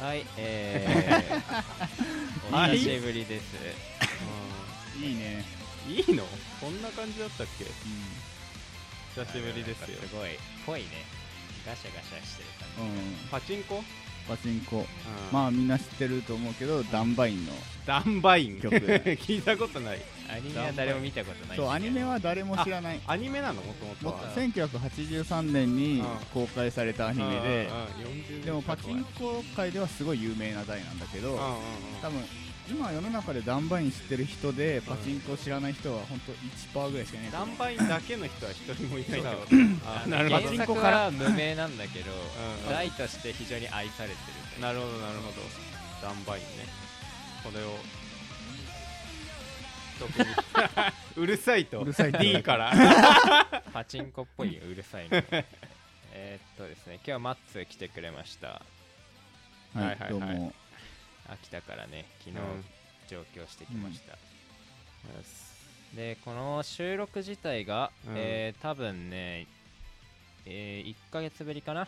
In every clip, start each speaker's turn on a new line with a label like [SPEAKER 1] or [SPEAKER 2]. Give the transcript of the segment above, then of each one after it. [SPEAKER 1] はい、えー、お久しぶりです。
[SPEAKER 2] いいね、
[SPEAKER 3] いいのこんな感じだったっけ
[SPEAKER 2] う
[SPEAKER 3] 久しぶりですよ
[SPEAKER 1] なんかすごい、濃いね。ガシャガシャしてる感
[SPEAKER 2] んうん、
[SPEAKER 3] パチンコ、
[SPEAKER 2] パチンコ
[SPEAKER 3] まあ
[SPEAKER 2] まあみんな知ってると思うけどダンバインの
[SPEAKER 3] ダンバイン
[SPEAKER 2] 曲
[SPEAKER 3] 聞いたことない
[SPEAKER 1] じ。アニメは誰も見たことないんだけ
[SPEAKER 2] そ
[SPEAKER 1] ど。
[SPEAKER 2] うアニメは誰も知らない
[SPEAKER 3] アニメなのもともと
[SPEAKER 2] も
[SPEAKER 3] は
[SPEAKER 2] 1983年に
[SPEAKER 3] うん
[SPEAKER 2] 公開されたアニメで
[SPEAKER 3] うんうん40
[SPEAKER 2] でもパチンコ界ではすごい有名な台なんだけ
[SPEAKER 3] うん
[SPEAKER 2] ど
[SPEAKER 3] うんうん
[SPEAKER 2] 多分今世の中でダンバイン知ってる人でパチンコ知らない人は本当1%ぐらいしかいない
[SPEAKER 3] ダンバインだけの人は一人もいないだろう
[SPEAKER 1] あ
[SPEAKER 3] あー
[SPEAKER 1] の
[SPEAKER 3] なるほど
[SPEAKER 1] 原
[SPEAKER 2] チン
[SPEAKER 1] 作
[SPEAKER 2] コか
[SPEAKER 1] は
[SPEAKER 2] ら
[SPEAKER 1] 無名なんだけど、
[SPEAKER 3] うん
[SPEAKER 1] 台として非常に愛されてるという。
[SPEAKER 3] なるほどなるほどダンバインねこれを特 にうるさいと
[SPEAKER 2] うるさいと
[SPEAKER 3] D から
[SPEAKER 1] パチンコっぽいうるさいね。 えーっとですね、今日はマッツー来てくれました。
[SPEAKER 2] は
[SPEAKER 3] はい
[SPEAKER 2] い
[SPEAKER 3] はいはい
[SPEAKER 2] どうも
[SPEAKER 1] 秋田からね、昨日
[SPEAKER 3] うん
[SPEAKER 1] 上京してきました。で、この収録自体が、
[SPEAKER 3] うん
[SPEAKER 1] えー多分ね、えー、1ヶ月ぶりかな。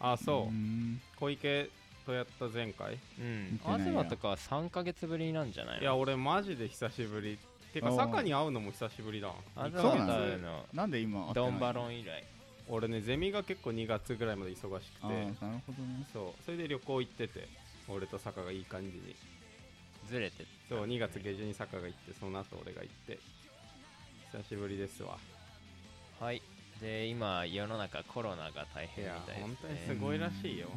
[SPEAKER 3] あそううん小池とやった前回
[SPEAKER 1] うん
[SPEAKER 2] 見。てないや
[SPEAKER 1] 東とかは3ヶ月ぶりなんじゃない
[SPEAKER 3] い
[SPEAKER 1] の
[SPEAKER 3] や俺マジで久しぶりてか
[SPEAKER 2] あー
[SPEAKER 3] 坂に会うのも久しぶりだ
[SPEAKER 1] 東と
[SPEAKER 2] そうなんだ
[SPEAKER 1] 会うの、
[SPEAKER 2] なんで今会ってない
[SPEAKER 1] ドンバ
[SPEAKER 2] ン
[SPEAKER 1] ロン以来。
[SPEAKER 3] 俺ねゼミが結構2月ぐらいまで忙し
[SPEAKER 2] あ
[SPEAKER 3] く
[SPEAKER 2] あ
[SPEAKER 3] て
[SPEAKER 2] なるほどね
[SPEAKER 3] そうそれで旅行行ってて俺と坂がいい感じに
[SPEAKER 1] ずれてった
[SPEAKER 3] そう2月下旬に坂が行ってその後俺が行って久しぶりですわ
[SPEAKER 1] はいで今世の中コロナが大
[SPEAKER 3] い
[SPEAKER 1] 変み
[SPEAKER 3] や
[SPEAKER 1] たい
[SPEAKER 3] 本当に
[SPEAKER 1] です
[SPEAKER 3] す
[SPEAKER 1] ね
[SPEAKER 3] ごいらしいよ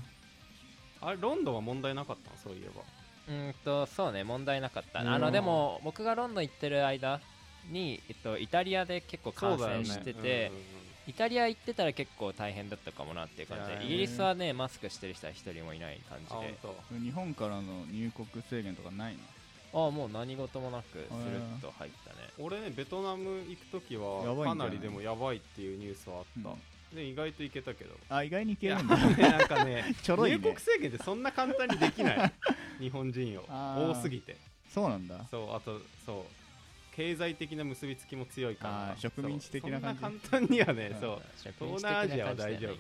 [SPEAKER 3] あれロンドンは問題なかったのそういえば
[SPEAKER 1] うーんとそうね問題なかった
[SPEAKER 3] うん
[SPEAKER 1] あのでも僕がロンドン行ってる間に、えっと、イタリアで結構感染してて、
[SPEAKER 3] うんうんうん
[SPEAKER 1] イタリア行ってたら結構大変だったかもなっていう感
[SPEAKER 3] いや
[SPEAKER 1] じ
[SPEAKER 3] ー
[SPEAKER 1] でイギリスはねマスクしてる人は一人もいない感
[SPEAKER 3] あ
[SPEAKER 1] じ
[SPEAKER 3] 本
[SPEAKER 1] で
[SPEAKER 3] 当
[SPEAKER 2] 日本からの入国制限とかないの
[SPEAKER 1] ああもう何事もなくスルッと入ったね
[SPEAKER 3] 俺ねベトナム行く時
[SPEAKER 2] や
[SPEAKER 3] は
[SPEAKER 2] ばい
[SPEAKER 3] か
[SPEAKER 2] んじゃ
[SPEAKER 3] な
[SPEAKER 2] ない
[SPEAKER 3] りでもやばいっていうニュースはあっ
[SPEAKER 2] うん
[SPEAKER 3] たで意外といけたけど
[SPEAKER 2] あ意外にい
[SPEAKER 3] い
[SPEAKER 2] け
[SPEAKER 3] や
[SPEAKER 2] る
[SPEAKER 3] ね
[SPEAKER 2] んだ
[SPEAKER 3] なんかね
[SPEAKER 2] ちょろいね
[SPEAKER 3] 入国制限ってそんな簡単にで きない日本人を
[SPEAKER 2] あー
[SPEAKER 3] 多すぎて
[SPEAKER 2] そうなんだ
[SPEAKER 3] そうあとそう経済的な結びつきも強いか
[SPEAKER 2] あ
[SPEAKER 3] ら
[SPEAKER 2] ー植民地的な感じ
[SPEAKER 3] そうそんな簡単にはね
[SPEAKER 2] うん
[SPEAKER 3] そう
[SPEAKER 1] 植民地的な感じじゃないけどね
[SPEAKER 3] 東南アジアは大丈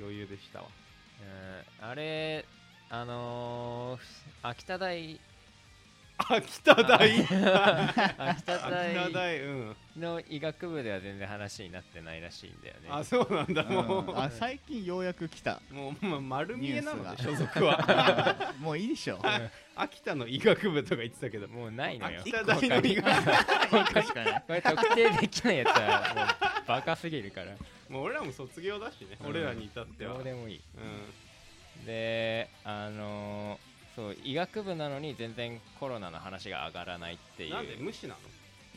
[SPEAKER 3] 余裕でしたわ
[SPEAKER 1] うんあれあのー、秋田 大
[SPEAKER 3] 秋 田大秋
[SPEAKER 1] 秋田
[SPEAKER 3] 田
[SPEAKER 1] 大
[SPEAKER 3] 大うん
[SPEAKER 1] の医学部では全然話になってないらしいんだよね
[SPEAKER 3] あそうなんだも
[SPEAKER 2] うんあ最近ようやく来 た
[SPEAKER 3] うもうま丸見えなので
[SPEAKER 2] ニュ
[SPEAKER 3] 所
[SPEAKER 2] ー
[SPEAKER 3] 属は
[SPEAKER 2] もういいでしょ
[SPEAKER 3] 秋田の医学部とか言ってたけど
[SPEAKER 1] もうないのよ
[SPEAKER 3] 秋田大の医学部
[SPEAKER 2] 確かに
[SPEAKER 1] これ特定できないやつはもうバカすぎ るから
[SPEAKER 3] もう俺らも卒業だしね
[SPEAKER 1] うん
[SPEAKER 3] 俺らに至って
[SPEAKER 1] ど
[SPEAKER 3] はう
[SPEAKER 1] うんでもいいであのーそう医学部なのに全然コロナの話が上がらないっていう
[SPEAKER 3] なんで無視なの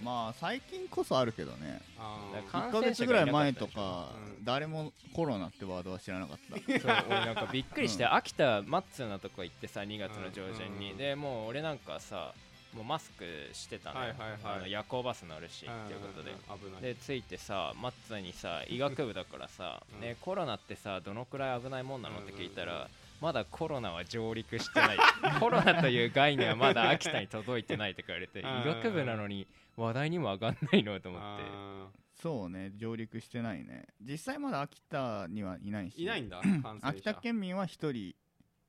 [SPEAKER 2] まあ最近こそあるけどね
[SPEAKER 3] あ
[SPEAKER 1] だ
[SPEAKER 3] ー
[SPEAKER 1] か
[SPEAKER 2] 1ヶ月ぐらい前とか
[SPEAKER 3] うん
[SPEAKER 2] 誰もコロナってワードは知らなかった
[SPEAKER 1] そう俺なんかびっくりして、
[SPEAKER 2] うん
[SPEAKER 1] 秋田マッツーのとこ行ってさ2月の上旬に、
[SPEAKER 3] うん
[SPEAKER 1] でもう俺なんかさもうマスクしてたの,、
[SPEAKER 3] はいはいはい
[SPEAKER 1] あの夜行バス乗るしっていうことで、
[SPEAKER 3] うんうんうん危ない
[SPEAKER 1] で着いてさマッツーにさ医学部だからさ、
[SPEAKER 3] うん
[SPEAKER 1] ね、コロナってさどのくらい危ないもんなのって聞いたら、
[SPEAKER 3] うんうんうん
[SPEAKER 1] まだコロナは上陸してない コロナという概念はまだ秋田に届いてないって言われて医
[SPEAKER 3] うんうんうん
[SPEAKER 1] 学部なのに話題にも上がんないのと思って
[SPEAKER 3] あ
[SPEAKER 2] そうね上陸してないね実際まだ秋田にはいない
[SPEAKER 3] ー
[SPEAKER 2] し
[SPEAKER 3] いないんだ感染者
[SPEAKER 2] 秋田県民は一人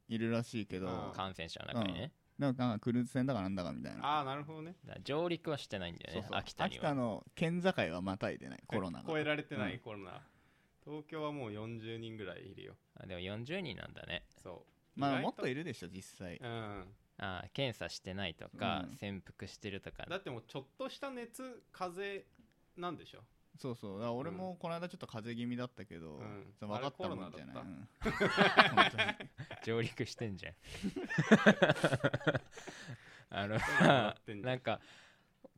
[SPEAKER 2] いるらしいけど
[SPEAKER 3] うん
[SPEAKER 1] 感染者の中にね、
[SPEAKER 2] なんかクルーズ船だかなんだかみたい
[SPEAKER 3] ああ
[SPEAKER 2] な
[SPEAKER 3] なるほどね
[SPEAKER 1] だから上陸はしてないんだよ
[SPEAKER 2] そう
[SPEAKER 1] ね
[SPEAKER 2] そう
[SPEAKER 1] 秋田に
[SPEAKER 2] 秋
[SPEAKER 1] は
[SPEAKER 2] 田の県境はまたいでないコロナが
[SPEAKER 3] 超えられてない、
[SPEAKER 2] うん
[SPEAKER 3] コロナ東京はもう40人ぐらいいるよ
[SPEAKER 1] あでも40人なんだね
[SPEAKER 3] そう
[SPEAKER 2] まあ
[SPEAKER 3] 意
[SPEAKER 2] もっ
[SPEAKER 3] 外
[SPEAKER 2] といるでしょ実際
[SPEAKER 3] うん
[SPEAKER 1] あー検査してないとか、
[SPEAKER 2] うん
[SPEAKER 1] 潜伏してるとか
[SPEAKER 3] だってもうちょっとした熱風邪なんでしょ
[SPEAKER 2] そうそうだから俺もこの間ちょっと風邪気味だったけど、
[SPEAKER 3] うん
[SPEAKER 2] その分かったもんじゃない、
[SPEAKER 3] あれ
[SPEAKER 2] うん本当に
[SPEAKER 1] 上陸してんじゃんあの
[SPEAKER 3] なってんじゃん
[SPEAKER 1] なんか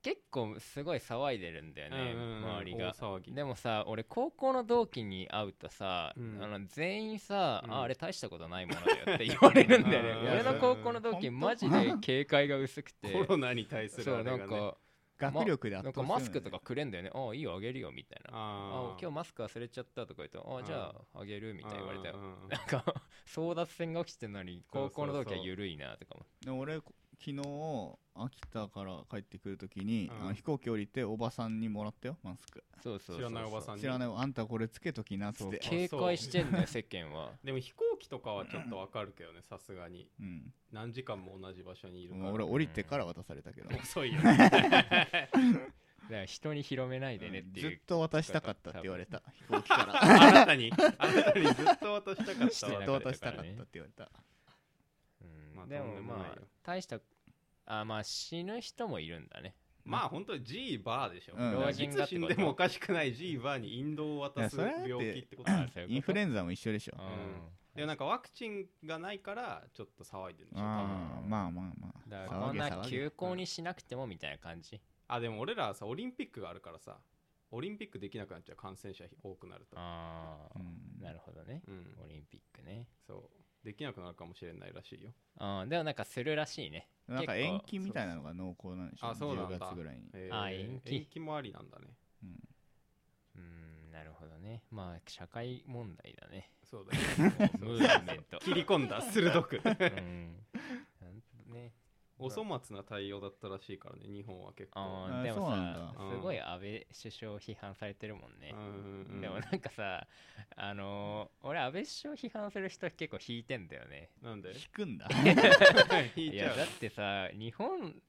[SPEAKER 1] 結構すごい騒いでるんだよね、
[SPEAKER 3] うんうんうん
[SPEAKER 1] 周りが
[SPEAKER 3] 大騒ぎ
[SPEAKER 1] でもさ俺高校の同期に会うとさ、
[SPEAKER 3] うん
[SPEAKER 1] あの全員さ、
[SPEAKER 3] うん
[SPEAKER 1] ああれ大したことないものだよって言われるんだよ
[SPEAKER 3] うん
[SPEAKER 1] ね俺の高校の同期
[SPEAKER 2] うん
[SPEAKER 1] マジ で警戒が薄くて
[SPEAKER 3] コロナに対する
[SPEAKER 1] そう
[SPEAKER 3] あれ
[SPEAKER 1] な
[SPEAKER 3] が、
[SPEAKER 1] ん
[SPEAKER 3] ね、
[SPEAKER 1] か
[SPEAKER 2] 学力で圧
[SPEAKER 1] なん
[SPEAKER 2] 倒
[SPEAKER 1] かマ
[SPEAKER 2] してるよね
[SPEAKER 1] スクとかくれんだよねああいいよあげるよみたいなあ
[SPEAKER 3] あー
[SPEAKER 1] 今日マスク忘れちゃったとか言うとあじゃああげるみたいに言われたよ
[SPEAKER 3] うんうんうん
[SPEAKER 1] なんか争奪戦が起きてるのに高
[SPEAKER 3] そうそうそう
[SPEAKER 1] 校の時は緩いなとかも
[SPEAKER 2] でも俺こ昨日秋田から帰ってくるときに、
[SPEAKER 3] うん
[SPEAKER 2] あの飛行機降りておばさんにもらったよマスク
[SPEAKER 1] そうそうそう
[SPEAKER 3] 知らないおばさんに
[SPEAKER 2] 知らないあんたこれつけときなっつ
[SPEAKER 1] そう
[SPEAKER 2] って
[SPEAKER 1] 警戒してんだよ世間は
[SPEAKER 3] でも飛行時とかはちょっとわかるけどねさすがに
[SPEAKER 2] うん、
[SPEAKER 3] 何時間も同じ場所にいるか
[SPEAKER 2] ま
[SPEAKER 3] ら
[SPEAKER 2] あ俺降りてから渡されたけど、
[SPEAKER 3] 遅いよね
[SPEAKER 1] だから人に広めないでねっ
[SPEAKER 2] うん
[SPEAKER 1] て
[SPEAKER 2] ず
[SPEAKER 1] い
[SPEAKER 2] っ
[SPEAKER 1] う、
[SPEAKER 2] と渡したかったって言われ た飛行機か
[SPEAKER 3] あ
[SPEAKER 2] ら
[SPEAKER 3] なたにあなたにずっと渡したかっ
[SPEAKER 1] して
[SPEAKER 3] た
[SPEAKER 1] な
[SPEAKER 3] わ
[SPEAKER 1] か
[SPEAKER 2] ずっと渡したかったって言われた
[SPEAKER 1] うん
[SPEAKER 3] まあ
[SPEAKER 1] でも
[SPEAKER 3] とんでもない
[SPEAKER 1] まあ
[SPEAKER 3] よ
[SPEAKER 1] 大したあまあ死ぬ人もいるんだね
[SPEAKER 3] まあ本当に G バーでしょ、
[SPEAKER 2] うん
[SPEAKER 3] だから
[SPEAKER 1] 老
[SPEAKER 3] い
[SPEAKER 1] 人が
[SPEAKER 3] つ
[SPEAKER 1] ってこと
[SPEAKER 3] 死んでもおかしくない G バーに引導を渡す
[SPEAKER 2] いやそれだって
[SPEAKER 3] 病気ってことだよ
[SPEAKER 1] そういうこと
[SPEAKER 2] インフルエンザも一緒でしょ
[SPEAKER 1] うん
[SPEAKER 3] でもなんかワクチンがないからちょっと騒いでるんでしょ多分
[SPEAKER 2] ああまあまあま
[SPEAKER 1] だ
[SPEAKER 2] あ
[SPEAKER 1] からこ
[SPEAKER 2] 騒
[SPEAKER 1] ん
[SPEAKER 2] げ
[SPEAKER 1] な
[SPEAKER 2] 騒げ
[SPEAKER 1] 休校にしなくてもみたいな感じ、
[SPEAKER 3] あでも俺らはさオリンピックがあるからさオリンピックできなくなっちゃう感染者多くなると
[SPEAKER 1] ああ、
[SPEAKER 2] うん
[SPEAKER 1] なるほどね
[SPEAKER 3] うん
[SPEAKER 1] オリンピックね
[SPEAKER 3] そうできなくなるかもしれないらしいよ
[SPEAKER 1] あーでもなんかするらしいね
[SPEAKER 2] なんか
[SPEAKER 1] 結構
[SPEAKER 2] 延期みたいなのが濃厚なんでしょ
[SPEAKER 3] あそうなんだ
[SPEAKER 2] 10月ぐらいに、
[SPEAKER 3] え
[SPEAKER 1] あ延期
[SPEAKER 3] 延期もありなんだね
[SPEAKER 2] うん
[SPEAKER 1] うーんなるほどねまあ社会問題だね
[SPEAKER 3] そうだよね そう
[SPEAKER 1] ムーブメント
[SPEAKER 3] 切り込んだ鋭く
[SPEAKER 1] うんなんとね
[SPEAKER 3] お粗末な対応だったらしいからね日本は結構
[SPEAKER 1] あー
[SPEAKER 2] あー
[SPEAKER 1] でも
[SPEAKER 2] そうなん
[SPEAKER 1] さ
[SPEAKER 2] だ
[SPEAKER 1] すごい安倍首相批判されてるもんね
[SPEAKER 3] うんうんうん
[SPEAKER 1] でもなんかさあのー俺安倍首相批判する人結構引いてんだよね
[SPEAKER 3] なん で
[SPEAKER 2] 引くんだ
[SPEAKER 3] 引い
[SPEAKER 1] い
[SPEAKER 3] ちゃ
[SPEAKER 1] や
[SPEAKER 3] う
[SPEAKER 1] だってさ日本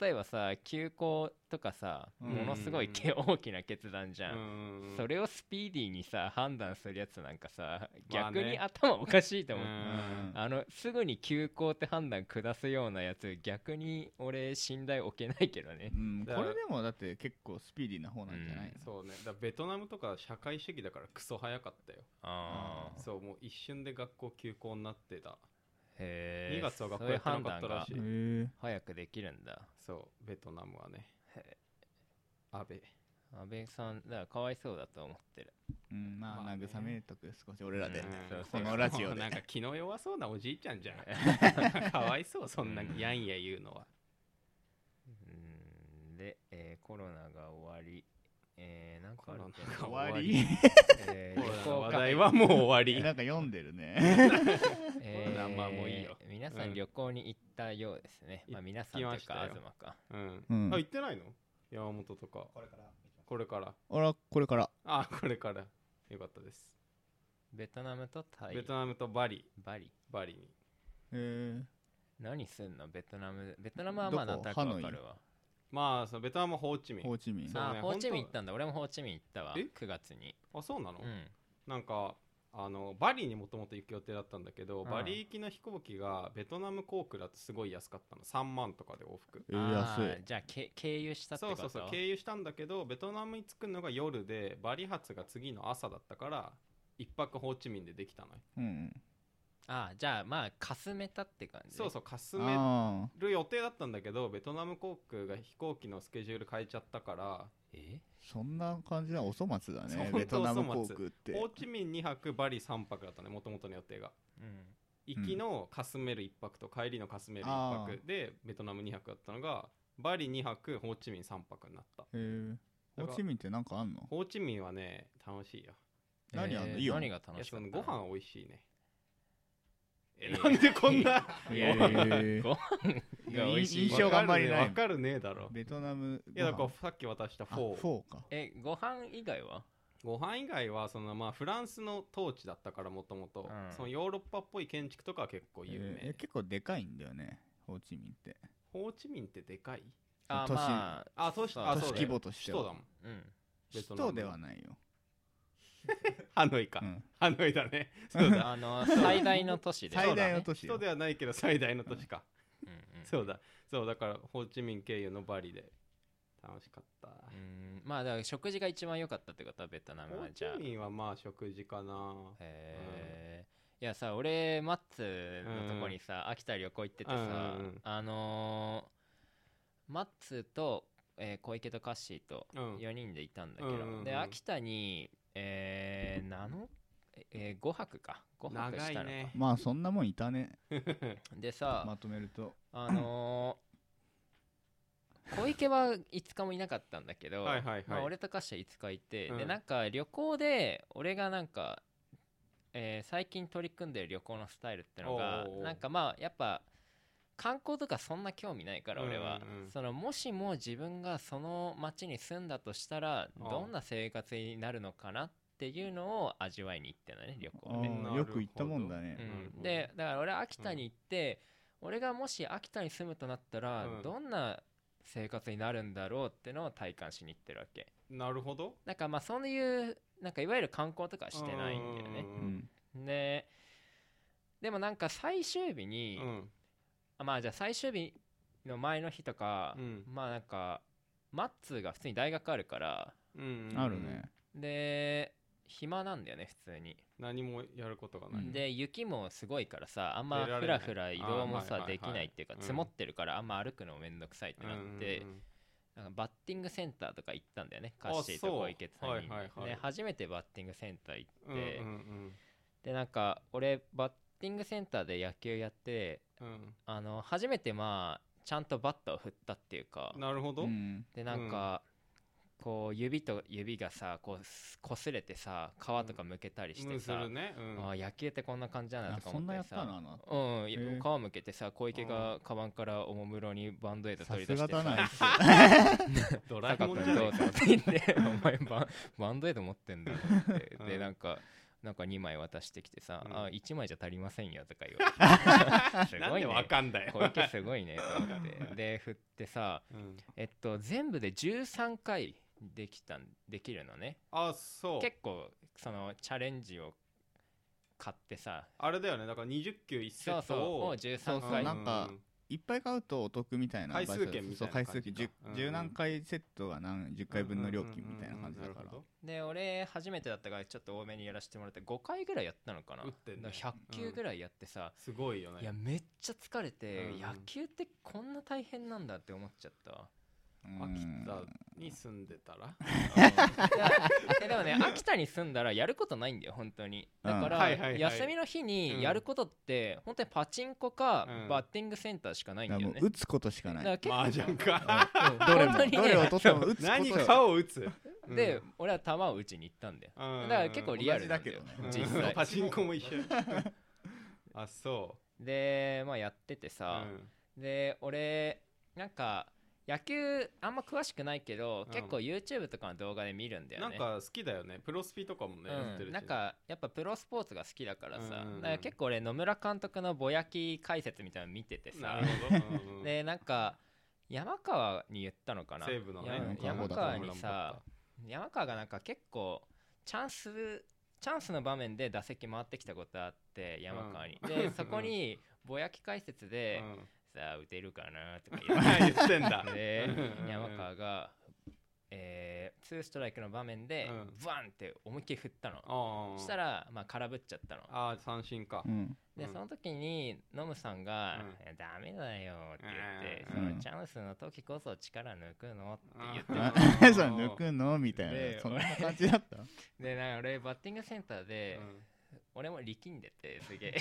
[SPEAKER 1] 例えばさ休校とかさ、
[SPEAKER 2] うん
[SPEAKER 1] ものすごいけ大きな決断じゃん、
[SPEAKER 3] うん
[SPEAKER 1] それをスピーディーにさ判断するやつなんかさ
[SPEAKER 3] まあね
[SPEAKER 1] 逆に頭おかしいと
[SPEAKER 3] う
[SPEAKER 1] 思う、
[SPEAKER 3] ん
[SPEAKER 1] あのすぐに休校って判断下すようなやつ逆に俺信頼置けないけどね
[SPEAKER 2] うん、こ
[SPEAKER 3] だから
[SPEAKER 2] れでもだって結構スピーディーな方なんじゃないの、
[SPEAKER 3] そうねだからベトナムとか社会主義だからクソ早かったよ
[SPEAKER 1] あー
[SPEAKER 3] そうもう一瞬で学校休校になってた
[SPEAKER 1] へえ
[SPEAKER 3] 2月は学
[SPEAKER 1] そう
[SPEAKER 3] 校
[SPEAKER 1] い
[SPEAKER 3] や
[SPEAKER 1] う
[SPEAKER 3] ってな
[SPEAKER 1] 判
[SPEAKER 3] か
[SPEAKER 1] 断
[SPEAKER 3] ったら
[SPEAKER 1] が
[SPEAKER 3] しい
[SPEAKER 2] へ
[SPEAKER 1] 早くできるんだ
[SPEAKER 3] そうベトナムはね
[SPEAKER 1] へ
[SPEAKER 3] 安倍
[SPEAKER 1] 安倍さんだからかわいそうだと思ってる
[SPEAKER 2] えうんまあ
[SPEAKER 3] まあね
[SPEAKER 2] 慰めとく少し俺らで、
[SPEAKER 1] うんそう
[SPEAKER 2] そうこのラジオで
[SPEAKER 3] もうなんか気の弱そうなおじいちゃんじゃ んかわいそうそんなやんや言うのは
[SPEAKER 1] うんで、えーコロナが終わり、えーなんかあるっけな
[SPEAKER 3] コロナが
[SPEAKER 2] 終わり
[SPEAKER 1] えー
[SPEAKER 3] コロナ
[SPEAKER 1] 旅行
[SPEAKER 3] の話
[SPEAKER 1] カフ
[SPEAKER 3] 題
[SPEAKER 1] ェ
[SPEAKER 3] はもう終わり
[SPEAKER 2] なんか読んでるね
[SPEAKER 1] えー
[SPEAKER 3] コロナまあもういいよ
[SPEAKER 1] 皆さ
[SPEAKER 3] うんん
[SPEAKER 1] 旅行に行ったようですね、まあ、皆さんというか
[SPEAKER 3] 行きま
[SPEAKER 1] 東か
[SPEAKER 3] うん、
[SPEAKER 2] うん
[SPEAKER 3] あ行ってないの山本とかこれからこれから
[SPEAKER 2] あらこれから
[SPEAKER 3] あこれからよかったです、
[SPEAKER 1] ベトナムとタイ
[SPEAKER 3] ベトナムとバリ
[SPEAKER 1] バリ
[SPEAKER 3] バリに
[SPEAKER 2] へ
[SPEAKER 1] 何すんのベトナムベトナムはまあ
[SPEAKER 2] ど
[SPEAKER 1] な
[SPEAKER 2] こ
[SPEAKER 1] んとなくわかるわ
[SPEAKER 3] まあそのベトナムはホーチミ
[SPEAKER 2] えホ
[SPEAKER 3] ン
[SPEAKER 2] ーチミン
[SPEAKER 3] そ
[SPEAKER 1] あ
[SPEAKER 3] うね
[SPEAKER 1] ホーチミン
[SPEAKER 3] 本当
[SPEAKER 1] 行ったんだ俺もホーチミン行ったわ
[SPEAKER 3] え
[SPEAKER 1] 9月に
[SPEAKER 3] あそうなの、
[SPEAKER 1] うん
[SPEAKER 3] なんかあのバリにもともと行く予定だったんだけど、
[SPEAKER 1] うん
[SPEAKER 3] バリ行きの飛行機がベトナム航空だとすごい安かったの3万とかで往復
[SPEAKER 2] えー
[SPEAKER 1] あー
[SPEAKER 2] 安い
[SPEAKER 1] じゃあけ経由したって
[SPEAKER 3] そ
[SPEAKER 1] こ
[SPEAKER 3] う
[SPEAKER 1] と
[SPEAKER 3] そうそう経由したんだけどベトナムに着くのが夜でバリ発が次の朝だったから一泊ホーチミンでできたのよ
[SPEAKER 2] うん
[SPEAKER 1] あーじゃあまあかすめたって感じ
[SPEAKER 3] そうそうかす
[SPEAKER 2] うん
[SPEAKER 3] め
[SPEAKER 2] あ
[SPEAKER 3] る予定だったんだけどベトナム航空が飛行機のスケジュール変えちゃったから、
[SPEAKER 1] え
[SPEAKER 2] ーそんな感じなお粗末だ
[SPEAKER 3] そうほ
[SPEAKER 2] ね
[SPEAKER 3] んと
[SPEAKER 2] ベトナム航空って
[SPEAKER 3] ホーチミン2泊バリ3泊だったねもともとの予定が
[SPEAKER 1] うん
[SPEAKER 3] 行きのかすめる1泊と帰りのかすめる1
[SPEAKER 2] あー
[SPEAKER 3] 泊でベトナム2泊だったのがバリ2泊ホーチミン3泊になった
[SPEAKER 2] へーホーチミンってなんかあんの
[SPEAKER 3] ホーチミンはね楽しいよ
[SPEAKER 2] 何あんの
[SPEAKER 1] えー
[SPEAKER 2] イオン
[SPEAKER 1] 何が
[SPEAKER 3] い
[SPEAKER 1] 楽
[SPEAKER 3] や
[SPEAKER 1] しか
[SPEAKER 3] そ
[SPEAKER 1] っ
[SPEAKER 3] の
[SPEAKER 1] た
[SPEAKER 3] ご
[SPEAKER 1] の
[SPEAKER 3] 飯美味しいねえ
[SPEAKER 1] いや
[SPEAKER 3] なんでこんな
[SPEAKER 1] いやいやいやご飯が美味しい
[SPEAKER 2] 印象があんまりない
[SPEAKER 3] わかるねわかるねえだろ
[SPEAKER 2] ベトナム
[SPEAKER 3] いやだから
[SPEAKER 2] ご飯
[SPEAKER 3] さっき渡した
[SPEAKER 2] あ
[SPEAKER 3] フォー
[SPEAKER 2] フォーか
[SPEAKER 1] えご飯以外は
[SPEAKER 3] ご飯以外はそのまあフランスの統治だったからもともと
[SPEAKER 1] うん
[SPEAKER 3] そのヨーロッパっぽい建築とかは結構有
[SPEAKER 2] えーえ
[SPEAKER 3] 名
[SPEAKER 2] 結構でかいんだよねホーチミンって
[SPEAKER 3] ホーチミンってでかい
[SPEAKER 1] あ
[SPEAKER 2] 都市
[SPEAKER 1] まあ
[SPEAKER 3] あ都市
[SPEAKER 1] そう
[SPEAKER 3] あ
[SPEAKER 2] 都
[SPEAKER 3] そう
[SPEAKER 2] 市
[SPEAKER 3] だ
[SPEAKER 2] 規
[SPEAKER 3] よ
[SPEAKER 2] 模として
[SPEAKER 3] 首都だ
[SPEAKER 2] は
[SPEAKER 3] もん
[SPEAKER 1] うん
[SPEAKER 3] ベトナム
[SPEAKER 2] 首都ではないよ、
[SPEAKER 3] ハノイか
[SPEAKER 2] うん、
[SPEAKER 3] ハノイだねそうだ
[SPEAKER 1] あの最大の都市で
[SPEAKER 2] 最大の
[SPEAKER 1] 市
[SPEAKER 2] 都市
[SPEAKER 3] 首都
[SPEAKER 2] よ
[SPEAKER 3] ではないけど最大の都市か
[SPEAKER 1] そう
[SPEAKER 3] そうだそうだからホーチミン経由のバリで楽しかった
[SPEAKER 1] だねうんうんうんまあだから食事が一番良かったってことはベトナム
[SPEAKER 3] ホ
[SPEAKER 1] は
[SPEAKER 3] ーチ
[SPEAKER 1] じゃあ
[SPEAKER 3] ミンはまあ食事かな
[SPEAKER 1] へえいやさ俺マッツのとこにさ秋田旅行行っててさ
[SPEAKER 3] うんうんうん
[SPEAKER 1] あのーマッツとえー小池とカッシーと
[SPEAKER 3] うん
[SPEAKER 1] 4人でいたんだけ
[SPEAKER 3] うんうんう
[SPEAKER 1] ど
[SPEAKER 3] ん
[SPEAKER 1] で秋田にえー7え5泊か5泊
[SPEAKER 3] 長
[SPEAKER 1] した
[SPEAKER 3] い
[SPEAKER 1] の
[SPEAKER 3] ね
[SPEAKER 1] か
[SPEAKER 2] まあそんなもんいたね
[SPEAKER 1] でさ
[SPEAKER 2] まとめると
[SPEAKER 1] あのー小池は5日もいなかったんだけど
[SPEAKER 3] はいはいはい
[SPEAKER 1] まあ、俺とカッシャ5日いて、
[SPEAKER 3] う
[SPEAKER 1] で
[SPEAKER 3] ん
[SPEAKER 1] なんか旅行で俺がなんか、えー最近取り組んでる旅行のスタイルってのが
[SPEAKER 3] おうおうおう
[SPEAKER 1] なんかまあやっぱ観光とかそんな興味ないから俺は、
[SPEAKER 3] うんうんうん
[SPEAKER 1] そのもしも自分がその町に住んだとしたら
[SPEAKER 3] ああ
[SPEAKER 1] どんな生活になるのかなってっていうのを味わいに行ってんだね旅行で、
[SPEAKER 2] ああよく行ったもんだね
[SPEAKER 3] なるほ
[SPEAKER 1] うん、
[SPEAKER 3] ど
[SPEAKER 1] でだから俺秋田に行って、俺がもし秋田に住むとなったら、
[SPEAKER 3] うん
[SPEAKER 1] どんな生活になるんだろうってのを体感しに行ってるわけ
[SPEAKER 3] なるほど
[SPEAKER 1] なんかまあそういうなんかいわゆる観光とかはしてないんだよね
[SPEAKER 3] う
[SPEAKER 2] うんん
[SPEAKER 1] ででもなんか最終日
[SPEAKER 3] う
[SPEAKER 1] に、
[SPEAKER 3] ん
[SPEAKER 1] あまあじゃあ最終日の前の日とか、
[SPEAKER 3] うん
[SPEAKER 1] まあなんかマッツーが普通に大学あるから
[SPEAKER 3] うんうん
[SPEAKER 2] あるね
[SPEAKER 1] で暇なんだよね普通に、
[SPEAKER 3] 何もやることがない、
[SPEAKER 2] うん
[SPEAKER 1] で雪もすごいからさあんま
[SPEAKER 3] 出ら
[SPEAKER 1] ふ
[SPEAKER 3] れな
[SPEAKER 1] ら
[SPEAKER 3] い
[SPEAKER 1] ふら移動も
[SPEAKER 3] あー
[SPEAKER 1] さ
[SPEAKER 3] はいはいはい
[SPEAKER 1] できないっていうか
[SPEAKER 3] うん
[SPEAKER 1] 積もってるからあんま歩くのもめんどくさいってなって、
[SPEAKER 3] うんうん
[SPEAKER 1] なんかバッティングセンターとか行ったんだよねカ
[SPEAKER 3] あ
[SPEAKER 1] ッシーと
[SPEAKER 3] そう
[SPEAKER 1] 小池さんに、
[SPEAKER 3] はいはいはい
[SPEAKER 1] で初めてバッティングセンター行って、
[SPEAKER 3] うんうん
[SPEAKER 1] でなんか俺バッティングセンターで野球やって
[SPEAKER 3] うんうん
[SPEAKER 1] あの初めてまあちゃんとバットを振ったっていうか
[SPEAKER 3] なるほど、
[SPEAKER 2] うん
[SPEAKER 1] でなんか、こう指と指がさこうす擦れてさ皮とかむけたりし
[SPEAKER 3] う
[SPEAKER 1] て
[SPEAKER 3] んす
[SPEAKER 1] さ、
[SPEAKER 3] るね、うん、
[SPEAKER 1] あー野球ってこんな感じだな
[SPEAKER 2] あ
[SPEAKER 1] とか
[SPEAKER 2] そ
[SPEAKER 1] 思
[SPEAKER 2] んな
[SPEAKER 1] っ
[SPEAKER 2] や
[SPEAKER 1] て
[SPEAKER 2] った
[SPEAKER 1] さ
[SPEAKER 2] なあの後
[SPEAKER 1] うん、い
[SPEAKER 2] へ
[SPEAKER 1] や
[SPEAKER 2] ー
[SPEAKER 1] 皮むけてさ小池がカバンからおもむろにバンドエイド
[SPEAKER 2] さ
[SPEAKER 1] 取り
[SPEAKER 2] す
[SPEAKER 1] 出し
[SPEAKER 2] が
[SPEAKER 1] てさ
[SPEAKER 2] だなあいつ
[SPEAKER 3] ドラえ
[SPEAKER 1] 坂
[SPEAKER 3] も
[SPEAKER 1] 君
[SPEAKER 3] んじ
[SPEAKER 1] ど
[SPEAKER 3] ゃないうか
[SPEAKER 1] ぞって言って「お前バ ンバンドエイド持ってんだ」って
[SPEAKER 3] うん
[SPEAKER 1] でなんかなんか2枚渡してきてさ「
[SPEAKER 3] うん
[SPEAKER 1] あ1枚じゃ足りませんよ」とか言われて す
[SPEAKER 3] なん
[SPEAKER 1] ごい
[SPEAKER 3] でわ
[SPEAKER 1] ね
[SPEAKER 3] かんだよ、
[SPEAKER 1] 小池すごいねと思ってで振ってさ
[SPEAKER 3] うん、
[SPEAKER 1] えっと全部で13回できたんできるのね
[SPEAKER 3] あそう
[SPEAKER 1] 結構そのチャレンジを買ってさ
[SPEAKER 3] あれだよねだから20球1セ
[SPEAKER 1] そう
[SPEAKER 3] ッ
[SPEAKER 1] そう
[SPEAKER 3] ト
[SPEAKER 1] を
[SPEAKER 3] を
[SPEAKER 1] 13
[SPEAKER 2] そう
[SPEAKER 1] 回
[SPEAKER 2] なんかいっぱい買うとお得みたいな
[SPEAKER 3] 回数券みたいな感じ
[SPEAKER 2] そう
[SPEAKER 3] か
[SPEAKER 2] 回数券十
[SPEAKER 3] うん
[SPEAKER 2] 十何回セットが何十回分の料金みたいな感じだから
[SPEAKER 1] で俺初めてだったからちょっと多めにやらせてもらって5回ぐらいやったのかな
[SPEAKER 3] 打ってんね
[SPEAKER 1] だから100球ぐらいやってさ、
[SPEAKER 3] すごいよね
[SPEAKER 1] いやめっちゃ疲れて、
[SPEAKER 3] うん
[SPEAKER 1] 野球ってこんな大変なんだって思っちゃ った
[SPEAKER 3] 秋
[SPEAKER 2] うん
[SPEAKER 3] 田に住んでたら
[SPEAKER 1] いやえでもね秋田に住んだらやることないんだよ本当にだか
[SPEAKER 3] うん
[SPEAKER 1] ら
[SPEAKER 3] はいはいはい
[SPEAKER 1] 休みの日にやることって本当にパチンコか
[SPEAKER 3] うん
[SPEAKER 1] バッティングセンターしかないんだ
[SPEAKER 2] だから
[SPEAKER 1] よ
[SPEAKER 2] も
[SPEAKER 1] ね
[SPEAKER 2] う打つことしか
[SPEAKER 1] だ
[SPEAKER 2] な
[SPEAKER 1] か
[SPEAKER 2] い
[SPEAKER 1] ら結構
[SPEAKER 3] 麻雀か
[SPEAKER 1] うん
[SPEAKER 2] どれ
[SPEAKER 1] 本当にね
[SPEAKER 2] もどれを取っても打つこと
[SPEAKER 3] 何かを打つ
[SPEAKER 1] で俺は球を打ちに行ったんだよだから結構リアルなんだよ
[SPEAKER 2] 同
[SPEAKER 1] 実
[SPEAKER 3] うん
[SPEAKER 1] 際
[SPEAKER 3] パチン コも一緒あそ
[SPEAKER 1] でまあやってて
[SPEAKER 3] う
[SPEAKER 1] さで俺なんか野球あんま詳しくないけど
[SPEAKER 3] うん
[SPEAKER 1] 結構 YouTube とかの動画で見るんだ
[SPEAKER 3] うん
[SPEAKER 1] よ
[SPEAKER 3] なん
[SPEAKER 1] ね
[SPEAKER 3] か好きだよねプロスピとかもねやって
[SPEAKER 1] う
[SPEAKER 3] る
[SPEAKER 1] ん、
[SPEAKER 3] し
[SPEAKER 1] なんかやっぱプロスポーツが好きだからさ、
[SPEAKER 3] うんうんうん
[SPEAKER 1] だから結構俺野村監督のぼやき解説みたいなの見てて
[SPEAKER 3] な
[SPEAKER 1] さ
[SPEAKER 3] るほどうんうん
[SPEAKER 1] でなんか山川に言ったのかな
[SPEAKER 3] 西武のね
[SPEAKER 1] や
[SPEAKER 2] 山
[SPEAKER 1] 山
[SPEAKER 2] 川
[SPEAKER 1] 川
[SPEAKER 2] に
[SPEAKER 1] にさ山川がなんか結構チャンスチャンスの場面で打席回ってきたことあって山川に、
[SPEAKER 3] うん
[SPEAKER 1] でそこにぼやき解説
[SPEAKER 3] う
[SPEAKER 1] で
[SPEAKER 3] ん
[SPEAKER 1] 「さあ打てるかな」とか言って
[SPEAKER 3] 言ってん だ
[SPEAKER 1] で
[SPEAKER 3] うん
[SPEAKER 1] 山川が、えー、ツーストライクの場面で、
[SPEAKER 3] うん
[SPEAKER 1] バンって思いっきり振ったの
[SPEAKER 3] ああ
[SPEAKER 1] したら、まあ、空振っちゃったの
[SPEAKER 3] あー三振か
[SPEAKER 2] うん
[SPEAKER 1] で
[SPEAKER 3] うん
[SPEAKER 1] その時にノムさんが
[SPEAKER 3] うん
[SPEAKER 1] 「いやダメだよ」って言って「
[SPEAKER 3] うん
[SPEAKER 1] その
[SPEAKER 2] うん
[SPEAKER 1] チャンスの時こそ力抜くの」って言って
[SPEAKER 3] あ
[SPEAKER 1] た
[SPEAKER 2] あ
[SPEAKER 1] の
[SPEAKER 3] ー
[SPEAKER 2] そう抜くのみたい
[SPEAKER 1] で
[SPEAKER 2] なそんな感じだ った
[SPEAKER 1] でなんか俺バッティングセンターで
[SPEAKER 3] うん
[SPEAKER 1] 俺も力んでてすげえ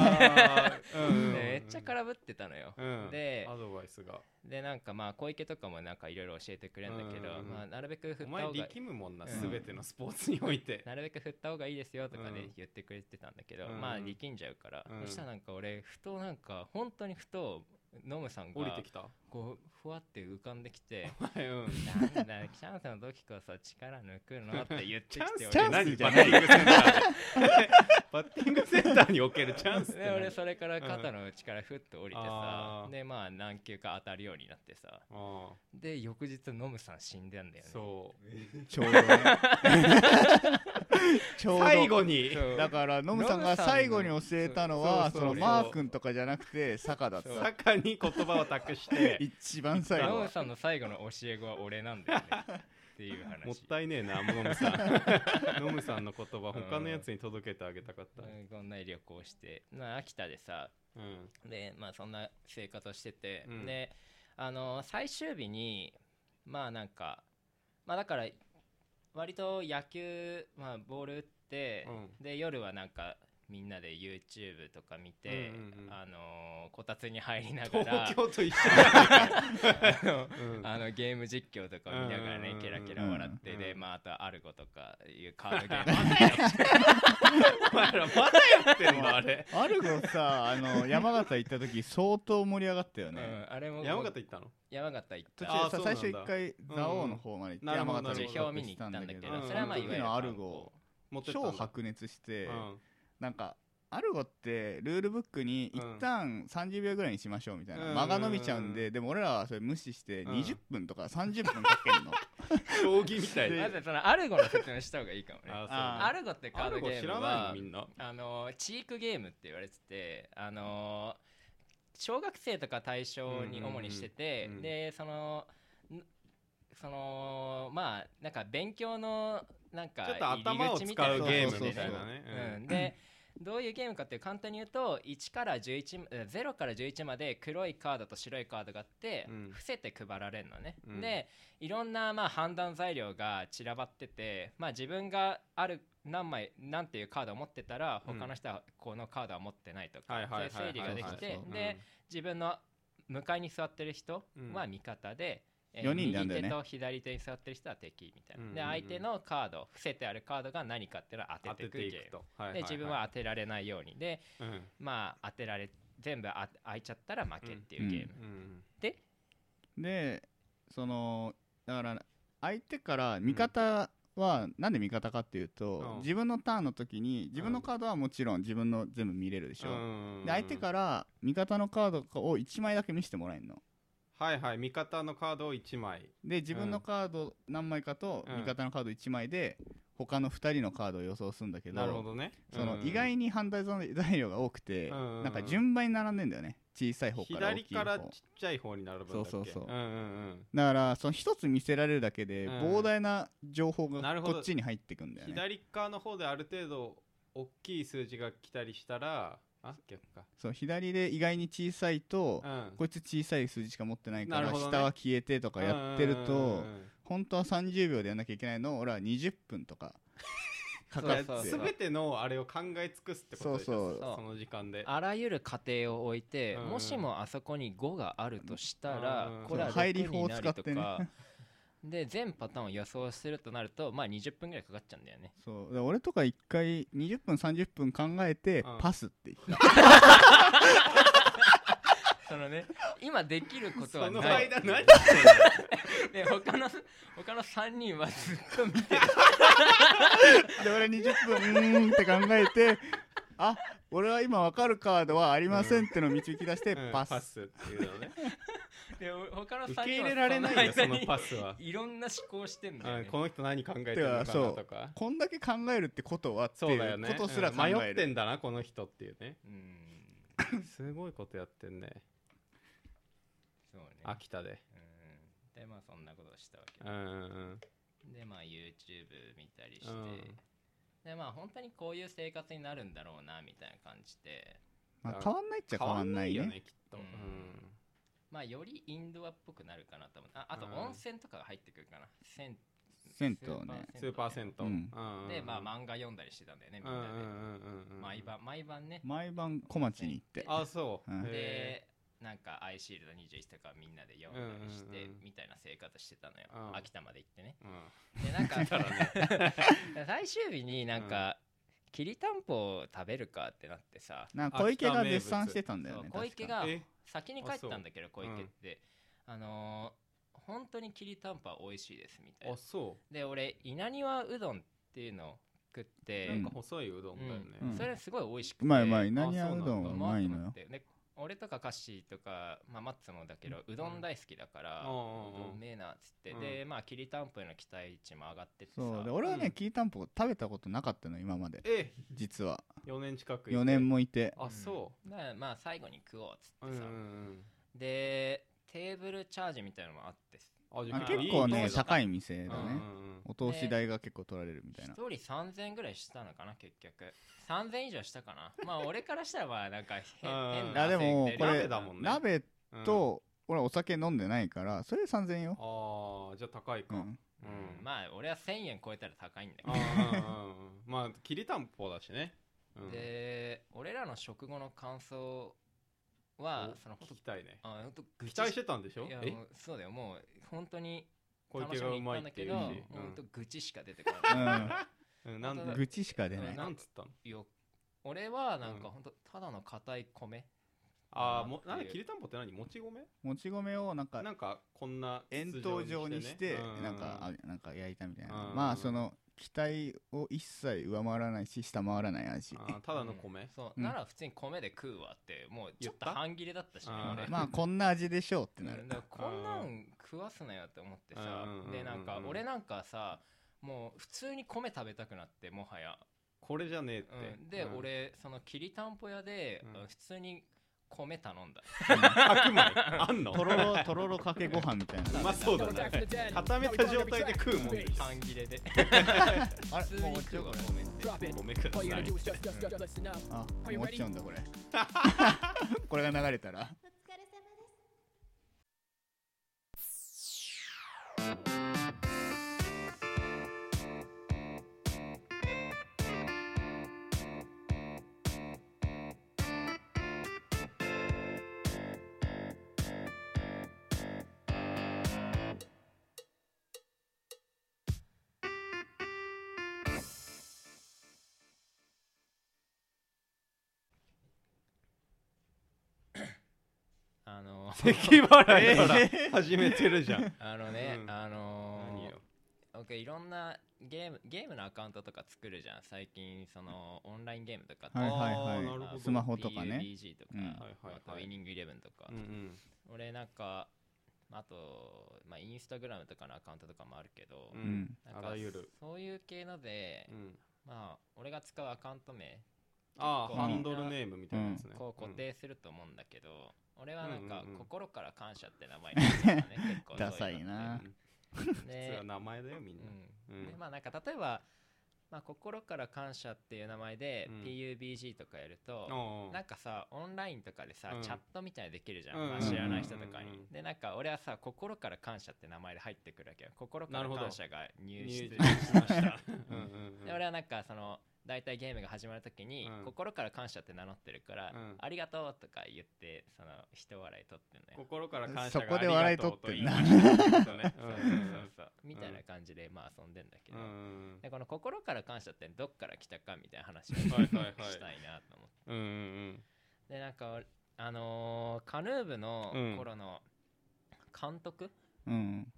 [SPEAKER 3] ああ
[SPEAKER 1] でめっちゃ空振ってたのよ
[SPEAKER 3] うん
[SPEAKER 1] で
[SPEAKER 3] アドバイスが
[SPEAKER 1] でなんかまあ小池とかもなんかいろいろ教えてくれるんだけ
[SPEAKER 3] うんうん
[SPEAKER 1] ど
[SPEAKER 3] うん
[SPEAKER 1] まあなるべく振っ
[SPEAKER 3] お
[SPEAKER 1] た
[SPEAKER 3] 前
[SPEAKER 1] 方が
[SPEAKER 3] 力むもんな
[SPEAKER 1] うん
[SPEAKER 3] すべてのスポーツにおいて
[SPEAKER 1] なるべく振った方がいいですよとか
[SPEAKER 3] う
[SPEAKER 1] ね
[SPEAKER 3] ん
[SPEAKER 1] 言ってくれてたんだけど
[SPEAKER 3] うん
[SPEAKER 1] まあ力んじゃうから
[SPEAKER 3] うん
[SPEAKER 1] そしたらなんか俺ふとなんか本当にふとノムさん
[SPEAKER 3] 降り
[SPEAKER 1] が
[SPEAKER 3] てきた
[SPEAKER 1] こうふわって浮かんできて
[SPEAKER 3] はいうん
[SPEAKER 1] なんだ、チャンスの時こそ力抜くのって言ってきて、
[SPEAKER 2] チャン
[SPEAKER 1] 俺
[SPEAKER 2] ス
[SPEAKER 1] に
[SPEAKER 2] じゃ
[SPEAKER 3] バ
[SPEAKER 2] な
[SPEAKER 3] ッ
[SPEAKER 2] い
[SPEAKER 3] ティングセンターでバッティングセンターにおけるチャンスって
[SPEAKER 1] で、俺
[SPEAKER 3] 何
[SPEAKER 1] それから肩の力ふっと降りて
[SPEAKER 3] あ
[SPEAKER 1] さ
[SPEAKER 3] ー、
[SPEAKER 1] で、まあ何球か当たるようになってさ、
[SPEAKER 3] あ
[SPEAKER 1] で、翌日ノムさん死んでんだよ
[SPEAKER 3] あ
[SPEAKER 1] ね。
[SPEAKER 3] そう
[SPEAKER 2] ちょうどねちょうど
[SPEAKER 3] 最後に
[SPEAKER 1] そう
[SPEAKER 2] だからノムさんが最後に教えたのは
[SPEAKER 3] そ
[SPEAKER 2] そう
[SPEAKER 3] そうそう
[SPEAKER 2] のマー君とかじゃなくて坂だっ
[SPEAKER 1] そう
[SPEAKER 2] た
[SPEAKER 3] 坂に言葉を託して
[SPEAKER 2] 一番最後
[SPEAKER 1] ノム
[SPEAKER 2] は
[SPEAKER 1] さんの最後の教え子は俺なんだよね。っていう話。
[SPEAKER 3] もったいねえなノムさんノムさんの言葉他のやつに届けてあげたかった
[SPEAKER 1] うんこんな旅行して、まあ、秋田でさ、
[SPEAKER 3] うん
[SPEAKER 1] で、まあそんな生活をしてて、
[SPEAKER 3] うん
[SPEAKER 1] で、あの、最終日に、まあなんか、まあだから、割と野球、まあボール打って、
[SPEAKER 3] うん
[SPEAKER 1] で、夜はなんか、みんなで YouTube とか見て、
[SPEAKER 3] うんうんうん
[SPEAKER 1] あのーこたつに入りながら
[SPEAKER 3] 東、京と一緒だ
[SPEAKER 1] あの
[SPEAKER 3] うん
[SPEAKER 1] あのゲーム実況とか見ながら
[SPEAKER 3] うんうんうん
[SPEAKER 1] ね
[SPEAKER 3] う、ん
[SPEAKER 1] ケラケラ笑って、
[SPEAKER 3] うん
[SPEAKER 1] で、
[SPEAKER 3] うん
[SPEAKER 1] まああとアルゴとかいうカードゲーム。
[SPEAKER 3] お前らまだやってんのあれ
[SPEAKER 2] アルゴさあの山形行った時相当盛り上がったよ
[SPEAKER 1] う
[SPEAKER 2] ね
[SPEAKER 1] ん、あれも
[SPEAKER 3] 山形行ったの
[SPEAKER 1] 山形行っ
[SPEAKER 2] 途
[SPEAKER 1] た。
[SPEAKER 2] 中
[SPEAKER 3] あー
[SPEAKER 2] さ
[SPEAKER 3] そうなん
[SPEAKER 2] 最
[SPEAKER 3] だ
[SPEAKER 2] 初一回蔵王の方まで行って
[SPEAKER 3] うんうん
[SPEAKER 2] 山
[SPEAKER 3] なるほど
[SPEAKER 2] 形
[SPEAKER 1] 地表
[SPEAKER 2] で
[SPEAKER 1] を見に行ったんだけど、それはまあいわゆる
[SPEAKER 2] のア
[SPEAKER 1] 観
[SPEAKER 2] ル
[SPEAKER 1] 光
[SPEAKER 2] ゴ
[SPEAKER 3] 持ってったん
[SPEAKER 2] 超
[SPEAKER 3] だ
[SPEAKER 2] 白熱して、
[SPEAKER 3] うん
[SPEAKER 2] なんかアルゴってルールブックに
[SPEAKER 3] うん
[SPEAKER 2] 一旦30秒ぐらいにしましょうみたいな、
[SPEAKER 3] うん
[SPEAKER 2] 間が伸びちゃうん
[SPEAKER 3] うん
[SPEAKER 2] で、でも俺らはそれ無視して
[SPEAKER 3] うん
[SPEAKER 2] 20分とか30分かける の、
[SPEAKER 3] 将棋みたい
[SPEAKER 2] で
[SPEAKER 1] まずそのアルゴの説明した方がいいかもね
[SPEAKER 3] あ
[SPEAKER 1] アルゴってカ
[SPEAKER 3] ア
[SPEAKER 1] ード
[SPEAKER 3] ル
[SPEAKER 1] ゲ
[SPEAKER 3] ゴ
[SPEAKER 1] ー
[SPEAKER 3] 知
[SPEAKER 1] ム
[SPEAKER 3] らない
[SPEAKER 1] は
[SPEAKER 3] のみんな
[SPEAKER 1] あのチークゲームって言われててあの小学生とか対象に主にしてて、
[SPEAKER 3] うんうんうん
[SPEAKER 1] でそのんそのまあなんか勉強のなんか
[SPEAKER 3] ちょっと
[SPEAKER 1] 入り
[SPEAKER 3] 頭を
[SPEAKER 1] 口
[SPEAKER 3] 使
[SPEAKER 1] みたいうな
[SPEAKER 3] ゲー
[SPEAKER 2] そうそう
[SPEAKER 3] ム
[SPEAKER 2] そう
[SPEAKER 3] みたいなね
[SPEAKER 1] うんでどういうゲームかっていう簡単に言うと1から11えー0から11まで黒いカードと白いカードがあって、
[SPEAKER 3] うん
[SPEAKER 1] 伏せて配られるのね、
[SPEAKER 3] うん
[SPEAKER 1] でいろんなまあ判断材料が散らばってて、まあ、自分がある何枚なんていうカードを持ってたら
[SPEAKER 3] うん
[SPEAKER 1] 他の人はこのカードは持ってないと
[SPEAKER 3] は
[SPEAKER 1] か、
[SPEAKER 3] いはいはいはい
[SPEAKER 1] そういう整理ができ
[SPEAKER 2] そう
[SPEAKER 1] て
[SPEAKER 2] そうそう
[SPEAKER 1] で、自分の向かいに座ってる人は味方で、えー
[SPEAKER 2] 四人なんだ
[SPEAKER 1] 右
[SPEAKER 2] よ
[SPEAKER 1] 手
[SPEAKER 2] ね
[SPEAKER 1] と左手に座ってる人は敵みたいな、
[SPEAKER 3] うん
[SPEAKER 1] で
[SPEAKER 3] うんうん
[SPEAKER 1] 相手のカード伏せてあるカードが何かっていうのを
[SPEAKER 3] うん
[SPEAKER 1] 当てていくゲーム
[SPEAKER 3] と、はい
[SPEAKER 1] で自分は当てられないようにで
[SPEAKER 3] いはい
[SPEAKER 1] まあ当てられ全部あ開いちゃったら負けっていうゲーム、
[SPEAKER 3] うんうん
[SPEAKER 1] で
[SPEAKER 2] でそのだから相手から味方はなんで味方かっていうと、
[SPEAKER 3] うん
[SPEAKER 2] 自分のターンの時に自分のカードはもちろん自分の全部見れるでしょ、
[SPEAKER 3] うん
[SPEAKER 2] で相手から味方のカードを1枚だけ見せてもらえるの
[SPEAKER 3] はいはい味方のカードを1枚
[SPEAKER 2] で自分のカード何枚かと
[SPEAKER 3] うん
[SPEAKER 2] 味方のカード1枚で他の2人のカードを予想するんだけど,、
[SPEAKER 3] なるほどね
[SPEAKER 2] その
[SPEAKER 3] うん
[SPEAKER 2] 意外に反対材料が多くて、
[SPEAKER 3] うん
[SPEAKER 2] なんか順番に並んでんだよね小さい方から大
[SPEAKER 3] 左
[SPEAKER 2] きい方
[SPEAKER 3] からちっちゃい方に並ぶんだっけ
[SPEAKER 2] そうそうそうん
[SPEAKER 3] うん
[SPEAKER 2] だからその一つ見せられるだけで
[SPEAKER 3] うん
[SPEAKER 2] 膨大な情報
[SPEAKER 3] な
[SPEAKER 2] が
[SPEAKER 3] るほど
[SPEAKER 2] こっちに入ってくん
[SPEAKER 3] う
[SPEAKER 2] だ
[SPEAKER 3] ん、
[SPEAKER 2] よね
[SPEAKER 3] 左側の方である程度大きい数字が来たりしたらあ逆か、
[SPEAKER 2] そう左で意外に小さいと
[SPEAKER 3] うん、
[SPEAKER 2] こいつ小さい数字しか持ってないか
[SPEAKER 3] な
[SPEAKER 2] ら
[SPEAKER 3] るほどね
[SPEAKER 2] 下は消えてとかやってる
[SPEAKER 3] うんうんう
[SPEAKER 2] と
[SPEAKER 3] んうん
[SPEAKER 2] 本当は30秒でやんなきゃいけないのを俺は20分と かかかって
[SPEAKER 1] そうそう
[SPEAKER 3] すべてのあれを考え尽くすってことでし
[SPEAKER 2] そう
[SPEAKER 3] ょ
[SPEAKER 2] そう
[SPEAKER 3] その時間で
[SPEAKER 1] あらゆる過程を置いて、
[SPEAKER 3] うん
[SPEAKER 1] もしもあそこに5があるとしたら、
[SPEAKER 3] うん
[SPEAKER 1] これは
[SPEAKER 2] そう入
[SPEAKER 1] 6
[SPEAKER 2] り法
[SPEAKER 1] に
[SPEAKER 2] を
[SPEAKER 1] なりと
[SPEAKER 2] 使って
[SPEAKER 1] か、
[SPEAKER 2] ね
[SPEAKER 1] で全パターンを予想するとなるとまあ20分ぐらいかかっちゃうんだよね
[SPEAKER 2] そうだから俺とか一回20分30分考えて
[SPEAKER 3] うん
[SPEAKER 2] パスって言っ
[SPEAKER 1] そのね今できることは
[SPEAKER 3] その
[SPEAKER 1] ない
[SPEAKER 3] 間何
[SPEAKER 1] で他の他の3人はずっと見て
[SPEAKER 2] たで俺20分うーんって考えてあ俺は今分かるカードはありませんってのを導き出して
[SPEAKER 3] うん
[SPEAKER 2] パス,、
[SPEAKER 3] パスっていうのね
[SPEAKER 1] で他の3人は
[SPEAKER 3] 受け入れられないよ
[SPEAKER 1] そ
[SPEAKER 3] そ
[SPEAKER 1] の間
[SPEAKER 3] の
[SPEAKER 1] に
[SPEAKER 3] パスは、
[SPEAKER 1] いろんな思考してんだよ
[SPEAKER 3] うん
[SPEAKER 1] ね
[SPEAKER 3] この人何考えてるのかな
[SPEAKER 2] てかそう
[SPEAKER 3] とか
[SPEAKER 2] こんだけ考えるってことはって
[SPEAKER 3] そ
[SPEAKER 2] いう
[SPEAKER 3] だよ
[SPEAKER 2] う
[SPEAKER 3] ね
[SPEAKER 2] ことすら
[SPEAKER 3] うん
[SPEAKER 2] 考える、
[SPEAKER 3] 迷ってんだなこの人っていうね
[SPEAKER 1] うん
[SPEAKER 3] すごいことやってんね
[SPEAKER 1] そうね
[SPEAKER 3] 秋田で
[SPEAKER 1] うんでまあそんなことをしたわけ
[SPEAKER 3] うんうんうん
[SPEAKER 1] でまあ YouTube 見たりして、
[SPEAKER 3] うん
[SPEAKER 1] でまあ本当にこういう生活になるんだろうなみたいな感じで
[SPEAKER 2] まあ、変わんないっちゃ変わんないね
[SPEAKER 3] 変わよねきっと
[SPEAKER 1] う
[SPEAKER 3] うんん
[SPEAKER 1] まあよりインドアっぽくなるかなと思うああと
[SPEAKER 3] うん
[SPEAKER 1] 温泉とかが入ってくるかな銭
[SPEAKER 2] 銭湯ね
[SPEAKER 1] 湯
[SPEAKER 3] 数パーセント
[SPEAKER 2] うん
[SPEAKER 3] うん
[SPEAKER 1] でまあ漫画読んだりしてたんだよねみ
[SPEAKER 3] うんん
[SPEAKER 1] な
[SPEAKER 3] うん
[SPEAKER 1] で、
[SPEAKER 3] うんうん
[SPEAKER 1] 毎晩毎晩ね
[SPEAKER 2] 毎晩小町に行って
[SPEAKER 3] あそう
[SPEAKER 2] うん
[SPEAKER 3] へ
[SPEAKER 1] でなんかアイシールド21とかみんなで読んだりして、
[SPEAKER 3] うんうんうん
[SPEAKER 1] みたいな生活してたのよ、
[SPEAKER 3] うん
[SPEAKER 1] 秋田まで行ってね
[SPEAKER 3] ーうん
[SPEAKER 1] でなん か
[SPEAKER 3] たらね
[SPEAKER 1] 最終日になんか、きりたんぽを食べるかってなってさ
[SPEAKER 2] なんか小池が絶賛してたんだよ
[SPEAKER 1] そう
[SPEAKER 2] ね
[SPEAKER 1] 小池
[SPEAKER 2] 確か
[SPEAKER 1] が
[SPEAKER 3] え
[SPEAKER 1] 先に帰ったんだけど小池って、あのー本当にきりたんぽは美味しいですみたいな
[SPEAKER 3] あそ
[SPEAKER 1] で俺稲庭うどんっていうのを食って、
[SPEAKER 3] うなんか細いうどんだよ
[SPEAKER 2] うんうん
[SPEAKER 3] ね
[SPEAKER 1] それすごい美味しくて
[SPEAKER 2] うまいうまい
[SPEAKER 1] あ
[SPEAKER 2] 何やうどんは
[SPEAKER 1] う
[SPEAKER 2] う
[SPEAKER 1] ま
[SPEAKER 2] ま
[SPEAKER 1] い
[SPEAKER 2] い
[SPEAKER 1] と
[SPEAKER 2] の
[SPEAKER 1] 思っ
[SPEAKER 2] よ
[SPEAKER 1] てで俺とかカッシーとか、まあ、マッツもだけど、うどん大好きだから、う
[SPEAKER 3] うんうんうん
[SPEAKER 1] どんうめえなっつって、
[SPEAKER 3] うん
[SPEAKER 1] でまあきりたんぽへの期待値も上がってってさ
[SPEAKER 2] そうで俺は
[SPEAKER 3] うん
[SPEAKER 2] ねきりたんぽ食べたことなかったの今まで
[SPEAKER 3] え
[SPEAKER 2] 実は
[SPEAKER 3] 4年近くいて
[SPEAKER 2] 4年もいて
[SPEAKER 3] あそ
[SPEAKER 1] うんだからまあ最後に食おうっつ
[SPEAKER 3] う
[SPEAKER 1] って
[SPEAKER 3] うんう
[SPEAKER 1] さ、
[SPEAKER 3] ん
[SPEAKER 1] でテーブルチャージみたいなのもあって
[SPEAKER 3] うんあじゃ
[SPEAKER 2] あ
[SPEAKER 3] あ
[SPEAKER 1] ー
[SPEAKER 2] 結構
[SPEAKER 1] いい
[SPEAKER 2] ね
[SPEAKER 1] ね
[SPEAKER 2] 高い店
[SPEAKER 3] うん
[SPEAKER 2] だ
[SPEAKER 3] う
[SPEAKER 2] ね
[SPEAKER 3] ん
[SPEAKER 2] お通し代が結構取られるみたいな
[SPEAKER 1] 1人3000円ぐらいしたのかな結局3000円以上したかな まあ俺からしたらまあなんかへ変
[SPEAKER 3] うん
[SPEAKER 1] な
[SPEAKER 2] あでも
[SPEAKER 1] 汗
[SPEAKER 2] こ
[SPEAKER 1] 出
[SPEAKER 2] れ
[SPEAKER 3] 鍋
[SPEAKER 1] る
[SPEAKER 3] だもんね
[SPEAKER 2] 鍋
[SPEAKER 3] うん
[SPEAKER 2] と俺お酒飲んでないからそれで3000円よ
[SPEAKER 3] ああじゃあ高いか
[SPEAKER 2] う
[SPEAKER 3] うん
[SPEAKER 2] ん
[SPEAKER 1] うんまあ俺は1000円超えたら高いんだけ
[SPEAKER 3] あ
[SPEAKER 1] ど
[SPEAKER 3] ーうんうんうんまあきりたんぽだしねうん
[SPEAKER 1] で俺らの食後の感想は
[SPEAKER 3] お
[SPEAKER 1] その
[SPEAKER 3] 聞きたいね
[SPEAKER 1] あほんと愚痴
[SPEAKER 3] 期待してたんでしょ
[SPEAKER 1] いや
[SPEAKER 3] え
[SPEAKER 1] もうそうだよもう本当に
[SPEAKER 3] 小
[SPEAKER 1] 楽
[SPEAKER 3] 池
[SPEAKER 1] し
[SPEAKER 3] が
[SPEAKER 1] み
[SPEAKER 3] う
[SPEAKER 1] に行っ
[SPEAKER 3] ま
[SPEAKER 1] た
[SPEAKER 3] いっ
[SPEAKER 1] んだ
[SPEAKER 3] て
[SPEAKER 1] け
[SPEAKER 3] い
[SPEAKER 1] ど
[SPEAKER 3] う
[SPEAKER 1] 本
[SPEAKER 3] し
[SPEAKER 1] 当愚痴しか出て こ
[SPEAKER 2] う
[SPEAKER 1] ない
[SPEAKER 2] ん
[SPEAKER 3] うんうんなん
[SPEAKER 1] 本当 だ
[SPEAKER 3] で
[SPEAKER 2] 愚痴しか出ない
[SPEAKER 1] うん
[SPEAKER 3] なんつったの
[SPEAKER 1] よ俺はなんか
[SPEAKER 3] うん
[SPEAKER 1] 本当ただの硬い米
[SPEAKER 3] ああ
[SPEAKER 1] な
[SPEAKER 3] も
[SPEAKER 1] っていう
[SPEAKER 3] なんできりたんぽって何もち米
[SPEAKER 2] もち米をなんか
[SPEAKER 3] なんかこんな
[SPEAKER 2] 円筒状にして
[SPEAKER 3] 筒状ね
[SPEAKER 2] なんかあなんか焼いたみたいな
[SPEAKER 3] うん
[SPEAKER 2] まあその期待を一切上回らないし下回らない味
[SPEAKER 3] うんあーただの米、
[SPEAKER 1] うんそう
[SPEAKER 2] うん
[SPEAKER 1] なら普通に米で食うわってもうちょっと
[SPEAKER 3] 言った
[SPEAKER 1] 半切れだったしね
[SPEAKER 3] あー
[SPEAKER 1] 俺
[SPEAKER 2] まあこんな味でしょうってな
[SPEAKER 1] う
[SPEAKER 2] る
[SPEAKER 1] んだからこんなん食わすなよって思ってさ
[SPEAKER 3] うんうんうんうん
[SPEAKER 1] でなんか俺なんかさもう普通に米食べたくなってもはや、
[SPEAKER 3] これじゃねえって、
[SPEAKER 1] うん、で、
[SPEAKER 3] うん
[SPEAKER 1] 俺そのきりたんぽ屋で、
[SPEAKER 3] うん
[SPEAKER 1] うん普通に米頼んだ
[SPEAKER 3] 白 米あんの
[SPEAKER 2] とろろとろろかけご飯みたいな
[SPEAKER 3] うまそうだね固めた状態で食うもんです
[SPEAKER 1] 半切 れで普通に食うわ米って
[SPEAKER 2] あれもう落ちちゃうこれあもう落
[SPEAKER 3] ごめんください
[SPEAKER 2] ちちゃうんだこれこれが流れたら
[SPEAKER 4] お疲れ様です。
[SPEAKER 1] あの
[SPEAKER 3] 咳払いから始めてるじゃん、
[SPEAKER 1] あのね、
[SPEAKER 3] うん
[SPEAKER 1] あのー
[SPEAKER 3] 何よ
[SPEAKER 1] 僕いろんなゲームゲームのアカウントとか作るじゃん最近そのオンラインゲームとかって、
[SPEAKER 2] はいはい
[SPEAKER 3] あー
[SPEAKER 2] はい
[SPEAKER 3] なるほど
[SPEAKER 2] スマホとかね
[SPEAKER 1] PUBG とか、
[SPEAKER 2] うんはい
[SPEAKER 3] はいはい
[SPEAKER 1] あとウィニングイレブンとか、
[SPEAKER 3] うんうん
[SPEAKER 1] 俺なんかあと、まあ、インスタグラムとかのアカウントとかもあるけど、
[SPEAKER 2] う
[SPEAKER 3] う
[SPEAKER 2] んん
[SPEAKER 1] なんか
[SPEAKER 3] あらゆる
[SPEAKER 1] そういう系ので、
[SPEAKER 3] うん
[SPEAKER 1] まあ俺が使うアカウント名
[SPEAKER 3] ああ
[SPEAKER 1] 結構
[SPEAKER 3] ハ
[SPEAKER 1] みん
[SPEAKER 3] ン
[SPEAKER 1] な
[SPEAKER 3] ドルネームみたいなやつね、
[SPEAKER 1] こう固
[SPEAKER 3] うん
[SPEAKER 1] 定すると思うんだけど、俺はなんか
[SPEAKER 3] うんうんうん
[SPEAKER 1] 心から感謝って名前にして るからね結構そううの
[SPEAKER 2] ダサいな
[SPEAKER 1] って
[SPEAKER 3] うん
[SPEAKER 1] で
[SPEAKER 3] それは名前だよみんな、
[SPEAKER 1] うん
[SPEAKER 3] うん
[SPEAKER 1] でまあなんか例えば、まあ、心から感謝っていう名前で
[SPEAKER 3] うん
[SPEAKER 1] PUBG とかやると、
[SPEAKER 3] おうおう
[SPEAKER 1] なんかさオンラインとかでさ、
[SPEAKER 3] うん
[SPEAKER 1] チャットみたいにできるじゃん、
[SPEAKER 3] うん
[SPEAKER 1] まあ、知らない人とかに、
[SPEAKER 3] うんうんうん
[SPEAKER 1] でなんか俺はさ心から感謝って名前で入ってくるわけよ心か
[SPEAKER 3] な
[SPEAKER 1] ら
[SPEAKER 3] るほど
[SPEAKER 1] 感謝が入
[SPEAKER 3] 入
[SPEAKER 1] 室
[SPEAKER 3] 室しましたうんうんうん
[SPEAKER 1] で俺はなんかその大体ゲームが始まるときに、
[SPEAKER 3] うん
[SPEAKER 1] 心から感謝って名乗ってるから、
[SPEAKER 3] うん
[SPEAKER 1] ありがとうとか言ってその人笑い取ってんのよ
[SPEAKER 3] 心から感謝
[SPEAKER 2] そこで笑い取ってん
[SPEAKER 3] な
[SPEAKER 2] な
[SPEAKER 1] そうそうそうみたいな感じでまあ遊んでんだけど、でこの心から感謝ってどっから来たかみたいな話をした
[SPEAKER 3] はいいはいはい
[SPEAKER 1] なと思って
[SPEAKER 3] うんうん
[SPEAKER 1] でなんかあのーカヌー部の
[SPEAKER 3] うん
[SPEAKER 1] 頃の監督
[SPEAKER 2] うん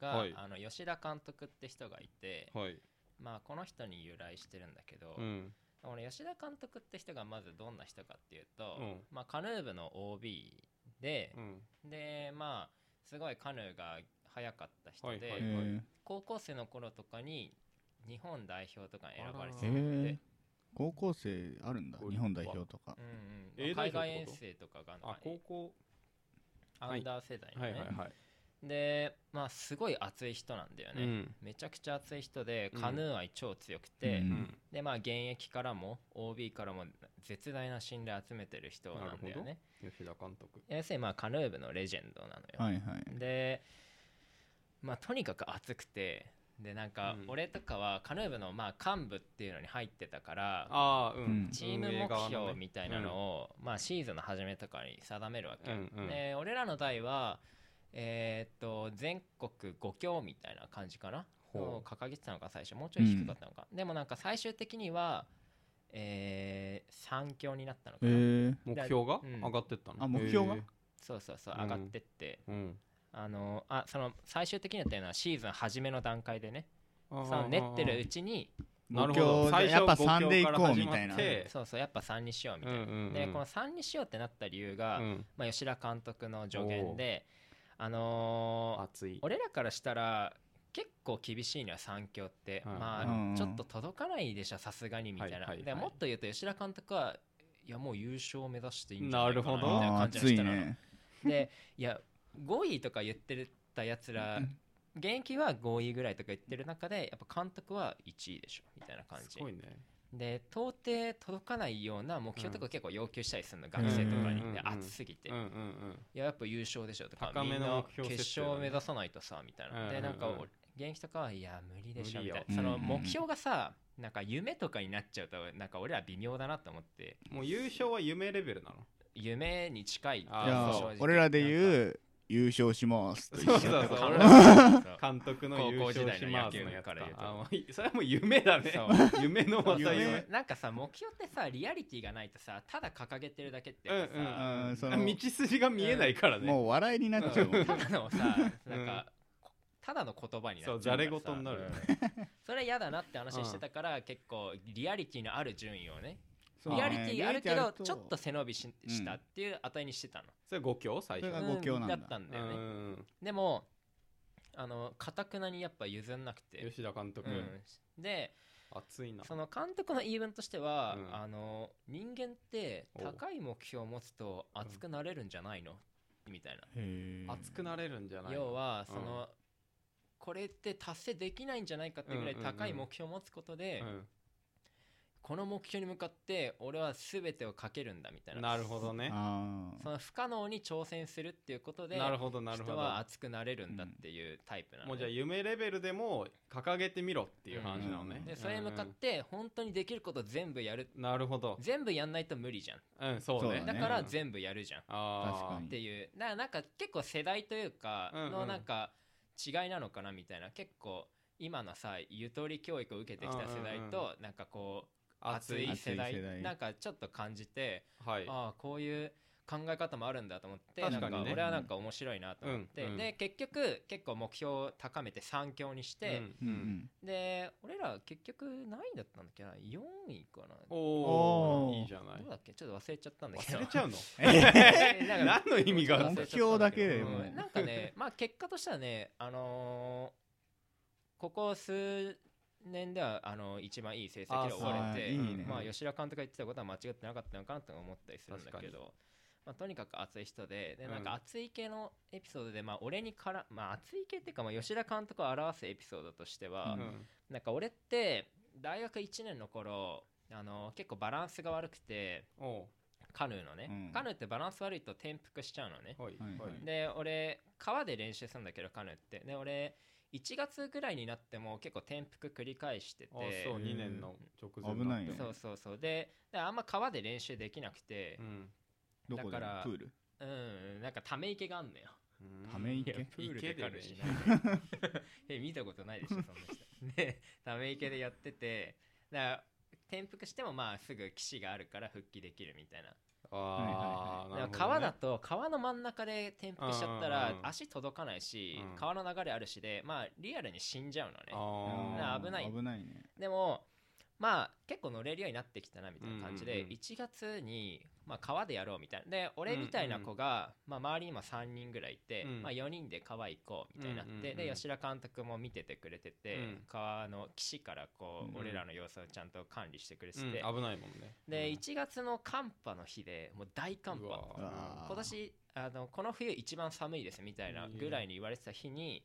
[SPEAKER 1] が、
[SPEAKER 3] はい
[SPEAKER 1] あの吉田監督って人がいて、
[SPEAKER 3] うんはい
[SPEAKER 1] まあこの人に由来してるんだけど、
[SPEAKER 3] うん
[SPEAKER 1] この吉田監督って人がまずどんな人かっていうと、
[SPEAKER 3] うん
[SPEAKER 1] まあ、カヌー部の OB で
[SPEAKER 3] う、ん
[SPEAKER 1] でまあすごいカヌーが速かった人で、
[SPEAKER 3] は
[SPEAKER 2] へ
[SPEAKER 3] い
[SPEAKER 2] え
[SPEAKER 1] 高校生の頃とかに日本代表とかに選ばれて
[SPEAKER 3] あら
[SPEAKER 1] るんで
[SPEAKER 2] へえ、高校生あるんだ
[SPEAKER 3] こう
[SPEAKER 2] 日本代表とか
[SPEAKER 1] うんうん
[SPEAKER 3] A
[SPEAKER 1] まあ
[SPEAKER 3] 代
[SPEAKER 1] 海
[SPEAKER 3] 表
[SPEAKER 1] 外
[SPEAKER 3] って
[SPEAKER 1] 遠
[SPEAKER 3] こ
[SPEAKER 1] 征
[SPEAKER 3] と
[SPEAKER 1] とかが
[SPEAKER 3] あ高校
[SPEAKER 1] アンダー世代の
[SPEAKER 3] はい
[SPEAKER 1] ね、
[SPEAKER 3] はいはい
[SPEAKER 1] でまあすごい熱い人なんだよね、
[SPEAKER 3] うん
[SPEAKER 1] めちゃくちゃ熱い人で
[SPEAKER 3] うん
[SPEAKER 1] カヌー愛超強くて、
[SPEAKER 2] うん
[SPEAKER 3] うん
[SPEAKER 1] でまあ現役からも OB からも絶大な信頼集めてる人なんだよ
[SPEAKER 3] なる
[SPEAKER 1] ね
[SPEAKER 3] 吉田監督
[SPEAKER 1] 要するにまあカヌー部のレジェンドなのよ、
[SPEAKER 2] はいはい
[SPEAKER 1] でまあとにかく熱くてでなんか
[SPEAKER 3] うん
[SPEAKER 1] 俺とかはカヌー部のまあ幹部っていうのに入ってたから、
[SPEAKER 3] ああう
[SPEAKER 2] うん
[SPEAKER 3] ん
[SPEAKER 1] チーム
[SPEAKER 3] 運営
[SPEAKER 1] 目
[SPEAKER 3] 側のね
[SPEAKER 1] 標みたいなのを、まあ、シーズンの初めとかに定めるわけ、
[SPEAKER 3] うんうん
[SPEAKER 1] で俺らの代は、えーっと全国5強みたいな感じかな
[SPEAKER 3] ほう
[SPEAKER 1] を掲げてたのか最初もうちょい低かったのか、でもなんか最終的には、え3強になったのか
[SPEAKER 2] へ
[SPEAKER 1] な、
[SPEAKER 2] え
[SPEAKER 3] 目標が
[SPEAKER 1] うん
[SPEAKER 3] 上がってったの
[SPEAKER 2] あ目標が
[SPEAKER 3] へえ
[SPEAKER 1] そうそうそう
[SPEAKER 3] うん
[SPEAKER 1] 上がってって、
[SPEAKER 3] うん
[SPEAKER 1] あのあその最終的にやったのはシーズン初めの段階でね
[SPEAKER 3] あー
[SPEAKER 1] その練ってるうちに
[SPEAKER 3] なるほど
[SPEAKER 2] 五強
[SPEAKER 3] 最
[SPEAKER 2] で
[SPEAKER 3] 初
[SPEAKER 2] やっぱ
[SPEAKER 3] 五強から
[SPEAKER 2] 3で行こうみたいな
[SPEAKER 3] 始まって
[SPEAKER 1] そうそうやっぱ3にしようみたいな、
[SPEAKER 3] うんうんうん
[SPEAKER 1] でこの3にしようってなった理由が、
[SPEAKER 3] うん
[SPEAKER 1] まあ、吉田監督の助言で、あの
[SPEAKER 3] 熱
[SPEAKER 1] ー
[SPEAKER 3] い
[SPEAKER 1] 俺らからしたら結構厳しいのよ三強って、
[SPEAKER 3] はい
[SPEAKER 1] まあ、
[SPEAKER 2] うん
[SPEAKER 1] ちょっと届かないでしょさすがにみたいな、
[SPEAKER 3] はいはいはい
[SPEAKER 1] でもっと言うと吉田監督はいやもう優勝を目指していいんじゃな
[SPEAKER 3] ない
[SPEAKER 1] か
[SPEAKER 3] る
[SPEAKER 1] な
[SPEAKER 3] ほ
[SPEAKER 1] み
[SPEAKER 3] ど
[SPEAKER 1] たいな
[SPEAKER 2] ああ
[SPEAKER 1] 感じの
[SPEAKER 2] 熱い
[SPEAKER 1] 人なの、
[SPEAKER 2] ね
[SPEAKER 1] でいや5位とか言ってたやつら現役は5位ぐらいとか言ってる中でやっぱ監督は1位でしょみたいな感
[SPEAKER 3] す
[SPEAKER 1] じ
[SPEAKER 3] ごいね
[SPEAKER 1] で到底届かないような目標とか結構要求したりするの、学生とかに、で熱すぎて、
[SPEAKER 3] うんうんうん
[SPEAKER 1] いややっぱ優勝でしょとか
[SPEAKER 3] 高めの
[SPEAKER 1] みんな
[SPEAKER 3] 目標設定だね
[SPEAKER 1] 決勝を目指さないとさみたいな、
[SPEAKER 3] うん
[SPEAKER 1] でなんか
[SPEAKER 3] うんうん
[SPEAKER 1] 俺現役とかはいや無理でしょ
[SPEAKER 3] 無理
[SPEAKER 1] み
[SPEAKER 3] よ
[SPEAKER 1] たいなその
[SPEAKER 2] うんうん
[SPEAKER 1] 目標がさなんか夢とかになっちゃうとなんか俺ら微妙だなと思って
[SPEAKER 3] もう優勝は夢レベルなの
[SPEAKER 1] 夢に近いっていう
[SPEAKER 3] あー
[SPEAKER 2] いや
[SPEAKER 1] 正直
[SPEAKER 2] 俺らで
[SPEAKER 1] なんか
[SPEAKER 2] 言う優勝しますと一
[SPEAKER 3] そう
[SPEAKER 2] 緒
[SPEAKER 3] そうそう
[SPEAKER 1] 監
[SPEAKER 3] 俺
[SPEAKER 1] 督
[SPEAKER 3] 監督の優
[SPEAKER 1] 高校時
[SPEAKER 3] 勝
[SPEAKER 1] 代
[SPEAKER 3] し
[SPEAKER 1] の
[SPEAKER 3] ま
[SPEAKER 1] 野
[SPEAKER 3] す
[SPEAKER 1] 球
[SPEAKER 3] のや
[SPEAKER 1] 部
[SPEAKER 3] つ
[SPEAKER 1] か
[SPEAKER 3] か
[SPEAKER 1] ら言うと
[SPEAKER 3] あもうそれはもう夢だね
[SPEAKER 1] そう
[SPEAKER 3] 夢のまた
[SPEAKER 2] 夢
[SPEAKER 3] 夢
[SPEAKER 1] なんかさ目標ってさリアリティがないとさただ掲げてるだけっていうか
[SPEAKER 3] うんうん
[SPEAKER 1] さ、
[SPEAKER 2] うんそ
[SPEAKER 3] あ
[SPEAKER 2] の
[SPEAKER 3] 道筋が見えないからね、
[SPEAKER 2] もう笑いになっちゃ うもん
[SPEAKER 1] ただのさ
[SPEAKER 3] う
[SPEAKER 1] なんんか、こただの言葉になっちゃ
[SPEAKER 3] そううじゃれ事になるよね
[SPEAKER 1] からさう んそれ嫌だなって話してたから、結構リアリティのある順位をね
[SPEAKER 3] そう
[SPEAKER 1] リアリティあるけ
[SPEAKER 2] リア
[SPEAKER 1] ど
[SPEAKER 2] リティあると
[SPEAKER 1] ちょっと背伸びししたっていう値にしてたの、
[SPEAKER 3] それ5強最初
[SPEAKER 2] それが五強なんだ
[SPEAKER 1] だったんだ
[SPEAKER 3] う
[SPEAKER 1] よね、
[SPEAKER 3] ん
[SPEAKER 1] でもあのかたくなにやっぱ譲んなくて、
[SPEAKER 3] 吉田監督、
[SPEAKER 1] うん、で
[SPEAKER 3] 熱いな
[SPEAKER 1] その監督の言い分としては、
[SPEAKER 3] うん
[SPEAKER 1] あの人間って
[SPEAKER 3] お
[SPEAKER 1] 高い目標を持つと熱くなれるんじゃないの、みたいな
[SPEAKER 2] へー
[SPEAKER 3] 熱くなれるんじゃない
[SPEAKER 1] 要は
[SPEAKER 3] う
[SPEAKER 1] そ
[SPEAKER 3] ん
[SPEAKER 1] の、これって達成できないんじゃないかっていうぐらい
[SPEAKER 3] うんうんうん
[SPEAKER 1] 高い目標を持つことで、
[SPEAKER 3] うん
[SPEAKER 1] この目標に向かって俺は全てをかけるんだみたいな
[SPEAKER 3] なるほどね
[SPEAKER 2] あー
[SPEAKER 1] その不可能に挑戦するっていうことで
[SPEAKER 3] なるほどなるほ
[SPEAKER 1] 人
[SPEAKER 3] ど
[SPEAKER 1] は熱くなれるんだっていうタイプなの、ね
[SPEAKER 3] もうじゃあ夢レベルでも掲げてみろっていう話なのね、
[SPEAKER 2] うん
[SPEAKER 1] でそれに向かって本当にできること全部やる
[SPEAKER 3] うんなるほど
[SPEAKER 1] 全部やんないと無理じゃん
[SPEAKER 3] うんそうね
[SPEAKER 2] そう
[SPEAKER 1] だから
[SPEAKER 3] 部
[SPEAKER 1] 全部やるじゃんっ
[SPEAKER 3] あ
[SPEAKER 2] 確かに
[SPEAKER 1] ていうだからなんか結構世代というか
[SPEAKER 3] うんうん
[SPEAKER 1] のなんか違いなのかなみたいな結構今のさゆとり教育を受けてきた世代
[SPEAKER 3] うんう
[SPEAKER 1] となんかこう
[SPEAKER 3] ー
[SPEAKER 1] 熱い世
[SPEAKER 2] 熱い世代
[SPEAKER 1] 代なんかちょっと感じて
[SPEAKER 3] はい
[SPEAKER 1] ああこういう考え方もあるんだと思ってな
[SPEAKER 3] 確
[SPEAKER 1] ん
[SPEAKER 3] か
[SPEAKER 1] か
[SPEAKER 3] にね
[SPEAKER 1] 俺はなんか面白いなと思って
[SPEAKER 3] うんうん
[SPEAKER 1] で結局結構目標を高めて3強にして
[SPEAKER 3] う
[SPEAKER 2] うんん
[SPEAKER 3] う
[SPEAKER 2] うんん
[SPEAKER 1] で俺ら結局何位だったんだっけな4位かな
[SPEAKER 3] お
[SPEAKER 2] お
[SPEAKER 3] お
[SPEAKER 2] ー
[SPEAKER 3] いいじゃない
[SPEAKER 1] どうだっけちょっと忘れちゃったんだけど
[SPEAKER 3] 忘れちゃうの
[SPEAKER 1] なんか
[SPEAKER 3] 何の意味が
[SPEAKER 1] 忘れちゃったんけど
[SPEAKER 2] 目標だけで
[SPEAKER 3] も
[SPEAKER 1] うんなんかねまあ結果としてはねあのーここ数年ではあの一番いい成績で終われ
[SPEAKER 2] あ
[SPEAKER 1] て
[SPEAKER 2] そう
[SPEAKER 3] いいね
[SPEAKER 1] まあ、吉田監督が言ってたことは間違ってなかったのかなと思ったりするんだけ
[SPEAKER 3] 確か
[SPEAKER 1] ど、まあ、とにかく熱い人でで
[SPEAKER 3] うん
[SPEAKER 1] なんか熱い系のエピソードで、まあ、俺にから、まあ、熱い系っていうか、まあ、吉田監督を表すエピソードとしては、
[SPEAKER 2] う
[SPEAKER 3] うん
[SPEAKER 1] なんか俺って大学1年の頃あの結構バランスが悪くて
[SPEAKER 3] お
[SPEAKER 1] カヌーのね、
[SPEAKER 2] うん
[SPEAKER 1] カヌーってバランス悪いと転覆しちゃうのね
[SPEAKER 3] う、はい
[SPEAKER 2] はいはい
[SPEAKER 1] で俺川で練習するんだけどカヌーってで俺1月ぐらいになっても結構転覆繰り返してて
[SPEAKER 3] あーそう
[SPEAKER 2] うん
[SPEAKER 3] 2年の直前
[SPEAKER 2] 危ないよね
[SPEAKER 1] そうそうそうでであんま川で練習できなくて
[SPEAKER 3] うん
[SPEAKER 2] どこで
[SPEAKER 1] だから
[SPEAKER 2] プール
[SPEAKER 1] うん、なんかため池があんのよ
[SPEAKER 2] ため池
[SPEAKER 1] いやプールでカヌーしないい え見たことないでしょそんな人でため池でやっててだから転覆してもまあすぐ岸があるから復帰できるみたいな
[SPEAKER 3] ああ、
[SPEAKER 1] だから
[SPEAKER 3] なるほどね
[SPEAKER 1] 川だと川の真ん中で転覆しちゃった
[SPEAKER 3] うん
[SPEAKER 1] ら
[SPEAKER 3] うんうん
[SPEAKER 1] 足届かないし、
[SPEAKER 3] うん
[SPEAKER 1] 川の流れあるしでまあリアルに死んじゃうのね
[SPEAKER 3] あ
[SPEAKER 1] な
[SPEAKER 2] あー
[SPEAKER 1] 危ない
[SPEAKER 2] 危ないね
[SPEAKER 1] でもまあ結構乗れるようになってきたなみたいな感じで、
[SPEAKER 3] うんうんうん
[SPEAKER 1] 1月に、まあ、川でやろうみたいなで俺みたいな子が、まあ、周りにも3人ぐらいいて、
[SPEAKER 3] うん
[SPEAKER 1] まあ、4人で川行こうみたいになって、
[SPEAKER 3] うんうんうん
[SPEAKER 1] で吉田監督も見ててくれてて、
[SPEAKER 3] うん
[SPEAKER 1] 川の岸からこう、
[SPEAKER 2] うん
[SPEAKER 1] 俺らの様子をちゃんと管理してくれて
[SPEAKER 3] ー
[SPEAKER 1] て、
[SPEAKER 3] うん危ないもんね
[SPEAKER 1] で1月の寒波の日でもう大寒波
[SPEAKER 3] うわー
[SPEAKER 1] 今年あのこの冬一番寒いですみたいなぐらいに言われてた日に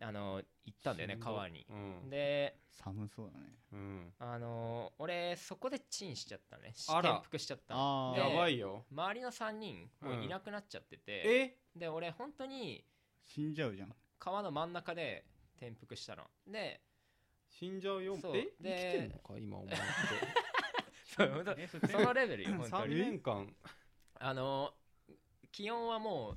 [SPEAKER 1] あの行ったんだよね
[SPEAKER 3] しど
[SPEAKER 1] 川に
[SPEAKER 3] う、ん
[SPEAKER 1] で
[SPEAKER 2] 寒そうだね
[SPEAKER 3] うん
[SPEAKER 1] あの俺そこでチンしちゃったね
[SPEAKER 3] あら
[SPEAKER 1] 転覆しちゃったの
[SPEAKER 2] あ
[SPEAKER 1] で
[SPEAKER 3] や
[SPEAKER 2] あ
[SPEAKER 3] ばいよ
[SPEAKER 1] 周りの3人もういなくなっちゃってて、
[SPEAKER 3] え
[SPEAKER 1] で俺本当に
[SPEAKER 2] 死んじゃうじゃん
[SPEAKER 1] 川の真ん中で転覆したので
[SPEAKER 3] 死んじゃうよ
[SPEAKER 1] そう
[SPEAKER 3] え生き
[SPEAKER 1] で
[SPEAKER 3] てんのか今思って
[SPEAKER 1] そのレベルよ本当
[SPEAKER 3] 3
[SPEAKER 1] に
[SPEAKER 3] 年間
[SPEAKER 1] あの気温はもう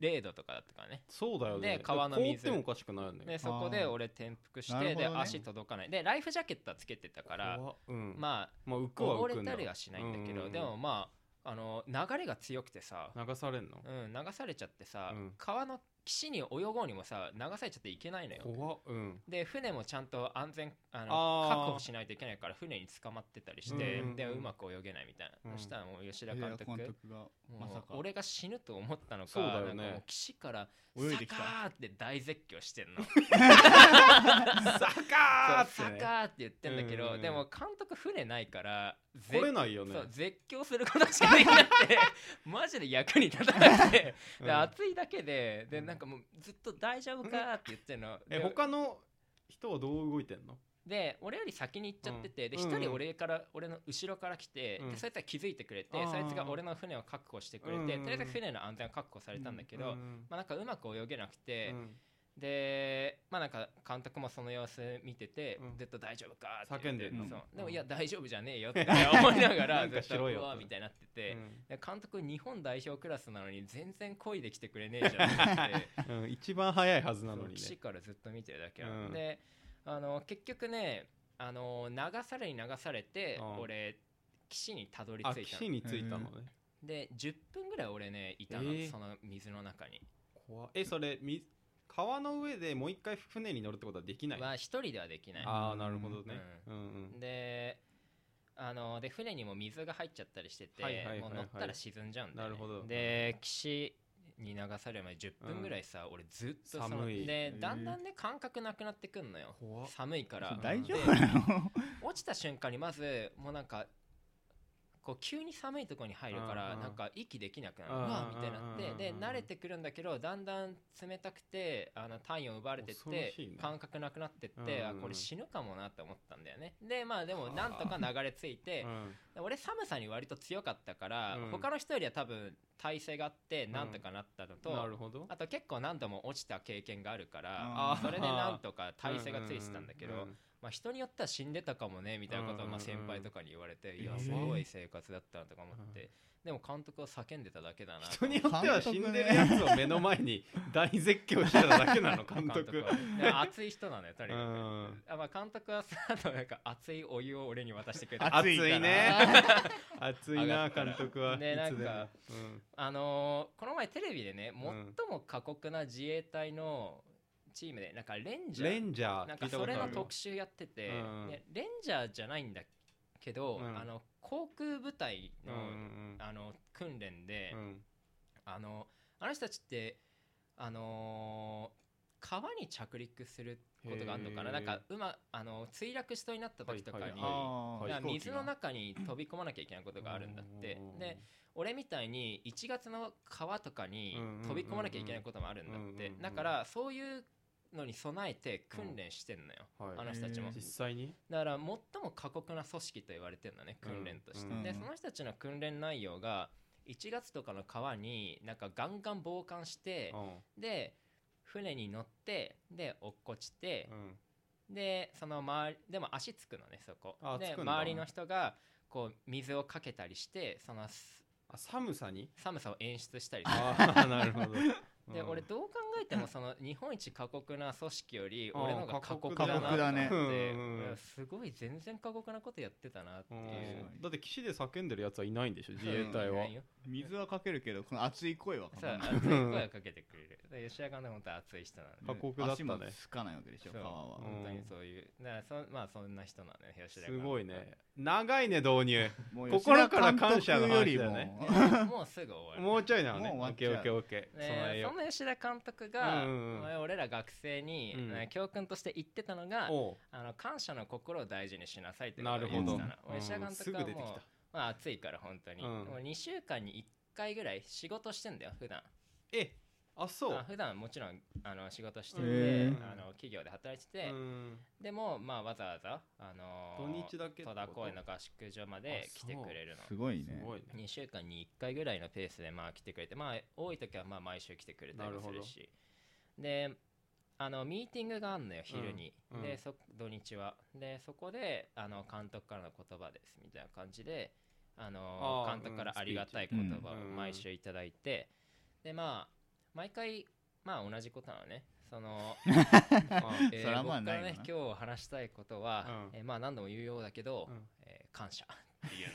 [SPEAKER 1] 0度とかだったからね
[SPEAKER 3] そうだよね
[SPEAKER 1] で川の
[SPEAKER 3] 凍
[SPEAKER 1] 水
[SPEAKER 3] ってもおかしくないよね
[SPEAKER 1] でそこで俺転覆し
[SPEAKER 2] な
[SPEAKER 1] て、
[SPEAKER 2] るほ
[SPEAKER 1] で
[SPEAKER 2] どね
[SPEAKER 1] 足届かないでライフジャケットはつけてたから
[SPEAKER 3] 怖っうんま
[SPEAKER 1] まあ
[SPEAKER 3] あ浮くは
[SPEAKER 1] 溺
[SPEAKER 3] 浮く
[SPEAKER 1] れ
[SPEAKER 3] んだ
[SPEAKER 1] たりはしないんだけど、
[SPEAKER 3] うう
[SPEAKER 1] でもまああの流れが強くてさ、
[SPEAKER 3] 流されんの
[SPEAKER 1] うん、流されちゃってさ、
[SPEAKER 3] うん
[SPEAKER 1] 川の岸に泳ごうにもさ流されちゃっていけないのよ
[SPEAKER 3] 怖っうん
[SPEAKER 1] で船もちゃんと安全あの
[SPEAKER 3] あー
[SPEAKER 1] 確保しないといけないから船に捕まってたりして、
[SPEAKER 3] うんうんうん
[SPEAKER 1] でうまく泳げないみたいな、
[SPEAKER 3] うん
[SPEAKER 1] そしたらもう吉田
[SPEAKER 2] 平
[SPEAKER 1] 監
[SPEAKER 2] 監
[SPEAKER 1] 督
[SPEAKER 2] 督が
[SPEAKER 1] もう
[SPEAKER 2] まさか
[SPEAKER 1] 俺が死ぬと思ったのか
[SPEAKER 3] そうだ
[SPEAKER 1] な
[SPEAKER 3] よね
[SPEAKER 1] んかもう岸から「
[SPEAKER 2] 泳いできた
[SPEAKER 1] サカー!」って大絶叫してんの
[SPEAKER 3] サ
[SPEAKER 1] そう
[SPEAKER 3] カー
[SPEAKER 1] サ
[SPEAKER 3] って
[SPEAKER 1] カー
[SPEAKER 3] ね
[SPEAKER 1] って言ってんだけ
[SPEAKER 3] うんうん
[SPEAKER 1] ど、
[SPEAKER 3] うん
[SPEAKER 1] でも監督船ないから
[SPEAKER 3] 来れ
[SPEAKER 1] 絶
[SPEAKER 3] ないよね
[SPEAKER 1] そう絶叫することしかできなく てマジで役に立たなくて、
[SPEAKER 3] うん
[SPEAKER 1] で暑いだけでで
[SPEAKER 3] うん
[SPEAKER 1] なんかもうずっと「大丈夫か?」って言ってんの
[SPEAKER 3] え
[SPEAKER 1] で
[SPEAKER 3] 他の人はどう動いてんの
[SPEAKER 1] で俺より先に行っちゃってて、で
[SPEAKER 3] うん
[SPEAKER 1] 一
[SPEAKER 3] うん
[SPEAKER 1] 人俺から俺の後ろから来て、
[SPEAKER 3] うん
[SPEAKER 1] でそいつは気づいてくれて、
[SPEAKER 3] あー
[SPEAKER 1] そいつが俺の船を確保してくれて、
[SPEAKER 3] うんうんう
[SPEAKER 1] と
[SPEAKER 3] ん
[SPEAKER 1] りあえず船の安全は確保されたんだけど、
[SPEAKER 3] うん
[SPEAKER 1] まあ、なんかうまく泳げなくて、
[SPEAKER 3] うん
[SPEAKER 1] でまあなんか監督もその様子見てて、
[SPEAKER 3] うん
[SPEAKER 1] ずっと大丈夫かって
[SPEAKER 3] 叫んでる
[SPEAKER 2] の
[SPEAKER 1] そう
[SPEAKER 3] うん
[SPEAKER 1] でも
[SPEAKER 3] うん
[SPEAKER 1] いや大丈夫じゃねえよって 思いなが
[SPEAKER 3] な
[SPEAKER 1] ら
[SPEAKER 3] ん
[SPEAKER 1] ずっ
[SPEAKER 3] か
[SPEAKER 1] と
[SPEAKER 3] しろよ
[SPEAKER 1] う
[SPEAKER 3] と
[SPEAKER 1] わみたいになってて、
[SPEAKER 3] うん
[SPEAKER 1] で監督日本代表クラスなのに全然恋できてくれねえじゃんって思って
[SPEAKER 3] うん一番早いは ずな
[SPEAKER 1] そ
[SPEAKER 3] の
[SPEAKER 1] う
[SPEAKER 3] に
[SPEAKER 1] 岸
[SPEAKER 3] ね
[SPEAKER 1] からずっと見てるだけな
[SPEAKER 3] うんん
[SPEAKER 1] で、あの結局ねあの流されに流されて、
[SPEAKER 3] うん
[SPEAKER 1] 俺岸にたどり
[SPEAKER 3] あ
[SPEAKER 1] 着いた
[SPEAKER 3] 岸
[SPEAKER 1] の
[SPEAKER 3] に着いたのね
[SPEAKER 1] で10分ぐらい俺ねいたの、
[SPEAKER 3] えー
[SPEAKER 1] その水の中に
[SPEAKER 3] 怖っえそれみ川の上でもう一回船に乗るってことはできない
[SPEAKER 1] は一人ではできない
[SPEAKER 3] ああなるほどね
[SPEAKER 1] う
[SPEAKER 3] うんうん
[SPEAKER 1] であので船にも水が入っちゃったりしてて、
[SPEAKER 3] はいはいはいはい
[SPEAKER 1] もう乗ったら沈んじゃうんだよね
[SPEAKER 3] なるほど
[SPEAKER 1] で岸に流される前10分ぐらいさ、俺ずっとその
[SPEAKER 3] 寒い
[SPEAKER 1] で
[SPEAKER 2] へー
[SPEAKER 1] だんだんね感覚なくなってくんのよ
[SPEAKER 3] 怖っ
[SPEAKER 1] 寒いから
[SPEAKER 2] 大丈夫
[SPEAKER 1] で
[SPEAKER 2] なの
[SPEAKER 1] 落ちた瞬間にまずもうなんかこう急に寒いところに入るか
[SPEAKER 3] うん
[SPEAKER 1] ら
[SPEAKER 3] うん
[SPEAKER 1] なんか息できなくなる
[SPEAKER 3] うんうん
[SPEAKER 1] わあみたいになっ
[SPEAKER 3] うんうん
[SPEAKER 1] てで
[SPEAKER 3] うん
[SPEAKER 1] 慣れてくるんだけどだんだん冷たくてあの体温奪われてっ
[SPEAKER 3] 恐ろ
[SPEAKER 1] て
[SPEAKER 3] しいね
[SPEAKER 1] 感覚なくなってっ
[SPEAKER 3] うんうんう
[SPEAKER 1] て
[SPEAKER 3] ん
[SPEAKER 1] あこれ死ぬかもなって思ったんだよねでまあでもなんとか流れ着いて
[SPEAKER 3] うん
[SPEAKER 1] 俺寒さに割と強かったから
[SPEAKER 3] うん
[SPEAKER 1] 他の人よりは多分体勢があってなんとかなったの
[SPEAKER 3] な
[SPEAKER 1] と
[SPEAKER 3] るほど
[SPEAKER 1] あと結構何度も落ちた経験があるから
[SPEAKER 2] あー
[SPEAKER 1] それでなんとか体勢がついてたんだけど
[SPEAKER 3] うううん
[SPEAKER 1] まあ、人によっては死んでたかもねみたいなことをまあ
[SPEAKER 3] うんうんう
[SPEAKER 1] 先
[SPEAKER 3] ん
[SPEAKER 1] 輩とかに言われて、
[SPEAKER 3] え
[SPEAKER 1] いや
[SPEAKER 3] ー
[SPEAKER 1] すごい生活だったなとか思って、でも監督は叫んでただけだな
[SPEAKER 3] 人によ
[SPEAKER 1] は
[SPEAKER 3] っては死んでるやつを目の前に大絶叫してただけなの監督
[SPEAKER 1] はで熱い人なのよとに
[SPEAKER 3] う
[SPEAKER 1] かく。
[SPEAKER 3] ん
[SPEAKER 1] あまあ、監督はさあとなんか熱いお湯を俺に渡してくれた
[SPEAKER 2] 熱
[SPEAKER 3] 熱
[SPEAKER 2] い
[SPEAKER 3] い
[SPEAKER 2] から
[SPEAKER 3] ね熱いな監督は
[SPEAKER 1] ね
[SPEAKER 3] い
[SPEAKER 1] なん
[SPEAKER 3] つでも
[SPEAKER 1] か
[SPEAKER 3] うん
[SPEAKER 1] あのーこの前テレビでね最
[SPEAKER 3] ん
[SPEAKER 1] も過酷な自衛隊のチームでなんかレンジャー
[SPEAKER 3] レンジャー
[SPEAKER 1] なん
[SPEAKER 3] 聞
[SPEAKER 1] か
[SPEAKER 3] いた
[SPEAKER 1] そ
[SPEAKER 3] こ
[SPEAKER 1] れ
[SPEAKER 3] とあ
[SPEAKER 1] の
[SPEAKER 3] る
[SPEAKER 1] 特集やってて、
[SPEAKER 3] うん
[SPEAKER 1] でレンジャーじゃないんだけど、
[SPEAKER 3] うん
[SPEAKER 1] あの航空部隊
[SPEAKER 3] う
[SPEAKER 1] の,、
[SPEAKER 3] んうん
[SPEAKER 1] あの訓練で、
[SPEAKER 3] うんうん
[SPEAKER 1] あのあの人たちってあのー川に着陸することがあるのか
[SPEAKER 3] へ
[SPEAKER 1] な
[SPEAKER 3] ー
[SPEAKER 1] なんかうまあの墜落しそうになった時とかに、
[SPEAKER 3] はいはいは
[SPEAKER 2] あ
[SPEAKER 3] い
[SPEAKER 1] な
[SPEAKER 2] ー
[SPEAKER 1] んか水の中に飛び込まなきゃいけないことがあるんだって
[SPEAKER 3] うん
[SPEAKER 1] で俺みたいに1月の川とかに飛び込まなきゃいけないこともあるんだ
[SPEAKER 3] うんうん
[SPEAKER 1] っ
[SPEAKER 3] うん
[SPEAKER 1] て
[SPEAKER 3] うん
[SPEAKER 1] だからそういうのに備えて訓練してんのよ
[SPEAKER 3] はい
[SPEAKER 1] あの人たちも
[SPEAKER 2] へー
[SPEAKER 3] 実際に
[SPEAKER 1] だから最も過酷な組織と言われてるのね訓練として、
[SPEAKER 2] うん
[SPEAKER 1] でその人たちの訓練内容が1月とかの川になんかガンガン傍観して
[SPEAKER 3] うん
[SPEAKER 1] で船に乗ってで落っこちて
[SPEAKER 3] う、ん
[SPEAKER 1] でその周りでも足つくのねそこ
[SPEAKER 3] あ
[SPEAKER 1] で
[SPEAKER 3] つくんだ
[SPEAKER 1] 周りの人がこう水をかけたりしてそのす
[SPEAKER 3] あ寒さに
[SPEAKER 1] 寒さを演出したりする
[SPEAKER 3] あ あなるほど
[SPEAKER 1] で
[SPEAKER 3] うん
[SPEAKER 1] 俺どう考えてもその日本一過酷な組織より
[SPEAKER 3] うん
[SPEAKER 1] 俺の方が過酷だ
[SPEAKER 2] 過酷だ
[SPEAKER 1] な
[SPEAKER 2] ね
[SPEAKER 1] って思って
[SPEAKER 3] うんうん
[SPEAKER 1] 俺すごい全然過酷なことやってたなって
[SPEAKER 3] う
[SPEAKER 1] いうん
[SPEAKER 3] だって岸で叫んでるやつはいないんでしょ自衛
[SPEAKER 1] そう
[SPEAKER 3] 隊は
[SPEAKER 1] ないよ
[SPEAKER 2] 水はかけるけどこの熱い声はか
[SPEAKER 1] そ
[SPEAKER 2] か
[SPEAKER 1] うん
[SPEAKER 2] ない
[SPEAKER 1] 熱い声をかけてくれる で吉田監督も本当熱い人なの
[SPEAKER 3] 過酷だったね
[SPEAKER 2] 足もつかないわけでしょ
[SPEAKER 1] そう
[SPEAKER 2] 川は
[SPEAKER 1] 本当にそういうだからそまあそんな人なのよ吉田
[SPEAKER 3] す
[SPEAKER 1] 監督
[SPEAKER 3] ごいね長いね導入
[SPEAKER 2] もう
[SPEAKER 3] 心から感謝の話だよね
[SPEAKER 2] 吉田監督より も
[SPEAKER 1] もうすぐ終わる
[SPEAKER 3] もうちょいなのね
[SPEAKER 2] もう
[SPEAKER 3] オッ
[SPEAKER 2] 終
[SPEAKER 3] ケ
[SPEAKER 2] わ
[SPEAKER 3] ーオ
[SPEAKER 2] っ
[SPEAKER 3] ッ
[SPEAKER 2] ち
[SPEAKER 3] ケ
[SPEAKER 2] ゃ
[SPEAKER 3] ーオッケー備え
[SPEAKER 1] ね、
[SPEAKER 3] よ
[SPEAKER 1] その吉田監督が、
[SPEAKER 3] うんうんうん
[SPEAKER 1] まあ俺ら学生に、
[SPEAKER 3] うん
[SPEAKER 1] ね教訓として言ってたのが
[SPEAKER 3] うお
[SPEAKER 1] あの感謝の心を大事にしなさいって
[SPEAKER 3] う
[SPEAKER 1] こと
[SPEAKER 3] な
[SPEAKER 1] を
[SPEAKER 3] る
[SPEAKER 1] 言
[SPEAKER 3] ほ
[SPEAKER 1] って
[SPEAKER 3] ど
[SPEAKER 1] たの
[SPEAKER 3] うん
[SPEAKER 1] 吉田監督
[SPEAKER 3] すぐ
[SPEAKER 1] は
[SPEAKER 3] 出
[SPEAKER 1] も
[SPEAKER 3] てき
[SPEAKER 1] う、
[SPEAKER 3] た
[SPEAKER 1] まあ、暑いから本当に、
[SPEAKER 3] うん
[SPEAKER 1] もう2週間に1回ぐらい仕事してんだよ普段
[SPEAKER 3] えあそう
[SPEAKER 1] あ普段もちろんあの仕事して
[SPEAKER 2] へ
[SPEAKER 1] て
[SPEAKER 3] ー
[SPEAKER 1] あの企業で働いてて、
[SPEAKER 3] うん
[SPEAKER 1] でも、まあ、わざわざ、あのー
[SPEAKER 3] 土日だけってこ
[SPEAKER 1] 戸
[SPEAKER 3] と
[SPEAKER 1] 田公園の合宿所まで来てくれるの
[SPEAKER 2] すごい
[SPEAKER 3] す
[SPEAKER 2] ね
[SPEAKER 3] ごいね
[SPEAKER 1] 2週間に1回ぐらいのペースでまあ来てくれて、まあ、多い時はまあ毎週来てくれたりもするしであのミーティングがあんのよ昼に、
[SPEAKER 3] うんう
[SPEAKER 1] で
[SPEAKER 3] ん
[SPEAKER 1] そ土日はでそこであの監督からの言葉ですみたいな感じであの
[SPEAKER 3] あー
[SPEAKER 1] 監督か
[SPEAKER 3] う
[SPEAKER 1] ら
[SPEAKER 3] ん
[SPEAKER 1] ありがたい
[SPEAKER 2] スピーチ
[SPEAKER 1] 言葉を毎週いただいて、でまあ毎回まあ同じことなのねそ の
[SPEAKER 3] あ
[SPEAKER 1] え
[SPEAKER 2] それ
[SPEAKER 1] ー
[SPEAKER 2] はまあ
[SPEAKER 1] 僕から
[SPEAKER 2] ない
[SPEAKER 1] ね
[SPEAKER 2] よな
[SPEAKER 1] 今日話したいことは、
[SPEAKER 3] うん
[SPEAKER 1] えーまあ何度も言うようだけど、
[SPEAKER 3] うん
[SPEAKER 1] えー感謝っていう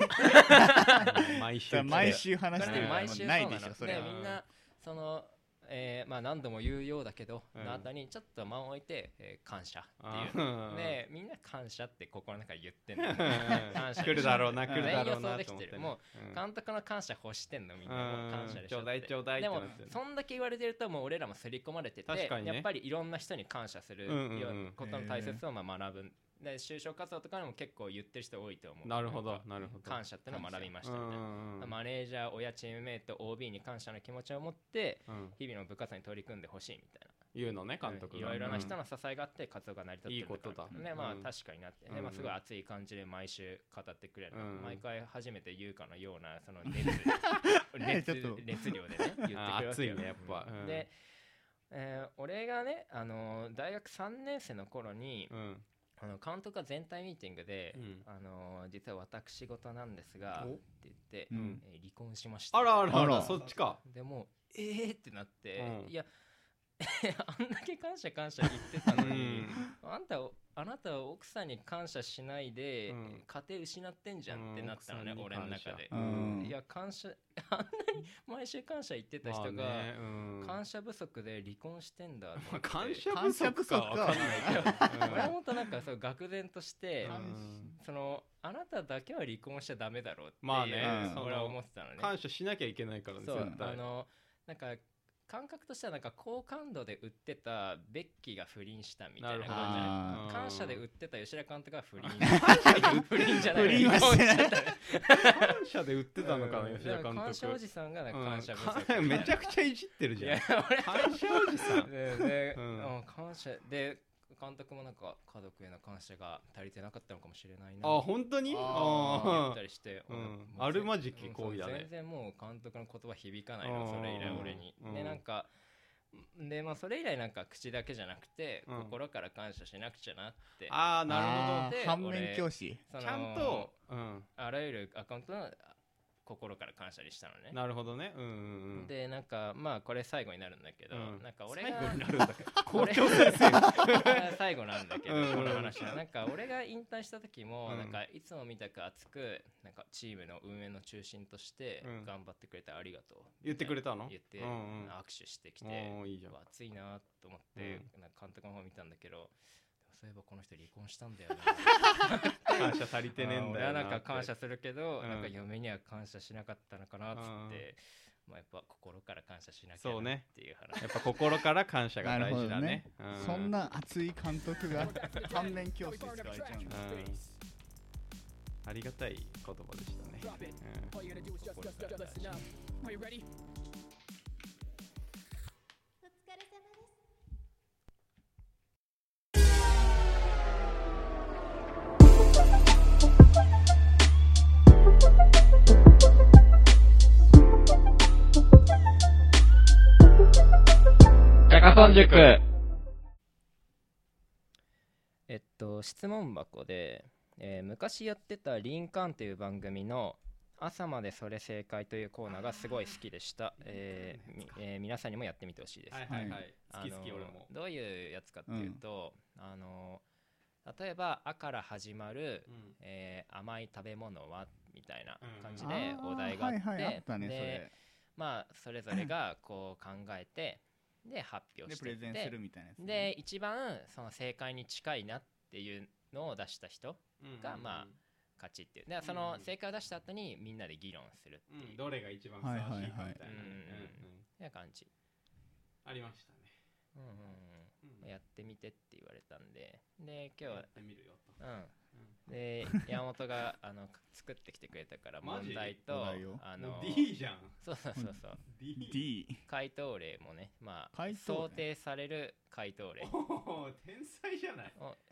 [SPEAKER 3] 毎
[SPEAKER 2] それ
[SPEAKER 3] 週
[SPEAKER 2] は毎週話
[SPEAKER 1] だ
[SPEAKER 2] し
[SPEAKER 1] か
[SPEAKER 2] て
[SPEAKER 1] らね
[SPEAKER 2] るか
[SPEAKER 1] 毎
[SPEAKER 2] らも
[SPEAKER 1] 週そうう
[SPEAKER 2] な
[SPEAKER 1] ないの
[SPEAKER 2] でしょそれ
[SPEAKER 1] で
[SPEAKER 2] は
[SPEAKER 1] みんなその、えーまあ、何度も言うようだけど、
[SPEAKER 3] うん
[SPEAKER 1] のあたりにちょっと間を置いて、えー感謝っていう
[SPEAKER 3] あ
[SPEAKER 1] でみんな感謝って心の中で言ってん の感謝
[SPEAKER 3] 来るだろうな来るだろう
[SPEAKER 1] 全員予想
[SPEAKER 3] な
[SPEAKER 1] で
[SPEAKER 3] と
[SPEAKER 1] き
[SPEAKER 3] 思ってて
[SPEAKER 1] るも
[SPEAKER 3] うん
[SPEAKER 1] 監督の感謝欲してんのみんなもう感謝でしょ
[SPEAKER 3] うんちょうだいちょうだいっ
[SPEAKER 1] で
[SPEAKER 3] てな
[SPEAKER 1] も
[SPEAKER 3] ってる
[SPEAKER 1] そんだけ言われてるともう俺らも刷り込まれてて
[SPEAKER 3] 確、かにね
[SPEAKER 1] やっぱりいろんな人に感謝する
[SPEAKER 3] うんうんうん
[SPEAKER 1] ようなことの大切さをまあ学ぶ、で就職活動とかでも結構言ってる人多いと思う
[SPEAKER 3] なるほどなるほど
[SPEAKER 1] 感謝ってのを学びましたみたいな
[SPEAKER 3] うんうん
[SPEAKER 1] マネージャー、親チームメイト、OB に感謝の気持ちを持って、
[SPEAKER 3] うん
[SPEAKER 1] 日々の部活に取り組んでほしいみたいな。
[SPEAKER 3] 言うのね監督
[SPEAKER 1] い
[SPEAKER 3] が
[SPEAKER 1] ろいろな人
[SPEAKER 3] うん
[SPEAKER 1] の支えがあって、活動が成り立ってる
[SPEAKER 3] いいことだ
[SPEAKER 1] みたいなね、まあ
[SPEAKER 3] うん
[SPEAKER 1] 確かになって。
[SPEAKER 3] う
[SPEAKER 1] で、
[SPEAKER 3] ん
[SPEAKER 1] まあすごい熱い感じで毎週語ってくれるの
[SPEAKER 3] うん
[SPEAKER 1] 毎回初めて言うかのような、そ の熱
[SPEAKER 2] ちょっ
[SPEAKER 1] 熱
[SPEAKER 2] と
[SPEAKER 1] 熱量でね、言ってくるわけよ
[SPEAKER 3] あ熱いねやっぱ
[SPEAKER 1] うん
[SPEAKER 3] うん
[SPEAKER 1] で、えー俺がね、あのー大学3年生の頃に、
[SPEAKER 3] うん
[SPEAKER 1] あの監督が全体ミーティングで、
[SPEAKER 3] うん
[SPEAKER 1] あのー実は私事なんですがっ
[SPEAKER 3] お
[SPEAKER 1] て言って、
[SPEAKER 2] うん
[SPEAKER 3] うん
[SPEAKER 1] えー離婚しました
[SPEAKER 3] あらあらあ
[SPEAKER 2] あ
[SPEAKER 3] ら
[SPEAKER 2] ら
[SPEAKER 3] そっちか
[SPEAKER 1] でもうえーってなって、
[SPEAKER 3] うん
[SPEAKER 1] いや あんだけ感謝感謝言ってた
[SPEAKER 3] う
[SPEAKER 1] のに、
[SPEAKER 3] ん
[SPEAKER 1] あんたあなたは奥さんに感謝しないで、
[SPEAKER 3] うん
[SPEAKER 1] 家庭失ってんじゃんってなったのね、
[SPEAKER 3] うん
[SPEAKER 1] 俺の中で
[SPEAKER 3] 奥、さ
[SPEAKER 2] うん
[SPEAKER 3] に
[SPEAKER 1] いや感謝 あんなに毎週感謝言ってた人が、
[SPEAKER 3] まあねうん
[SPEAKER 1] 感謝不足で離婚してんだ と思
[SPEAKER 3] ま
[SPEAKER 1] っ
[SPEAKER 3] あ
[SPEAKER 1] て
[SPEAKER 3] 感謝不足かわかんないけど
[SPEAKER 1] 俺はもっとなんかそう愕然として、
[SPEAKER 3] うん
[SPEAKER 1] そのあなただけは離婚しちゃダメだろうっていう、
[SPEAKER 3] まあね
[SPEAKER 2] うん
[SPEAKER 1] 俺は思ってたのね
[SPEAKER 3] 感謝しなきゃいけないからね
[SPEAKER 1] そう
[SPEAKER 3] 絶
[SPEAKER 1] あ
[SPEAKER 3] 対
[SPEAKER 1] のなんか感覚としてはなんか好感度で売ってたベッキーが不倫したみたいな
[SPEAKER 2] ど
[SPEAKER 1] 感じ
[SPEAKER 2] あ
[SPEAKER 1] うん
[SPEAKER 2] ー
[SPEAKER 1] 感謝で売ってた吉田監督が不倫不
[SPEAKER 3] 感
[SPEAKER 1] 倫じゃない
[SPEAKER 2] 不倫はしてない
[SPEAKER 1] 離婚しちゃったね
[SPEAKER 3] 謝で売ってたのかな
[SPEAKER 1] うん
[SPEAKER 3] 吉田監
[SPEAKER 1] だ
[SPEAKER 3] 督
[SPEAKER 1] から感謝おじさんがなんか感謝不足
[SPEAKER 3] うんめちゃ
[SPEAKER 1] ち
[SPEAKER 3] くちゃいじってる
[SPEAKER 1] い
[SPEAKER 3] じゃ
[SPEAKER 1] や
[SPEAKER 3] ん
[SPEAKER 1] 俺
[SPEAKER 3] 感謝おじさん
[SPEAKER 1] でで、
[SPEAKER 3] うん
[SPEAKER 1] うん感謝で監督もなんか家族への感謝が足りてなかったのかもしれないな
[SPEAKER 3] あ本当に
[SPEAKER 2] あー
[SPEAKER 1] 言
[SPEAKER 3] あ
[SPEAKER 1] ったりして、
[SPEAKER 3] うん
[SPEAKER 1] 俺
[SPEAKER 3] うん
[SPEAKER 1] もう
[SPEAKER 3] あるまじき行為だね
[SPEAKER 1] 全然もう監督の言葉響かないの
[SPEAKER 3] うん
[SPEAKER 1] それ以来俺に、
[SPEAKER 3] うん
[SPEAKER 1] でなんかでまあそれ以来なんか口だけじゃなくて、
[SPEAKER 3] うん
[SPEAKER 1] 心から感謝しなくちゃなって
[SPEAKER 3] ああーな
[SPEAKER 2] あ
[SPEAKER 3] る
[SPEAKER 1] で
[SPEAKER 2] ー反面教師
[SPEAKER 1] そ
[SPEAKER 3] ほ
[SPEAKER 1] の
[SPEAKER 3] どちゃんとうん
[SPEAKER 1] あらゆるアカウントのあ心から感謝にしたのね
[SPEAKER 3] なるほどねうんうんうん
[SPEAKER 1] でなんかまあこれ最後になるんだけど、
[SPEAKER 3] うん
[SPEAKER 1] なんか俺
[SPEAKER 3] 最
[SPEAKER 1] が
[SPEAKER 3] 後になるんだ けど校
[SPEAKER 1] 俺
[SPEAKER 3] 長先生
[SPEAKER 1] 最後なんだけど、
[SPEAKER 3] うん
[SPEAKER 1] この話はなんか俺が引退した時も、
[SPEAKER 3] うん
[SPEAKER 1] なんかいつも見たく熱くなんかチームの運営の中心として
[SPEAKER 3] うん
[SPEAKER 1] 頑張ってくれてありがとう、
[SPEAKER 3] 言ってくれたの
[SPEAKER 1] 言って、
[SPEAKER 3] うんうん
[SPEAKER 1] 握手してきて、
[SPEAKER 3] お ーいいじゃん
[SPEAKER 1] うわ熱いなと思って、なんか監督の方見たんだけどでもそういえばこの人離婚したんだよな
[SPEAKER 3] 感謝足りてねえんだ
[SPEAKER 1] 俺は
[SPEAKER 3] よ
[SPEAKER 1] なん
[SPEAKER 3] な
[SPEAKER 1] か
[SPEAKER 3] って
[SPEAKER 1] 感謝するけど、
[SPEAKER 3] うん
[SPEAKER 1] なんか嫁には感謝しなかったのかなっつって、まあ、やっぱ心から感謝しなきゃ
[SPEAKER 3] そう
[SPEAKER 1] なっ
[SPEAKER 3] ね
[SPEAKER 1] ていう話
[SPEAKER 3] やっぱ心から感謝が大事だねう
[SPEAKER 2] そんな熱い監督が反面教師って言われちゃうんだ
[SPEAKER 3] ありがたい言葉でしたね、うん
[SPEAKER 4] All you gotta do is just, just, just listen up. Are you ready?
[SPEAKER 5] お疲れ様です。
[SPEAKER 1] ジャカソン塾えっと質問箱で、えー昔やってた「リンカーン」という番組の「朝までそれ正解」というコーナーがすごい好きでした、えーみえー皆さんにもやってみてほしいです、
[SPEAKER 3] はいはいはい好き好き
[SPEAKER 1] あの
[SPEAKER 3] 俺も
[SPEAKER 1] どういうやつかっていうと、あの例えば「あ」から始まる、
[SPEAKER 3] うん
[SPEAKER 1] えー甘い食べ物はみたいな感じ
[SPEAKER 2] あ
[SPEAKER 1] で
[SPEAKER 2] ー
[SPEAKER 1] お題があって、
[SPEAKER 2] はいはいあったね
[SPEAKER 1] で
[SPEAKER 2] それ
[SPEAKER 1] まあそれぞれがこう考えてで発表
[SPEAKER 2] で
[SPEAKER 1] して
[SPEAKER 2] プレゼンす
[SPEAKER 1] て
[SPEAKER 2] るみたいなやつね
[SPEAKER 1] で一番その正解に近いなっていうのを出した人がまあ勝ちっていうでその
[SPEAKER 3] うん
[SPEAKER 1] 正解を出した後にみんなで議論するって
[SPEAKER 3] う
[SPEAKER 1] い
[SPEAKER 3] ん
[SPEAKER 1] う
[SPEAKER 3] どれが一番ふさわしいかみたいなね
[SPEAKER 2] はいはい
[SPEAKER 1] はい
[SPEAKER 3] うんうん
[SPEAKER 1] ような感じ、
[SPEAKER 3] ありましたね
[SPEAKER 1] うんうんうん、やってみてって言われたんでで今日
[SPEAKER 3] や
[SPEAKER 1] は
[SPEAKER 3] ってみるよと
[SPEAKER 1] うん で山本があの作ってきてくれたから
[SPEAKER 3] マジ
[SPEAKER 1] 問題と
[SPEAKER 2] 問題よ
[SPEAKER 1] あ
[SPEAKER 3] も
[SPEAKER 1] の
[SPEAKER 3] う D じゃん
[SPEAKER 1] そうそうそうそう
[SPEAKER 3] D
[SPEAKER 2] D
[SPEAKER 1] 回答例もねまあ
[SPEAKER 2] 回答
[SPEAKER 1] 想
[SPEAKER 2] 例
[SPEAKER 1] 定される回答例
[SPEAKER 3] おお天才じゃない
[SPEAKER 1] お
[SPEAKER 3] うん
[SPEAKER 1] だか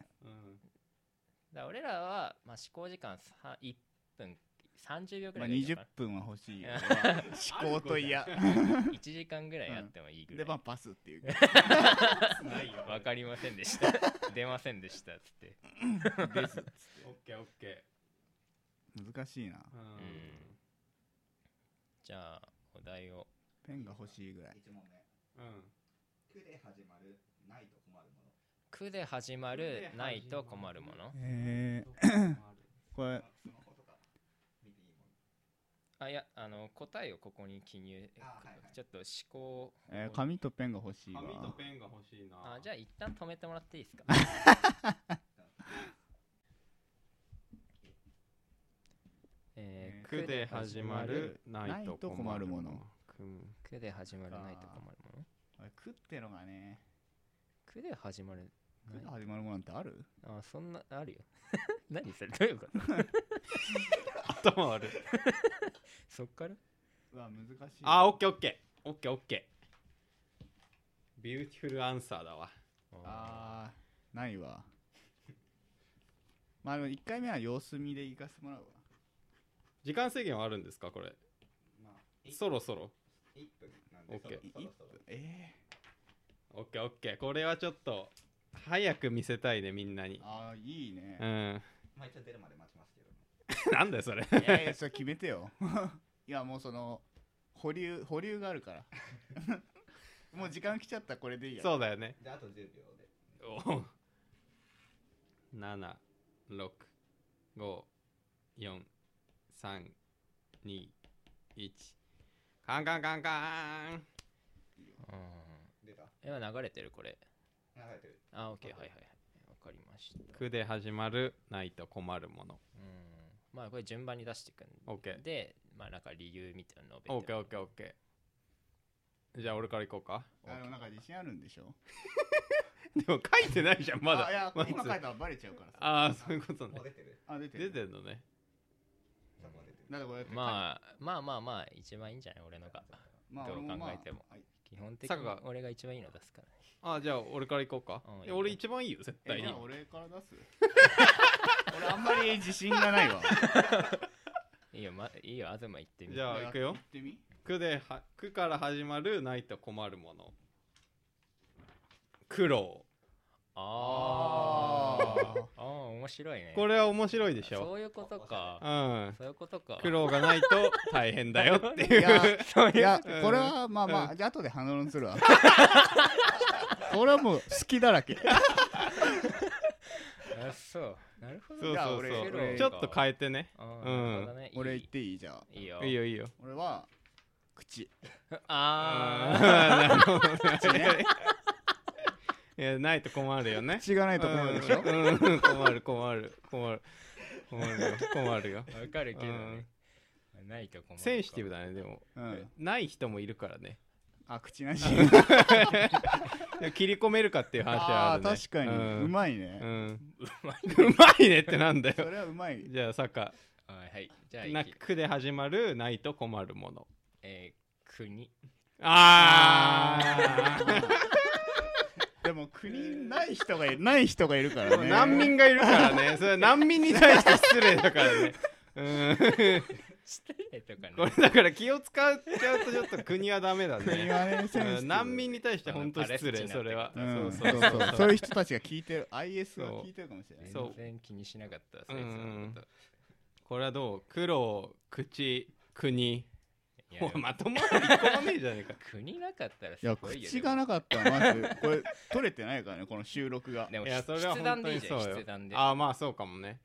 [SPEAKER 1] ら俺らは、まあ、思考時間さ1分30秒ぐ
[SPEAKER 2] ま
[SPEAKER 1] ら
[SPEAKER 2] あ
[SPEAKER 1] いがいいの
[SPEAKER 2] 20
[SPEAKER 1] か
[SPEAKER 2] 分は欲しいよ
[SPEAKER 3] ある
[SPEAKER 2] 思考と嫌
[SPEAKER 3] 子じゃん
[SPEAKER 1] な1時間ぐらいやってもいいぐら
[SPEAKER 2] で
[SPEAKER 1] い、
[SPEAKER 2] まあパスって いう
[SPEAKER 3] ないよ
[SPEAKER 1] わかりませんでした 出ませんでしたっつって
[SPEAKER 3] オッケーオッケ
[SPEAKER 2] 難しいな
[SPEAKER 3] ーうん
[SPEAKER 1] じゃあお題を
[SPEAKER 2] ペンが欲しいぐらい
[SPEAKER 6] 一問目
[SPEAKER 3] うん
[SPEAKER 6] 「く」で始まる「ない」と困るもの
[SPEAKER 1] 「く」で始まる「ない」と困るもの
[SPEAKER 2] えー、これ
[SPEAKER 6] スマホとか見ていいもの
[SPEAKER 1] あいやあの答えをここに記入
[SPEAKER 6] あはいはい
[SPEAKER 1] ちょっと思考、
[SPEAKER 2] えー、紙とペンが欲しいわ
[SPEAKER 3] 紙とペンが欲しいな
[SPEAKER 1] あじゃあ一旦止めてもらっていいです かえー
[SPEAKER 3] くで始まるないと困る
[SPEAKER 2] ないと困るも
[SPEAKER 3] も
[SPEAKER 2] の
[SPEAKER 3] のくむ
[SPEAKER 1] くで始まるないと困るもの
[SPEAKER 2] これ食ってのがね
[SPEAKER 1] くで始まる
[SPEAKER 2] 食って
[SPEAKER 1] ない
[SPEAKER 2] 始まるものなんてある
[SPEAKER 1] あそんなあるよ 何それどういうこと
[SPEAKER 3] 頭悪い
[SPEAKER 1] そっから
[SPEAKER 2] うわ難しい
[SPEAKER 3] あオッケーオッケーオッケーオッケービューティフルアンサーだわ
[SPEAKER 2] あーないわ まあでも1回目は様子見で行かせてもらうわ
[SPEAKER 3] 時間制限はあるんですかこれ
[SPEAKER 6] まあ
[SPEAKER 3] そろそろ
[SPEAKER 6] 1分なんで
[SPEAKER 3] オッケー
[SPEAKER 6] そろそろそろ
[SPEAKER 2] え
[SPEAKER 3] オッケーオッケーこれはちょっと早く見せたいねみんなに
[SPEAKER 2] ああいいね
[SPEAKER 3] うん
[SPEAKER 6] まあ一応出るまで待ちますけどね。
[SPEAKER 3] なんだ よそれ
[SPEAKER 2] いやいやそれ決めてよ いやもうその保留保留があるから もう時間来ちゃったこれでいいや
[SPEAKER 3] そうだよね
[SPEAKER 6] じゃああと10秒で。
[SPEAKER 3] お七六五四三二一カンカンカンカー
[SPEAKER 1] う
[SPEAKER 3] ン
[SPEAKER 1] ん
[SPEAKER 6] 出た
[SPEAKER 1] 今流れてるこれ
[SPEAKER 6] 流れてる。
[SPEAKER 1] あオッケーはいはいはいわかりました
[SPEAKER 3] くで始まるないと困るもの
[SPEAKER 1] うんまあこれ順番に出していくんで
[SPEAKER 3] オッケー
[SPEAKER 1] で、まあなんか理由みたいなのを
[SPEAKER 3] オッケーオッケーオッケーじゃあ俺から行こうか
[SPEAKER 2] あのなんか自信あるんでしょ
[SPEAKER 3] でも書いてないじゃんまだ
[SPEAKER 2] あいや
[SPEAKER 3] まず
[SPEAKER 2] 今書いたらバレちゃうからさ
[SPEAKER 3] ああそういうことね
[SPEAKER 6] もう出てる。
[SPEAKER 2] あ出て
[SPEAKER 3] 出
[SPEAKER 2] る
[SPEAKER 3] てんのね
[SPEAKER 6] そこは出てる。
[SPEAKER 2] だってこれあ
[SPEAKER 1] まあまあまあまあ一番いいんじゃない俺のが
[SPEAKER 2] まあ
[SPEAKER 1] どう
[SPEAKER 2] 俺もまあ
[SPEAKER 1] 考えても
[SPEAKER 2] はい
[SPEAKER 1] 基本的に
[SPEAKER 3] 坂が
[SPEAKER 1] 俺が一番いいの出すからね
[SPEAKER 3] あーじゃあ俺から行こうか
[SPEAKER 1] うんいいよ
[SPEAKER 3] いや俺一番いいよ絶
[SPEAKER 2] え
[SPEAKER 3] 対
[SPEAKER 2] じ
[SPEAKER 3] に
[SPEAKER 2] ゃあ俺から出す 俺あんまり自信が ないわ
[SPEAKER 1] いいよ、ま、いいよ東行ってみ
[SPEAKER 3] じゃあ行くよ
[SPEAKER 2] 行ってみ
[SPEAKER 3] くではくから始まるないと困るもの苦労
[SPEAKER 1] あー
[SPEAKER 2] あー
[SPEAKER 1] あー面白いね
[SPEAKER 3] これは面白いでし
[SPEAKER 1] そ
[SPEAKER 3] ょ
[SPEAKER 1] ういうこと
[SPEAKER 3] う
[SPEAKER 1] か
[SPEAKER 3] ん
[SPEAKER 1] そういうことか
[SPEAKER 3] 苦労がないと大変だよってい
[SPEAKER 2] いや
[SPEAKER 3] う
[SPEAKER 1] そういう
[SPEAKER 2] いや、
[SPEAKER 3] うん
[SPEAKER 2] これはまあまあ、じゃあ後で反論するわ。 これはもう好きだらけ。
[SPEAKER 1] あそうなるほど
[SPEAKER 3] そう
[SPEAKER 2] じゃあ
[SPEAKER 3] そう
[SPEAKER 2] 俺
[SPEAKER 3] そ
[SPEAKER 2] 苦
[SPEAKER 3] う
[SPEAKER 2] 労
[SPEAKER 3] ちょっと変えてね
[SPEAKER 1] あー
[SPEAKER 3] う
[SPEAKER 1] な
[SPEAKER 3] ん
[SPEAKER 1] るほどねいい
[SPEAKER 2] 俺言っていいじゃあ。
[SPEAKER 1] いいよ
[SPEAKER 3] いいよいいよ
[SPEAKER 2] 俺は、口。
[SPEAKER 1] あ
[SPEAKER 3] なるほど
[SPEAKER 2] 口ね。
[SPEAKER 3] いやないと困るよね
[SPEAKER 2] 口がないと困るでしょ。
[SPEAKER 3] うんうん困る困る困る困るよ困る よ
[SPEAKER 1] あわかるけどねないと困るか
[SPEAKER 3] センシティブだねでも、
[SPEAKER 2] うん
[SPEAKER 3] ない人もいるからね
[SPEAKER 2] あ、口なし。
[SPEAKER 3] でも切り込めるかっていう話はあ
[SPEAKER 2] あ
[SPEAKER 3] るね
[SPEAKER 2] ー確かに。うまい
[SPEAKER 3] うん、う
[SPEAKER 2] ね。
[SPEAKER 3] ん、
[SPEAKER 1] まいう
[SPEAKER 3] まいねってなんだ
[SPEAKER 2] そ
[SPEAKER 3] よ
[SPEAKER 2] れはうまい。
[SPEAKER 3] じゃあサッカ
[SPEAKER 1] はいはいじゃあ
[SPEAKER 3] ーな
[SPEAKER 1] 行き
[SPEAKER 3] くで始まるないと困るもの
[SPEAKER 1] えー国
[SPEAKER 3] あー
[SPEAKER 2] でも国ない人がいる、ない人がいるからね。
[SPEAKER 3] 難民がいるから ねそれは難民に対して失礼だからねうん
[SPEAKER 1] 失礼とかね
[SPEAKER 3] これだから気を使っちゃうとちょっと国はダメだ
[SPEAKER 2] 国
[SPEAKER 3] ね
[SPEAKER 2] はね、センシティ
[SPEAKER 3] う
[SPEAKER 2] ブ
[SPEAKER 3] ん難民に対して本当
[SPEAKER 1] パ
[SPEAKER 3] 失
[SPEAKER 1] レ
[SPEAKER 3] 礼
[SPEAKER 1] スチナ
[SPEAKER 3] それは、
[SPEAKER 2] うん、
[SPEAKER 3] そ
[SPEAKER 2] そう
[SPEAKER 3] そう
[SPEAKER 2] う
[SPEAKER 3] そう
[SPEAKER 2] そう。そういう人たちが聞いてる。IS が聞いてるかもしれない。
[SPEAKER 3] そう
[SPEAKER 1] 全然気にしなかったそいつ
[SPEAKER 3] うんうん
[SPEAKER 1] のこと
[SPEAKER 3] これはどう苦労口国
[SPEAKER 1] いや
[SPEAKER 3] も
[SPEAKER 1] で
[SPEAKER 3] う
[SPEAKER 1] も
[SPEAKER 3] まともな一個もねえじゃねえか
[SPEAKER 1] 国なかったら
[SPEAKER 2] い
[SPEAKER 1] す
[SPEAKER 2] や、
[SPEAKER 1] ごいよ
[SPEAKER 2] 口がなかったらまず、これ、取れてないからね、この収録が。
[SPEAKER 1] でも
[SPEAKER 3] い
[SPEAKER 1] で
[SPEAKER 3] や
[SPEAKER 1] も
[SPEAKER 3] それは
[SPEAKER 1] 筆
[SPEAKER 3] 本
[SPEAKER 1] 談
[SPEAKER 3] 当
[SPEAKER 1] でい
[SPEAKER 3] に
[SPEAKER 1] いじゃん
[SPEAKER 3] そうよ
[SPEAKER 1] 筆談で
[SPEAKER 3] ああまあそうかもね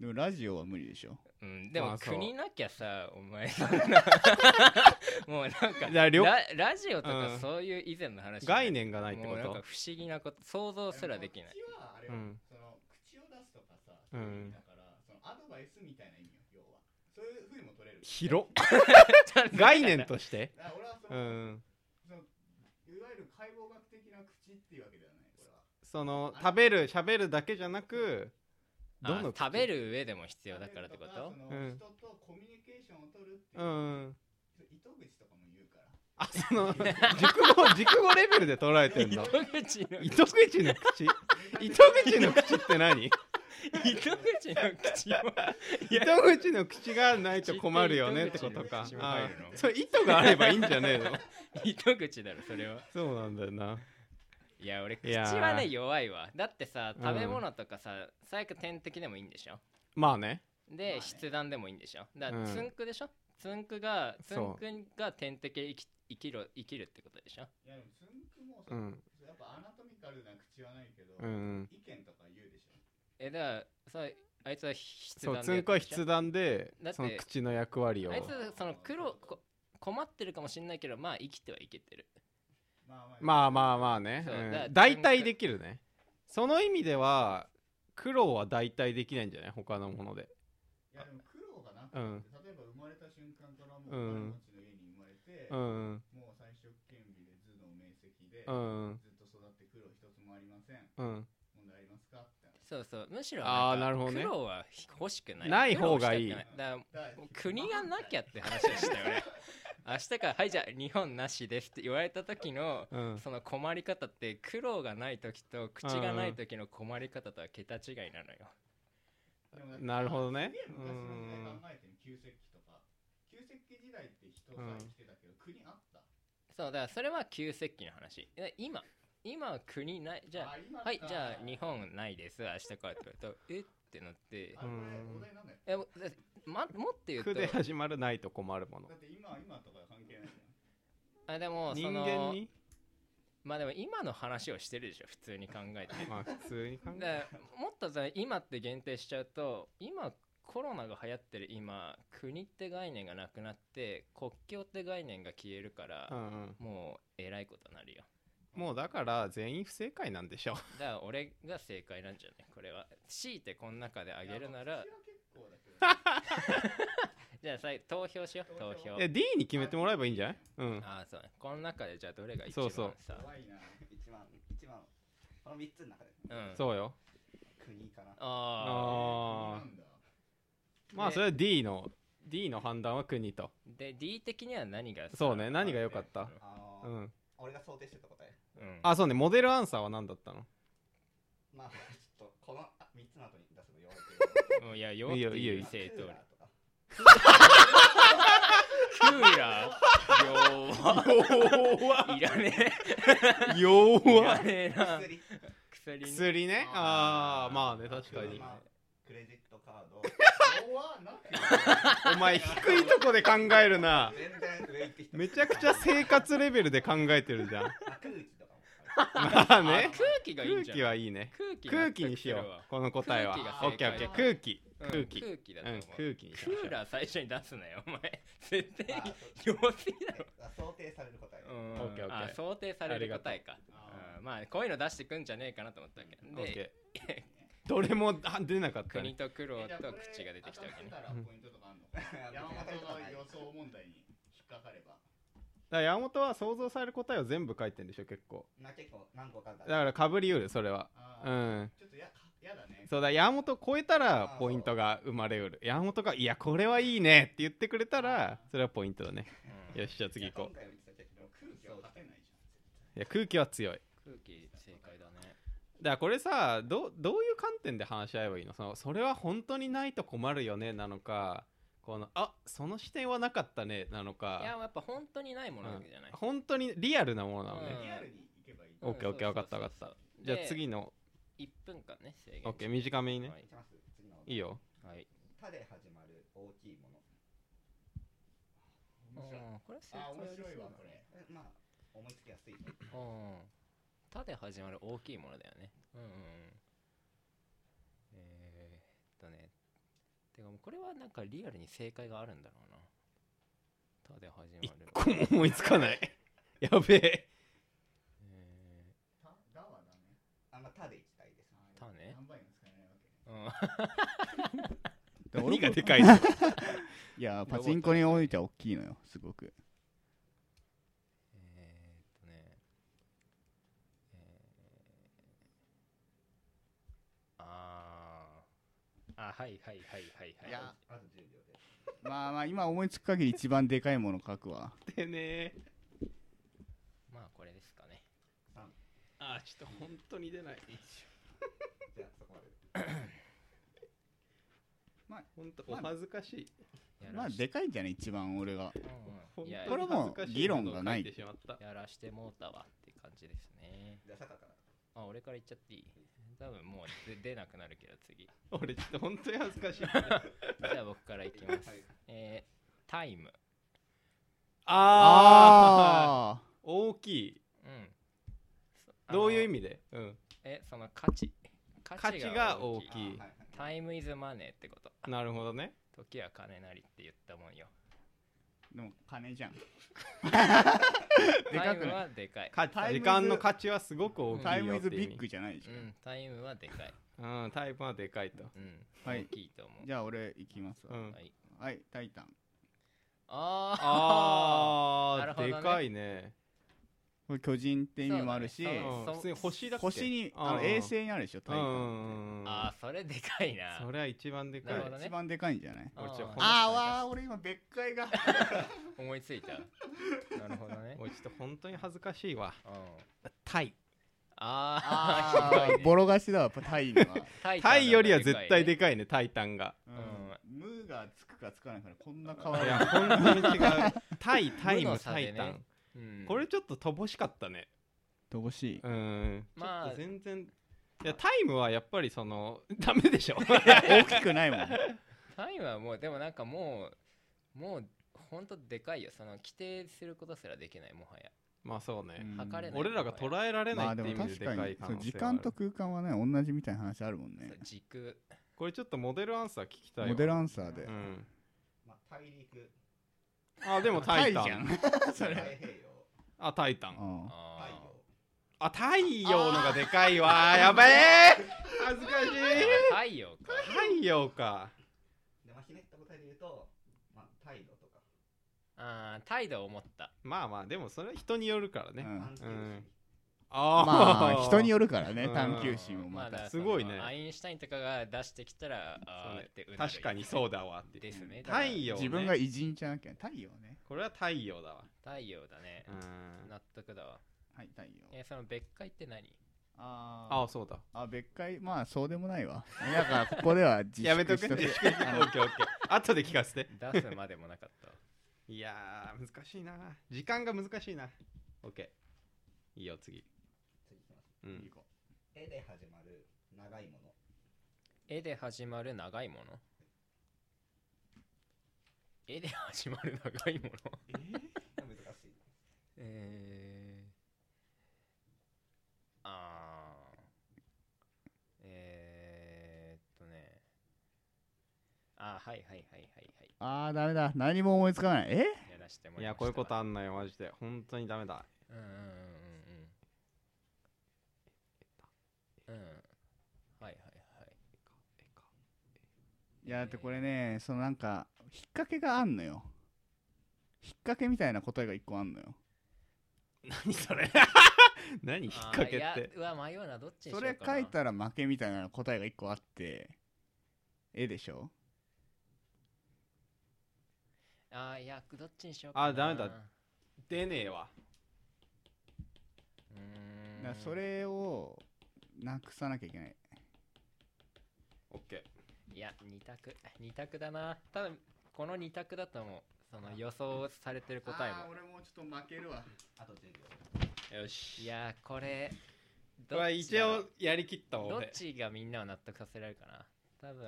[SPEAKER 2] でもラジオは無理でしょ。
[SPEAKER 1] うん、で
[SPEAKER 3] ま
[SPEAKER 1] も
[SPEAKER 3] あそう
[SPEAKER 1] 国なきゃさ、お 前そんなもうなんか
[SPEAKER 3] いや
[SPEAKER 1] ラ
[SPEAKER 3] 両
[SPEAKER 1] ラジオと
[SPEAKER 3] う
[SPEAKER 1] か
[SPEAKER 3] ん
[SPEAKER 1] そういう以前の話じゃな
[SPEAKER 3] 概
[SPEAKER 1] い
[SPEAKER 3] 念がないって
[SPEAKER 1] もう
[SPEAKER 3] こ
[SPEAKER 1] なんか
[SPEAKER 3] と
[SPEAKER 1] 不思議なこと想像すらできない
[SPEAKER 6] 口はあれ
[SPEAKER 3] う
[SPEAKER 6] よ
[SPEAKER 3] ん
[SPEAKER 6] その口を出すとかさ、
[SPEAKER 3] う
[SPEAKER 6] そ
[SPEAKER 3] ん
[SPEAKER 6] ういう意味だから、そのアドバイスみたいな意味よ、要は。そういうふうにも取れる。
[SPEAKER 3] 広概念として
[SPEAKER 6] だから俺はその
[SPEAKER 3] う、ん
[SPEAKER 6] そのいわゆる解剖学的な口っていうわけではない、これは。
[SPEAKER 3] その食べる喋るだけじゃなくどの
[SPEAKER 1] あ食べる上でも必要だからってこ
[SPEAKER 6] 食
[SPEAKER 1] と
[SPEAKER 6] べる
[SPEAKER 3] う
[SPEAKER 6] か
[SPEAKER 3] ん
[SPEAKER 6] その人とコミュニケーションを取るって
[SPEAKER 3] う
[SPEAKER 6] いう、
[SPEAKER 3] ん
[SPEAKER 6] 糸口とかも言うから。
[SPEAKER 3] あその熟語熟語レベルで捉えて んだ
[SPEAKER 1] 糸口の
[SPEAKER 3] 糸口の口糸口の口って何
[SPEAKER 1] 糸口の口は
[SPEAKER 3] 糸口の口がないと困るよねってことか
[SPEAKER 1] 口って糸口に
[SPEAKER 3] あ
[SPEAKER 1] 入るの
[SPEAKER 3] ーそれ糸があればいいんじゃねえの
[SPEAKER 1] 糸口だろ それは
[SPEAKER 3] そうなんだよない
[SPEAKER 1] や俺
[SPEAKER 3] い
[SPEAKER 1] 口
[SPEAKER 3] やー
[SPEAKER 1] はね弱いわだってさ
[SPEAKER 3] うん
[SPEAKER 1] 食べ物とかさ、最悪点滴でもいいんでしょ
[SPEAKER 3] まあね
[SPEAKER 1] で、
[SPEAKER 6] まあね
[SPEAKER 1] 筆談でもいいんでしょだか
[SPEAKER 3] う
[SPEAKER 1] ら
[SPEAKER 3] ん
[SPEAKER 1] つんくでしょ、つんくがつ
[SPEAKER 3] そ
[SPEAKER 1] ん
[SPEAKER 3] う
[SPEAKER 1] くが天敵生き生きる生きるってことでしょ
[SPEAKER 6] いやでも、つんくも
[SPEAKER 3] う
[SPEAKER 6] さ、
[SPEAKER 3] ん
[SPEAKER 6] やっぱアナトミカルな口はないけど、
[SPEAKER 3] うん
[SPEAKER 6] 意見とか言うでしょ。
[SPEAKER 1] えだからさあいつは筆談
[SPEAKER 3] そう
[SPEAKER 1] で
[SPEAKER 3] つんこは筆
[SPEAKER 1] 談
[SPEAKER 3] 談で
[SPEAKER 1] だって
[SPEAKER 3] その口の役割を
[SPEAKER 1] あいつその黒こ困ってるかもしんないけどまあ生きてはいけてる
[SPEAKER 6] まあまあ、
[SPEAKER 3] まあまあまあね
[SPEAKER 1] そうだ
[SPEAKER 3] うん代替できるねその意味では苦労は代替できないんじゃない他のもので
[SPEAKER 6] いやでも苦労がなくて、
[SPEAKER 3] うん
[SPEAKER 6] 例えば生まれた瞬間からもう
[SPEAKER 3] うん
[SPEAKER 6] 金持ちの家に生まれて、
[SPEAKER 3] うん
[SPEAKER 6] もう最初権利で頭脳明晰で、
[SPEAKER 3] うん
[SPEAKER 6] ずっと育って苦労一つもありません
[SPEAKER 3] うん
[SPEAKER 6] 問題ありますかって話
[SPEAKER 1] そうそうむしろ
[SPEAKER 3] あー
[SPEAKER 1] んか
[SPEAKER 3] なるほどね
[SPEAKER 1] 苦労は欲しくない
[SPEAKER 3] ない方がいい
[SPEAKER 1] 苦労したくなだから
[SPEAKER 6] だから
[SPEAKER 1] 国がなきゃって話をしたよね 明日から「はいじゃあ日本なしです」って言われた時の
[SPEAKER 3] うん
[SPEAKER 1] その困り方って苦労がない時と口がない時の困り方とは桁違いなのよ
[SPEAKER 6] でもだって
[SPEAKER 3] なるほどね
[SPEAKER 6] すげえ昔の時代考えてみ旧石器とか旧石器時代って人さ
[SPEAKER 3] うん
[SPEAKER 6] 生きてたけど、国あった
[SPEAKER 1] そうだからそれは旧石器の話で今今国ないじゃ
[SPEAKER 6] あ今
[SPEAKER 1] あ
[SPEAKER 6] か
[SPEAKER 1] はいじゃあ日本ないです明日からって言われたらえってなって
[SPEAKER 6] あこれ
[SPEAKER 3] うん
[SPEAKER 6] お題なんだよ
[SPEAKER 1] えもだまもっと言う
[SPEAKER 3] くで
[SPEAKER 1] と
[SPEAKER 3] 始まるないと困るもの
[SPEAKER 6] だって今今とか関係ないじゃん
[SPEAKER 1] あでも
[SPEAKER 3] 人
[SPEAKER 1] その
[SPEAKER 3] 間に
[SPEAKER 1] まあでも今の話をしてるでしょ普通に考えて
[SPEAKER 3] まあ普通に考え
[SPEAKER 1] だからもっとさ今って限定しちゃうと今コロナが流行ってる今国って概念がなくなって国境って概念が消えるから、
[SPEAKER 3] うんうん
[SPEAKER 1] もうえらいことになるよ
[SPEAKER 3] もうだから全員不正解なんでしょ
[SPEAKER 1] だから俺が正解なんじゃないこれは強いてこの中であげるなら
[SPEAKER 6] いやまあ口は結構だけどね
[SPEAKER 1] じゃあ最後投票しよう投
[SPEAKER 6] 投票
[SPEAKER 1] 票
[SPEAKER 3] え D に決めてもらえばいいんじゃないうん
[SPEAKER 1] ああそうねこの中でじゃあどれが一
[SPEAKER 3] そ
[SPEAKER 1] 番
[SPEAKER 3] う
[SPEAKER 1] さ
[SPEAKER 3] そう
[SPEAKER 6] 怖いな
[SPEAKER 7] 一番一番この3つの中で
[SPEAKER 1] うん
[SPEAKER 3] そうよ
[SPEAKER 7] 国かな
[SPEAKER 1] ああ
[SPEAKER 3] あ
[SPEAKER 6] な
[SPEAKER 3] あ
[SPEAKER 6] んだ
[SPEAKER 3] まあそれは D の D の判断は国と
[SPEAKER 1] で D 的には何がさ
[SPEAKER 3] そうね何が良かった
[SPEAKER 7] あ
[SPEAKER 3] う
[SPEAKER 7] のー
[SPEAKER 3] ん
[SPEAKER 7] 俺が想定してた答え
[SPEAKER 1] うん
[SPEAKER 3] あそうねモデルアンサーは何だったの
[SPEAKER 7] まあちょっとこの3つの後に出すの弱い
[SPEAKER 1] うんいやよく
[SPEAKER 3] いいよいいよ
[SPEAKER 1] 言
[SPEAKER 3] いうい
[SPEAKER 7] け
[SPEAKER 3] よ
[SPEAKER 1] 正答理
[SPEAKER 7] どとか
[SPEAKER 1] クーラー弱いらねえい
[SPEAKER 3] 弱
[SPEAKER 1] らねえな
[SPEAKER 7] 薬
[SPEAKER 1] 薬ね
[SPEAKER 3] 薬ね ああまあね確か に
[SPEAKER 7] 車クレジットカード
[SPEAKER 6] 怖っなんか
[SPEAKER 3] お前低いとこで考えるな
[SPEAKER 7] 全然上行ってきた
[SPEAKER 3] めちゃくちゃ生活レベルで考えてるじゃん
[SPEAKER 7] あ空気とかも
[SPEAKER 3] まあ
[SPEAKER 1] あ
[SPEAKER 3] ね
[SPEAKER 1] 空気がいいん
[SPEAKER 3] 空
[SPEAKER 1] じゃ
[SPEAKER 3] 気
[SPEAKER 1] ん
[SPEAKER 3] はいいね
[SPEAKER 1] 空気
[SPEAKER 3] 空気にしようこの答えは
[SPEAKER 1] 空気が
[SPEAKER 3] オ
[SPEAKER 1] 正
[SPEAKER 3] ッケーオ
[SPEAKER 1] 解
[SPEAKER 3] ッケー空気
[SPEAKER 1] うん
[SPEAKER 3] 空気
[SPEAKER 1] 空気だ
[SPEAKER 3] う
[SPEAKER 1] と思
[SPEAKER 3] ん
[SPEAKER 1] う
[SPEAKER 3] 空気にし
[SPEAKER 1] ク
[SPEAKER 3] ましょ
[SPEAKER 1] ー
[SPEAKER 3] う
[SPEAKER 1] ラー最初に出すなよお前絶対
[SPEAKER 7] あ
[SPEAKER 1] に
[SPEAKER 7] そう
[SPEAKER 1] 弱すぎだろ
[SPEAKER 7] ねあ想定される答え
[SPEAKER 1] うん
[SPEAKER 3] オッケーオッケー
[SPEAKER 1] あ想定される答えか
[SPEAKER 6] あ
[SPEAKER 1] うんまあこういうの出してくんじゃねえかなと思ったわけ
[SPEAKER 3] オッ
[SPEAKER 1] で
[SPEAKER 3] ケーどれもあ出なかった
[SPEAKER 1] 国
[SPEAKER 3] ね
[SPEAKER 1] と苦労
[SPEAKER 6] えじゃあことれ
[SPEAKER 1] 口が出てきたわけね
[SPEAKER 6] 当たってたらポイントとか あんのか山
[SPEAKER 7] 山
[SPEAKER 6] 本
[SPEAKER 7] 本
[SPEAKER 6] が
[SPEAKER 7] が
[SPEAKER 6] 予想問題に引っかかれば
[SPEAKER 3] だから山本は想像される答えを全部書いてんでしょ結構
[SPEAKER 7] な結構何個かだ
[SPEAKER 3] だからかぶりうるそれは
[SPEAKER 6] あ
[SPEAKER 3] う
[SPEAKER 6] ー
[SPEAKER 3] ん
[SPEAKER 6] ちょっとややだね
[SPEAKER 3] そうだ山本を超えたらポイントが生まれうる山本が「いやこれはいいね」って言ってくれたらそれはポイントだね
[SPEAKER 1] うん
[SPEAKER 3] よしじゃあ次行こ
[SPEAKER 7] 今回も言ってたけど
[SPEAKER 6] 空気は勝てないじゃ
[SPEAKER 3] ういや空気は強い
[SPEAKER 1] 空気正解だね
[SPEAKER 3] だからこれさどうどういう観点で話し合えばいいのそのそれは本当にないと困るよねなのかこのあその視点はなかったねなの
[SPEAKER 1] いや
[SPEAKER 3] か
[SPEAKER 1] やっぱ本当にないものじゃない
[SPEAKER 3] 本当にリアルなものなのね、
[SPEAKER 1] うん
[SPEAKER 6] んリアルに行けばいい
[SPEAKER 3] オッケーオッケー
[SPEAKER 1] うん
[SPEAKER 3] わかった
[SPEAKER 1] そう
[SPEAKER 3] わ
[SPEAKER 1] そう
[SPEAKER 3] か
[SPEAKER 1] そう
[SPEAKER 3] っ
[SPEAKER 1] そう
[SPEAKER 3] じゃあ
[SPEAKER 1] で
[SPEAKER 3] 次の
[SPEAKER 1] 1分間ね制限
[SPEAKER 3] オッケー短めにね、
[SPEAKER 1] はい
[SPEAKER 7] きます次の
[SPEAKER 3] いいよ
[SPEAKER 1] はい
[SPEAKER 7] 「た」で始まる大きいもの
[SPEAKER 6] 面白い
[SPEAKER 1] うんこれ正
[SPEAKER 6] あー
[SPEAKER 1] 解
[SPEAKER 6] 面
[SPEAKER 1] ありそう
[SPEAKER 6] 白いわ
[SPEAKER 1] だ
[SPEAKER 6] これ
[SPEAKER 7] えまあ思いつきやすい
[SPEAKER 1] うん。たで始まる大きいものだよね。うんうんうん。えー、っとね。てかもうこれはなんかリアルに正解があるんだろうな。たで始まる。
[SPEAKER 3] こも思いつ かないやべえ
[SPEAKER 1] え
[SPEAKER 6] ただはダメ
[SPEAKER 7] あんま「た」で行きたいです
[SPEAKER 6] あー
[SPEAKER 1] たね
[SPEAKER 6] 何倍も使えないわけね
[SPEAKER 1] ー、うん。
[SPEAKER 3] 何がでか いの
[SPEAKER 2] いやパチンコにおいては大きいのよすごく
[SPEAKER 1] えー、っとね。えー、あー。あ、はいはいはいはいはい。
[SPEAKER 2] いや
[SPEAKER 7] あと10秒で
[SPEAKER 2] まあまあ今思いつく限り一番でかいもの書くわ
[SPEAKER 3] でね
[SPEAKER 1] まあこれですかね。
[SPEAKER 3] あちょっと本当に出ない
[SPEAKER 7] じゃあそこまでで
[SPEAKER 3] 本当お恥ずかしい、
[SPEAKER 1] や
[SPEAKER 2] まあ
[SPEAKER 1] らし
[SPEAKER 2] でかいんじゃない一番俺が
[SPEAKER 1] うんうん、いや
[SPEAKER 2] これも議論がない
[SPEAKER 3] でしまった
[SPEAKER 1] やらしてもうたわって感じですね。
[SPEAKER 7] じゃあ坂から
[SPEAKER 1] あ、俺から言っちゃっていい多分もうで出なくなるけど次。じ
[SPEAKER 3] 俺ちょっと本当に恥ずかしい
[SPEAKER 1] ゃあ僕からいき ます。
[SPEAKER 7] はい
[SPEAKER 1] えー、タイム。
[SPEAKER 3] ああ
[SPEAKER 2] あ
[SPEAKER 3] 大きい
[SPEAKER 1] うん。そ
[SPEAKER 3] どういう意
[SPEAKER 1] あの
[SPEAKER 3] 味で、うん、
[SPEAKER 1] え、その価値。価
[SPEAKER 3] 価値が大きい
[SPEAKER 7] あーはいはい
[SPEAKER 1] タイムイズマネーってこと。
[SPEAKER 3] なるほどね
[SPEAKER 1] 時は金なりって言ったもんよ。
[SPEAKER 2] ーでも 金じゃんで
[SPEAKER 1] タ
[SPEAKER 2] か
[SPEAKER 1] イ
[SPEAKER 2] く
[SPEAKER 1] ム
[SPEAKER 2] ない
[SPEAKER 1] はでかい。
[SPEAKER 3] 価
[SPEAKER 2] タイムイズ
[SPEAKER 3] 時間の価値はすごく大きいよ
[SPEAKER 2] タイムイ
[SPEAKER 3] って
[SPEAKER 2] ズ
[SPEAKER 3] 意味
[SPEAKER 2] ビッグじゃないでし
[SPEAKER 1] う
[SPEAKER 2] ょ、
[SPEAKER 1] ん、タイムはでかい。
[SPEAKER 3] うんタイムはでかいと
[SPEAKER 1] うん。
[SPEAKER 2] は
[SPEAKER 1] 大
[SPEAKER 2] い
[SPEAKER 1] きいと思う。
[SPEAKER 2] じゃあ俺行きますわ
[SPEAKER 3] う、ん
[SPEAKER 1] はい。
[SPEAKER 2] はいタイタン
[SPEAKER 1] ああな
[SPEAKER 3] あ
[SPEAKER 1] るほ
[SPEAKER 3] ー
[SPEAKER 1] どね
[SPEAKER 3] でかいね
[SPEAKER 2] これ巨人って意味もあるし、
[SPEAKER 1] そうだね
[SPEAKER 3] う
[SPEAKER 1] そ
[SPEAKER 3] ん普通に星だっけ
[SPEAKER 2] 星にあの
[SPEAKER 3] うん
[SPEAKER 2] 衛星にあるでしょ
[SPEAKER 3] う
[SPEAKER 2] タイ
[SPEAKER 3] ん
[SPEAKER 2] タンっ
[SPEAKER 3] う
[SPEAKER 2] て
[SPEAKER 3] んうん
[SPEAKER 1] あー、それでかいな。
[SPEAKER 3] それは一番でかい
[SPEAKER 1] なるほどね
[SPEAKER 2] 一番でかいんじゃない
[SPEAKER 1] あー
[SPEAKER 3] 俺ちょっと
[SPEAKER 2] あーわー俺今別海が
[SPEAKER 1] 思いつい た。なるほどね。
[SPEAKER 3] おいちょっと本当に恥ずかしいわ
[SPEAKER 1] うん。
[SPEAKER 3] タイ
[SPEAKER 1] あー、ひどい
[SPEAKER 2] あ
[SPEAKER 1] ね
[SPEAKER 2] ーボロ貸しだわやっぱタイには、
[SPEAKER 1] タイ
[SPEAKER 3] タイよりは絶対で
[SPEAKER 1] か
[SPEAKER 3] かいねタイタンが
[SPEAKER 2] うん
[SPEAKER 1] ん
[SPEAKER 2] ムーがつくかつかないからこんな変わら
[SPEAKER 3] いや
[SPEAKER 2] ない
[SPEAKER 3] 本当に違うタイタイ
[SPEAKER 1] 無
[SPEAKER 3] ム
[SPEAKER 1] の差
[SPEAKER 3] タ
[SPEAKER 1] でね
[SPEAKER 3] イタン
[SPEAKER 1] いね、うん
[SPEAKER 3] これちょっと乏しかったね
[SPEAKER 2] ってほしい。
[SPEAKER 3] うん
[SPEAKER 1] まあ
[SPEAKER 3] ちょっと全然いやタイムはやっぱりその ダメでしょ
[SPEAKER 2] 大きくないもん。
[SPEAKER 1] タイムはもうでもなんかもうもう本当でかいよその規定することすらできないもはや
[SPEAKER 3] まあそうね、
[SPEAKER 2] うん
[SPEAKER 1] 測れない
[SPEAKER 3] 俺らが捉えられ
[SPEAKER 2] ま
[SPEAKER 3] ない
[SPEAKER 2] あ
[SPEAKER 3] っ
[SPEAKER 2] で
[SPEAKER 3] て
[SPEAKER 2] も
[SPEAKER 3] 意味
[SPEAKER 2] 確
[SPEAKER 3] で
[SPEAKER 2] か
[SPEAKER 3] でかい
[SPEAKER 2] に
[SPEAKER 3] 可
[SPEAKER 2] そう
[SPEAKER 3] 能
[SPEAKER 2] 時
[SPEAKER 3] 性はあ
[SPEAKER 2] 間
[SPEAKER 3] る
[SPEAKER 2] と空間はね同じみたいな話あるもんね
[SPEAKER 1] そう。軸
[SPEAKER 3] これちょっとモデルアンサー聞きたいわ
[SPEAKER 2] モデルアンサーで
[SPEAKER 3] う。ん
[SPEAKER 7] まあ、大陸、
[SPEAKER 3] あでもタイタン
[SPEAKER 2] タイじゃんそ
[SPEAKER 7] 太
[SPEAKER 2] れ。
[SPEAKER 7] 平洋、
[SPEAKER 3] あタイタン
[SPEAKER 2] うん
[SPEAKER 7] 太
[SPEAKER 1] あ
[SPEAKER 7] 陽。
[SPEAKER 3] あ太陽のがでかいわやばえ恥ずかしい
[SPEAKER 1] ーあ太陽か
[SPEAKER 3] 太陽か
[SPEAKER 7] で、まあ、ひねった答えで言うと、まあ、態度とか、
[SPEAKER 1] あー態度を持った
[SPEAKER 3] まあまあでもそれは人によるからね、
[SPEAKER 2] うん
[SPEAKER 7] 探求心
[SPEAKER 3] あ
[SPEAKER 2] まあ人に
[SPEAKER 3] よ
[SPEAKER 2] よるからね
[SPEAKER 3] うん
[SPEAKER 2] 探求心もま
[SPEAKER 1] だ
[SPEAKER 2] た。
[SPEAKER 1] その
[SPEAKER 3] すごいね
[SPEAKER 1] アインシュタインとかが出してきたらあーってう
[SPEAKER 3] る
[SPEAKER 1] なる
[SPEAKER 3] 確かにそうだわっていう
[SPEAKER 1] ですね
[SPEAKER 3] 太陽、ね、
[SPEAKER 2] 自分が偉人じゃなきゃ太陽ね。
[SPEAKER 3] これは太陽だわ
[SPEAKER 1] 太陽だね
[SPEAKER 3] うん
[SPEAKER 1] 納得だわ
[SPEAKER 2] はい太陽。
[SPEAKER 1] えその別解って何
[SPEAKER 2] あー
[SPEAKER 3] ああそうだ
[SPEAKER 2] あ別会まあそうでもないわ。だからここでは自
[SPEAKER 3] やめと
[SPEAKER 2] 粛
[SPEAKER 3] く
[SPEAKER 2] しと
[SPEAKER 3] ねオ
[SPEAKER 2] く。
[SPEAKER 3] ッケーオッケーオッケー 後で聞かせて
[SPEAKER 1] 出すまでもなかったわ
[SPEAKER 3] いやー難しいな時間が難しいなオッケーいいよ次
[SPEAKER 7] 次いきます。
[SPEAKER 3] う
[SPEAKER 2] いい
[SPEAKER 3] ん
[SPEAKER 2] 子
[SPEAKER 7] 絵で始まる長いもの。
[SPEAKER 1] 絵で始まる長いもの絵で始まる長いもの
[SPEAKER 7] 難しい。
[SPEAKER 1] えー、あーえー、っとねあーはいはいはいはいはい
[SPEAKER 2] ああダメだ何も思いつかない。え？
[SPEAKER 1] やらしても
[SPEAKER 3] い
[SPEAKER 1] らいました
[SPEAKER 3] やこういうことあんのよマジで本当にダメだ
[SPEAKER 1] うんうんうんうんうんうんはいはいはい
[SPEAKER 2] いやだってこれねそのなんか引っ掛けがあんのよ引っ掛けみたいな答えが一個あんのよ
[SPEAKER 3] 何それ 何引っ掛け
[SPEAKER 1] あ
[SPEAKER 3] っ
[SPEAKER 1] ーいや
[SPEAKER 3] て
[SPEAKER 1] うわ迷うなどっちにしよ
[SPEAKER 2] そう
[SPEAKER 1] かな
[SPEAKER 2] れ書いたら負けみたいな答えが一個あって絵でしょ
[SPEAKER 1] あーいやどっちにしようかな
[SPEAKER 3] あーダメだ出ねえわ
[SPEAKER 1] うー
[SPEAKER 2] だから
[SPEAKER 1] ん
[SPEAKER 2] それをなくさなきゃいけない
[SPEAKER 3] オッケ
[SPEAKER 1] いや二択二択だな多分この二択だともうその予想されてる答えも
[SPEAKER 2] 俺もちょっと負けるわ
[SPEAKER 7] あと10秒。
[SPEAKER 3] ーよし
[SPEAKER 1] いやーこれ
[SPEAKER 3] これは
[SPEAKER 1] ち
[SPEAKER 3] 一
[SPEAKER 1] だろ
[SPEAKER 3] 応やりきったわ
[SPEAKER 1] どっ
[SPEAKER 3] 俺
[SPEAKER 1] ちがみんなを納得させられるかな多分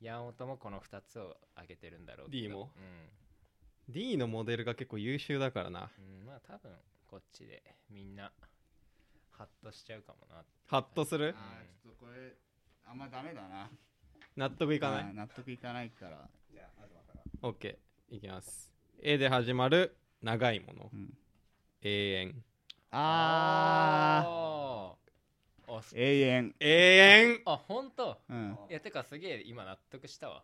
[SPEAKER 1] 山本もこの二つを挙げてるんだろうけど
[SPEAKER 3] D も
[SPEAKER 1] うん
[SPEAKER 3] D のモデルが結構優秀だからな
[SPEAKER 1] うん、まあ多分こっちでみんなハッとしちゃうかもな
[SPEAKER 3] ハッとする
[SPEAKER 2] あーちょっとこれあんまダメだな
[SPEAKER 3] 納得い
[SPEAKER 2] い
[SPEAKER 3] かない
[SPEAKER 2] 納得いかないから
[SPEAKER 7] じゃあ、まずはから。
[SPEAKER 3] オッケーいきます絵で始まる長いもの、
[SPEAKER 2] うん
[SPEAKER 3] 永遠
[SPEAKER 2] あ
[SPEAKER 1] あーあす
[SPEAKER 2] ー永遠
[SPEAKER 3] 永遠
[SPEAKER 1] あ本当
[SPEAKER 2] うん
[SPEAKER 1] いやてかすげえ今納得したわ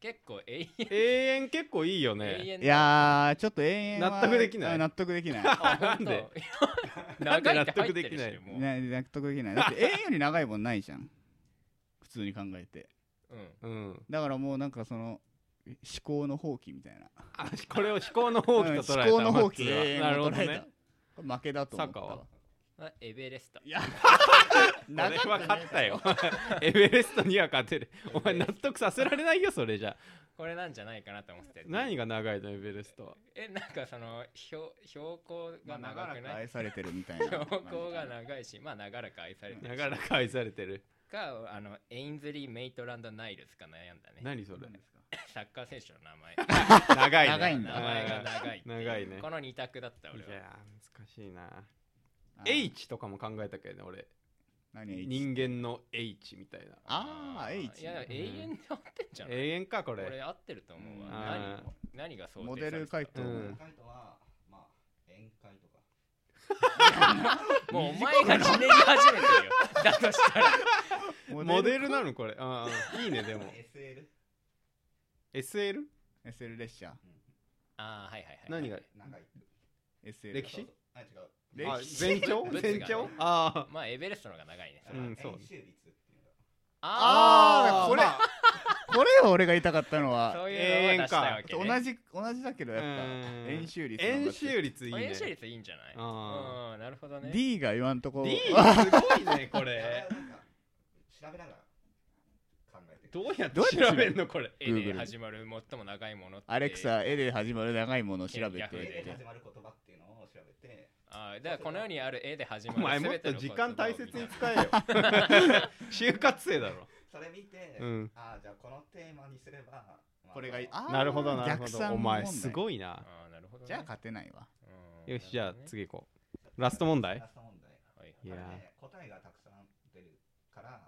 [SPEAKER 1] 結構永遠
[SPEAKER 3] 永遠結構いいよ
[SPEAKER 1] 永
[SPEAKER 3] ね
[SPEAKER 1] 遠
[SPEAKER 2] いやーちょっと永遠は
[SPEAKER 3] 納得できない
[SPEAKER 2] うん納得できない
[SPEAKER 1] あ本当
[SPEAKER 3] なんでなん
[SPEAKER 1] 長
[SPEAKER 3] で
[SPEAKER 1] い
[SPEAKER 3] 納
[SPEAKER 1] って入
[SPEAKER 3] 得
[SPEAKER 1] って
[SPEAKER 3] で
[SPEAKER 1] る
[SPEAKER 3] き
[SPEAKER 1] し
[SPEAKER 3] ない
[SPEAKER 1] もう、
[SPEAKER 2] ね、納得できないだって 永遠より長いもんないじゃん普通に考えて
[SPEAKER 1] うん
[SPEAKER 3] うん
[SPEAKER 2] だからもうなんかその思考の放棄みたいな
[SPEAKER 3] あこれを思考の放棄と捉え
[SPEAKER 2] う
[SPEAKER 3] た
[SPEAKER 2] ん思考の放
[SPEAKER 3] 松
[SPEAKER 2] 棄
[SPEAKER 3] は
[SPEAKER 2] 永遠を
[SPEAKER 3] なるほど
[SPEAKER 2] 捉えた
[SPEAKER 3] ね
[SPEAKER 2] これ負けだと思った
[SPEAKER 3] サッカー
[SPEAKER 2] わ
[SPEAKER 3] は
[SPEAKER 1] あエベレスト
[SPEAKER 2] いや
[SPEAKER 3] 俺は勝ったよ エベレストには勝てるお前納得させられないよそれじゃ
[SPEAKER 1] これなんじゃないかなと思って
[SPEAKER 3] 何
[SPEAKER 1] が
[SPEAKER 3] が長いのエベレストは
[SPEAKER 1] えなんかその標標高が
[SPEAKER 2] まあ
[SPEAKER 1] 長
[SPEAKER 2] 長
[SPEAKER 1] く
[SPEAKER 2] らく
[SPEAKER 1] ない
[SPEAKER 2] 愛されてるみたいな
[SPEAKER 1] 標高が長いしまあ長らく愛されてる
[SPEAKER 3] 長らく愛されてる
[SPEAKER 1] かあのエインズリー・メイトランド・ナイルズか悩んだね
[SPEAKER 3] 何それ
[SPEAKER 1] サッカー選手の名 前
[SPEAKER 3] 長いね
[SPEAKER 2] 長いん
[SPEAKER 1] 名
[SPEAKER 2] だ
[SPEAKER 1] 前が長いってう
[SPEAKER 3] 長いね
[SPEAKER 1] この二択だった俺
[SPEAKER 3] いや
[SPEAKER 1] は
[SPEAKER 3] ー難しいな
[SPEAKER 2] あー
[SPEAKER 3] H とかも考 えたけどね俺
[SPEAKER 2] 何 H
[SPEAKER 3] 人間の H みたいな
[SPEAKER 2] ああ
[SPEAKER 1] い
[SPEAKER 2] H
[SPEAKER 1] や永遠で合ってんじゃん
[SPEAKER 3] 永遠かこ
[SPEAKER 1] こ
[SPEAKER 3] れ
[SPEAKER 1] れ合ってると思うわ
[SPEAKER 2] うん
[SPEAKER 1] 何
[SPEAKER 3] あ
[SPEAKER 1] 何がそう
[SPEAKER 2] モデル回答、
[SPEAKER 3] う
[SPEAKER 7] 今
[SPEAKER 3] ん
[SPEAKER 7] 回とは、まあ、宴会とか。
[SPEAKER 1] もうお前がひね り始めてるよだとしたら
[SPEAKER 3] モデルなのこれあーいいね でも
[SPEAKER 7] SL?
[SPEAKER 3] SL?
[SPEAKER 2] SL 列車
[SPEAKER 1] ああはいはいはい
[SPEAKER 3] 何が
[SPEAKER 7] 長い。
[SPEAKER 2] SL
[SPEAKER 3] 歴史
[SPEAKER 7] そうそうあ、違う。
[SPEAKER 3] あ
[SPEAKER 2] 歴史
[SPEAKER 3] 全長
[SPEAKER 1] 物がね
[SPEAKER 3] 全長あ
[SPEAKER 1] まあエベレストの方が長いね
[SPEAKER 7] だ
[SPEAKER 1] そ
[SPEAKER 7] か
[SPEAKER 1] れ
[SPEAKER 7] ら
[SPEAKER 1] は
[SPEAKER 3] うんそう
[SPEAKER 7] 円周率っていうのが。
[SPEAKER 2] あー
[SPEAKER 3] これ
[SPEAKER 2] まこれよ俺が言いたかったの
[SPEAKER 1] あ
[SPEAKER 2] は
[SPEAKER 1] そういうのを出したいわけ
[SPEAKER 2] 同
[SPEAKER 1] ね
[SPEAKER 2] じ同じだけどやっ
[SPEAKER 3] うん
[SPEAKER 2] ぱ円周率の方が
[SPEAKER 3] 円周率いい
[SPEAKER 1] まあ
[SPEAKER 3] ね
[SPEAKER 1] 演習率いいんじゃない
[SPEAKER 3] あ
[SPEAKER 1] うんなるほどね
[SPEAKER 2] D が言わんとこ
[SPEAKER 3] D すごいねこ
[SPEAKER 7] いや
[SPEAKER 3] れ
[SPEAKER 7] なんか調べながら考えて
[SPEAKER 3] どうやっ
[SPEAKER 2] どうやってて調
[SPEAKER 3] 調
[SPEAKER 2] べ
[SPEAKER 3] べ
[SPEAKER 2] る
[SPEAKER 3] んのこれ
[SPEAKER 1] 絵で
[SPEAKER 2] Google
[SPEAKER 1] 始まる最も長いものって
[SPEAKER 2] アレクサ、絵で始まる長いものを調べてっ
[SPEAKER 1] ヤフー
[SPEAKER 7] 絵
[SPEAKER 1] で
[SPEAKER 7] で
[SPEAKER 2] て
[SPEAKER 7] 始。まる言葉っていうのを調べて、
[SPEAKER 1] あーだからこの世にある絵で始ま
[SPEAKER 3] お
[SPEAKER 1] る
[SPEAKER 3] 前もっ
[SPEAKER 1] 全て
[SPEAKER 3] と
[SPEAKER 1] の
[SPEAKER 3] 時
[SPEAKER 1] 言
[SPEAKER 3] 間
[SPEAKER 1] 葉を
[SPEAKER 3] 大
[SPEAKER 1] 見
[SPEAKER 3] 切
[SPEAKER 1] な
[SPEAKER 3] に使 えよ就活生だろ
[SPEAKER 7] それ見て、
[SPEAKER 3] うん
[SPEAKER 7] ああ、じゃあこのテーマにすれば、まあ
[SPEAKER 2] これがいい。
[SPEAKER 7] あ
[SPEAKER 2] あー
[SPEAKER 3] なるほどなるほ
[SPEAKER 2] 逆
[SPEAKER 3] ど
[SPEAKER 2] 算
[SPEAKER 3] お前
[SPEAKER 2] 問題
[SPEAKER 3] すごいな
[SPEAKER 1] あーなるほど、ね、
[SPEAKER 2] じゃあ勝てないわ。
[SPEAKER 1] あ
[SPEAKER 3] よしじゃあ次行こうラスト問題
[SPEAKER 7] ラスト問題。
[SPEAKER 1] はい
[SPEAKER 3] い
[SPEAKER 7] こ
[SPEAKER 3] や
[SPEAKER 7] れ
[SPEAKER 3] ー
[SPEAKER 7] ね、答えがたくさん出るから、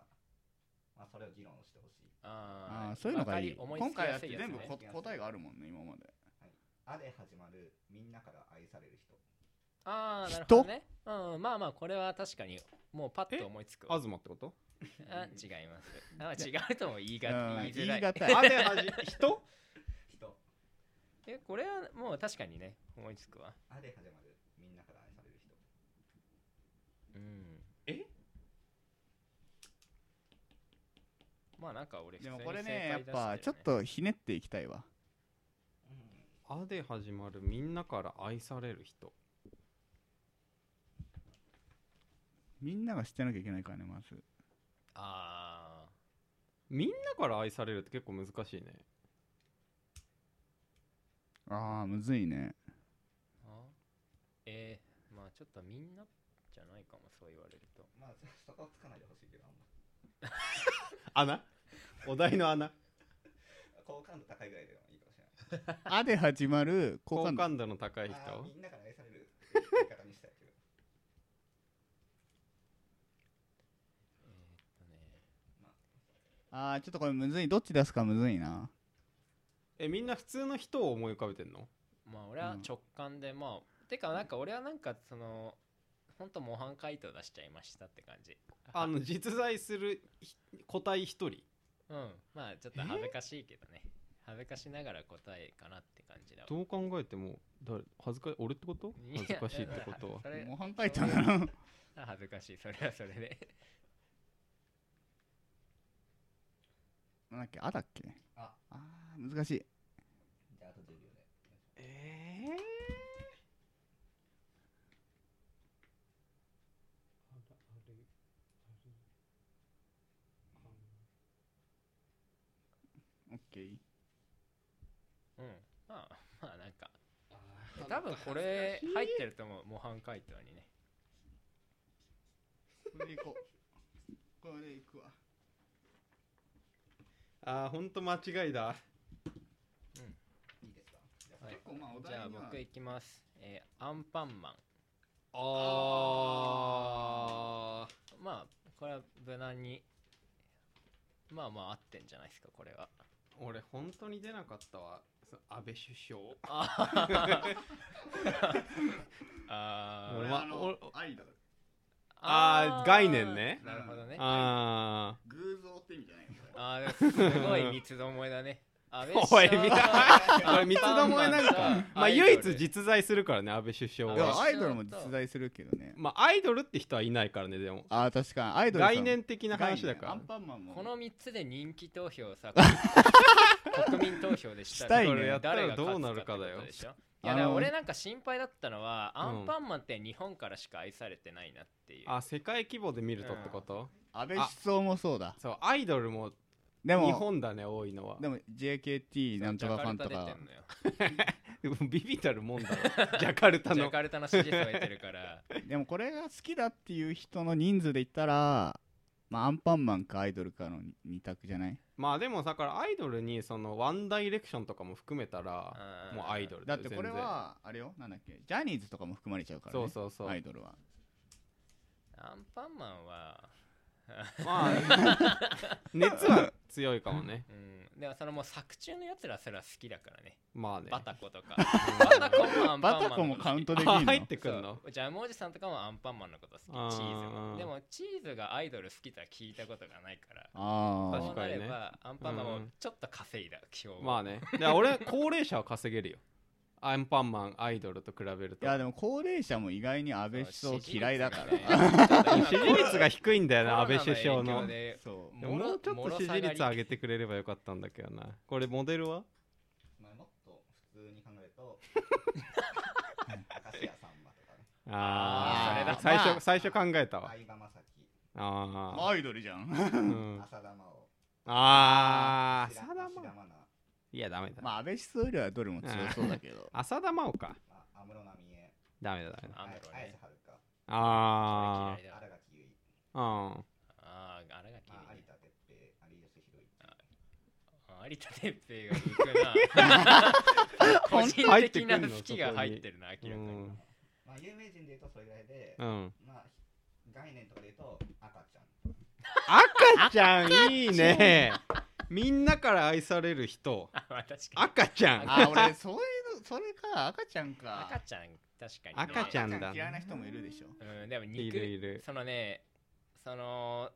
[SPEAKER 7] まあ、それを議論してほしい。
[SPEAKER 1] あ
[SPEAKER 2] あ
[SPEAKER 1] ー
[SPEAKER 2] あ、そういうのがいい。
[SPEAKER 1] わかり思
[SPEAKER 2] 今
[SPEAKER 1] つき
[SPEAKER 2] 回だ
[SPEAKER 1] や
[SPEAKER 2] っ
[SPEAKER 1] す
[SPEAKER 2] て
[SPEAKER 1] いやつね
[SPEAKER 2] 全部こ答えがあるもんね、今まで。
[SPEAKER 7] あで始まる、みんなから愛される人。
[SPEAKER 1] あーなるほどねうんまあまあこれは確かにもうパッと思いつくわ
[SPEAKER 3] 東ってこと
[SPEAKER 1] あ違いますあ違うとも言いが
[SPEAKER 2] うん
[SPEAKER 1] 言い
[SPEAKER 2] 言
[SPEAKER 1] づ
[SPEAKER 2] い
[SPEAKER 1] らい
[SPEAKER 2] 難い。
[SPEAKER 3] あ ではじ人
[SPEAKER 7] 人。
[SPEAKER 1] えこれはもう確かにね思いつくわ
[SPEAKER 7] あで始まる、みんなから愛される人。
[SPEAKER 1] うん
[SPEAKER 3] え
[SPEAKER 1] まあなんか俺普通
[SPEAKER 2] で
[SPEAKER 1] に正
[SPEAKER 2] もこ
[SPEAKER 1] 解
[SPEAKER 2] れ
[SPEAKER 1] 出してる
[SPEAKER 2] ね、やっぱちょっとひねっていきたいわ。
[SPEAKER 7] うん。
[SPEAKER 3] あで始まるみんなから愛される人
[SPEAKER 2] みんなが知ってなきゃいけないからね、まず。
[SPEAKER 1] ああ
[SPEAKER 3] みんなから愛されるって結構難しいね
[SPEAKER 2] ああ、むずいね。
[SPEAKER 1] あえー、まあちょっとみんなじゃないかもそう言われると
[SPEAKER 7] まあ、そそこはつかないでほしいけど、あんま
[SPEAKER 3] 穴お題の穴
[SPEAKER 7] 好感度高いぐらいでもいいかもしれない。
[SPEAKER 2] あで始まる、好
[SPEAKER 3] 好
[SPEAKER 2] 感度。
[SPEAKER 3] 感度の高い人
[SPEAKER 7] あーみんなから愛される言い方にしたいけど、
[SPEAKER 2] ああ、ちょっとこれむずい。どっち出すかむずいな。
[SPEAKER 3] えみんな普通の人を思い浮かべてんの
[SPEAKER 1] まあ俺は直感でまあてかなんか俺はなんかそのほんと模範解答出しちゃいましたって感じ
[SPEAKER 3] あの実在するひ個体一人
[SPEAKER 1] うんまあちょっと恥ずかしいけどね恥ずかしながら答えかなって感じだわ
[SPEAKER 3] どう考えても誰恥ずか俺ってこと
[SPEAKER 1] いや
[SPEAKER 3] 恥ずかしいってことは
[SPEAKER 1] それ
[SPEAKER 2] 模範解答
[SPEAKER 1] それ
[SPEAKER 2] なの。
[SPEAKER 1] あ恥ずかしいそれはそれで
[SPEAKER 2] なんだっけ、あだっけ。
[SPEAKER 7] あ
[SPEAKER 2] あー、難しい。
[SPEAKER 7] じゃああと10秒で。
[SPEAKER 3] え
[SPEAKER 2] オッケー。
[SPEAKER 1] うんまあまあなんか多分これ入ってると思う模範解答にね
[SPEAKER 2] これでいこう。これでいくわ。
[SPEAKER 3] あーほんと間違いだ
[SPEAKER 7] いいですかじゃあ、
[SPEAKER 1] はい
[SPEAKER 2] 構まあお
[SPEAKER 1] じゃあ僕いきます、えーアンパンマン
[SPEAKER 3] あ
[SPEAKER 1] まあこれは無難にまあまあ合ってんじゃないですかこれは
[SPEAKER 3] 俺本当に出なかったわそ安倍首
[SPEAKER 1] あ
[SPEAKER 3] 俺
[SPEAKER 1] ー
[SPEAKER 3] はお
[SPEAKER 2] 愛だから。
[SPEAKER 3] あー概念ね
[SPEAKER 1] なるほどね
[SPEAKER 3] 相あ
[SPEAKER 2] 偶像って意味じゃないのこれ
[SPEAKER 1] あーでもすごい三つどもえだ ね安倍
[SPEAKER 3] おい
[SPEAKER 1] 首
[SPEAKER 3] み
[SPEAKER 1] 相
[SPEAKER 3] たいあ俺三つどもえなん
[SPEAKER 1] アンパンマ ン
[SPEAKER 3] か
[SPEAKER 1] と
[SPEAKER 3] まあ
[SPEAKER 1] アイドル
[SPEAKER 3] 唯一実在するからね安倍首相
[SPEAKER 1] あ
[SPEAKER 2] いや
[SPEAKER 1] 一緒だ
[SPEAKER 3] は
[SPEAKER 2] アイドルも実在するけどね
[SPEAKER 3] まあアイドルって人はいないからねでも
[SPEAKER 2] ああ確かにアイドルさん
[SPEAKER 3] 概念的な話だか
[SPEAKER 2] 概念アン
[SPEAKER 3] ら
[SPEAKER 2] パンマンも
[SPEAKER 1] この3つで人気投票をさ国民投票でした
[SPEAKER 2] したいね
[SPEAKER 1] これ誰が
[SPEAKER 3] ど
[SPEAKER 1] 勝
[SPEAKER 3] う
[SPEAKER 1] つ
[SPEAKER 3] な
[SPEAKER 1] か
[SPEAKER 3] るかだよ
[SPEAKER 1] ってことでしょい
[SPEAKER 2] あ
[SPEAKER 1] や
[SPEAKER 2] の
[SPEAKER 1] だから俺なんか心配だったのは、
[SPEAKER 3] うん
[SPEAKER 1] アンパンマンって日本からしか愛されてないなっていう
[SPEAKER 3] あ世界規模で見るとってこと
[SPEAKER 2] 安倍首相もそうだ
[SPEAKER 3] そうアイドルも
[SPEAKER 2] で
[SPEAKER 3] 日
[SPEAKER 2] も
[SPEAKER 3] 本だね多いのは
[SPEAKER 2] でも JKT なんとかファンと
[SPEAKER 1] ジャカルタ出
[SPEAKER 2] か
[SPEAKER 1] てんのよ
[SPEAKER 3] でもビビたるもんだろ ジャカルタ
[SPEAKER 1] ジ
[SPEAKER 3] の
[SPEAKER 1] ャカルタの支持層得てるから
[SPEAKER 2] でもこれが好きだっていう人の人数で言ったらまあアンパンマンかアイドルかの二択じゃない
[SPEAKER 3] まあでもだからアイドルにそのワンダイレクションとかも含めたら
[SPEAKER 1] あー
[SPEAKER 3] もうアイドル
[SPEAKER 2] だ
[SPEAKER 3] だ
[SPEAKER 2] っ
[SPEAKER 3] よ
[SPEAKER 2] てこれはあれよなんだっけジャニーズとかも含まれちゃうか
[SPEAKER 3] 全
[SPEAKER 2] ら
[SPEAKER 3] 然
[SPEAKER 2] ね
[SPEAKER 3] そうそうそう、
[SPEAKER 2] アイドルは
[SPEAKER 1] アンパンマンは
[SPEAKER 3] まあ 熱は強いかもね
[SPEAKER 1] うんでもそのもう作中のやつらそれは好きだからね
[SPEAKER 3] まあね
[SPEAKER 1] バタコとかバタコもアンパ
[SPEAKER 2] バ
[SPEAKER 1] ンマンのこと好き
[SPEAKER 2] タコもカウントできん
[SPEAKER 3] あ
[SPEAKER 2] の
[SPEAKER 3] 入ってくんの
[SPEAKER 1] そうジャムおじさんとかもアンパンマンのこと
[SPEAKER 3] あ
[SPEAKER 1] 好
[SPEAKER 3] ー
[SPEAKER 1] きチーズもでもチーズがアイドル好きとは聞いたことがないから
[SPEAKER 2] あ
[SPEAKER 3] 確
[SPEAKER 1] そう
[SPEAKER 2] あ
[SPEAKER 3] か
[SPEAKER 1] な
[SPEAKER 3] にね
[SPEAKER 1] ればアンパンマンも
[SPEAKER 3] うん
[SPEAKER 1] ちょっと稼いだ今日
[SPEAKER 3] まあねで俺高齢者は稼げるよアンパンマンアイドルと比べる
[SPEAKER 2] い
[SPEAKER 3] と
[SPEAKER 2] やでも高齢者も意外に安倍首相嫌い だから
[SPEAKER 1] ら
[SPEAKER 3] 支持率が低いんだよな安倍首相の
[SPEAKER 2] そう
[SPEAKER 3] でももうちょっと支持率上げてくれればよかったんだけどなこれモデルは
[SPEAKER 7] まあ、もっと普通に考える と、明石家さんまとかね、
[SPEAKER 3] あ
[SPEAKER 2] あー
[SPEAKER 3] あ
[SPEAKER 2] それ
[SPEAKER 3] 最
[SPEAKER 2] だ
[SPEAKER 3] 初、最初考えたわ
[SPEAKER 7] 相葉雅紀、
[SPEAKER 3] あ
[SPEAKER 2] アイドルじゃん
[SPEAKER 3] あ、うん、
[SPEAKER 7] 浅田真央、
[SPEAKER 3] あー、
[SPEAKER 7] 芦田
[SPEAKER 3] 浅田
[SPEAKER 7] 芦
[SPEAKER 3] 真
[SPEAKER 7] 田
[SPEAKER 3] 央。
[SPEAKER 7] 愛菜、
[SPEAKER 3] いや、ダメだ。
[SPEAKER 2] まあ安倍首相よりはどれも強そうだけど
[SPEAKER 3] 浅田真央か。
[SPEAKER 7] まあ安室奈美恵、
[SPEAKER 3] ダメだ、ダメだ。
[SPEAKER 1] あ
[SPEAKER 7] あ
[SPEAKER 1] んだ
[SPEAKER 7] や
[SPEAKER 1] ろうね
[SPEAKER 7] 綾瀬はるか、
[SPEAKER 3] あ
[SPEAKER 1] 嫌いだ
[SPEAKER 7] 新垣結
[SPEAKER 3] ー、うん。
[SPEAKER 1] あーあれが
[SPEAKER 7] 衣、まあ、
[SPEAKER 1] 嫌い
[SPEAKER 7] 有田哲平、有吉弘行。
[SPEAKER 1] あ有田哲平が行くな 個人的な好きが入ってるな
[SPEAKER 3] う
[SPEAKER 1] 明らかに、
[SPEAKER 3] ん。
[SPEAKER 7] まあ有名人で言うとそれぐらいで、
[SPEAKER 3] うん、
[SPEAKER 7] まあ概念とかで言うと赤ちゃん。
[SPEAKER 3] 赤ちゃんいいねみんなから愛される人
[SPEAKER 1] あまあ確かに
[SPEAKER 3] 赤ちゃん
[SPEAKER 2] あ俺そういうのそれか赤ちゃんか
[SPEAKER 1] 赤ちゃん確かに、ね、
[SPEAKER 3] 赤ちゃんだ
[SPEAKER 2] 嫌いな人もいるでしょ
[SPEAKER 1] うん、でも肉
[SPEAKER 3] いるいる
[SPEAKER 1] そのねその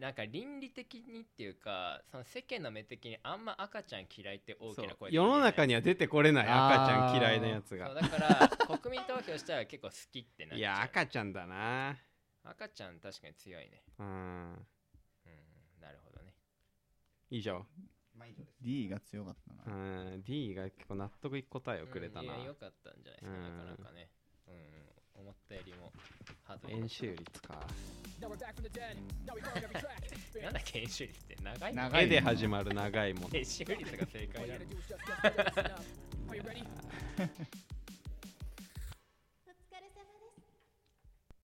[SPEAKER 1] なんか倫理的にっていうかその世間の目的にあんま赤ちゃん嫌いって大き
[SPEAKER 3] そう
[SPEAKER 1] な声で言えない
[SPEAKER 3] 世の中には出てこれない赤ちゃん嫌いなやつ
[SPEAKER 1] そう
[SPEAKER 3] が
[SPEAKER 1] だから国民投票したら結構好きってなっ
[SPEAKER 3] い
[SPEAKER 1] ちゃう
[SPEAKER 3] や赤ちゃんだな
[SPEAKER 1] 赤ちゃん確かに強いね
[SPEAKER 3] うん
[SPEAKER 1] うんなるほどね
[SPEAKER 3] 以上
[SPEAKER 7] まあ以上です。
[SPEAKER 2] D が強かったな
[SPEAKER 3] うん D が結構納得いく答えをくれ
[SPEAKER 1] う
[SPEAKER 3] たな
[SPEAKER 1] んいや良かったんじゃないですか
[SPEAKER 3] うん
[SPEAKER 1] なかなかねうん思ったよりもハード
[SPEAKER 3] 円周率か
[SPEAKER 4] Now we're back from the dead. Now we cover every track.
[SPEAKER 1] なんだっけ円周率って長い
[SPEAKER 2] 長
[SPEAKER 3] 絵
[SPEAKER 2] い
[SPEAKER 3] で始まる長いもの
[SPEAKER 1] 円周率が正
[SPEAKER 4] All
[SPEAKER 1] 解
[SPEAKER 4] you
[SPEAKER 1] なの
[SPEAKER 4] gotta do is just just just listen up. Are you ready?
[SPEAKER 5] お疲れ様です。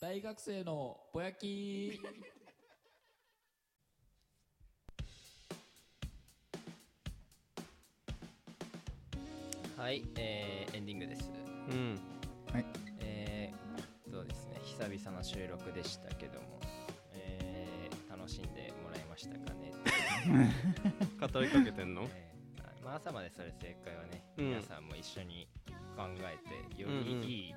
[SPEAKER 4] 大学生のぼやき。
[SPEAKER 1] はいえーエンディングです
[SPEAKER 3] うん
[SPEAKER 1] えー、そうですね久々の収録でしたけども、えー楽しんでもらいましたかね、
[SPEAKER 3] 語りかけ てんの
[SPEAKER 1] えーまあ、朝までそれ正解はね、
[SPEAKER 3] うん
[SPEAKER 1] 皆さんも一緒に考えてよ
[SPEAKER 3] うんうん
[SPEAKER 1] りいい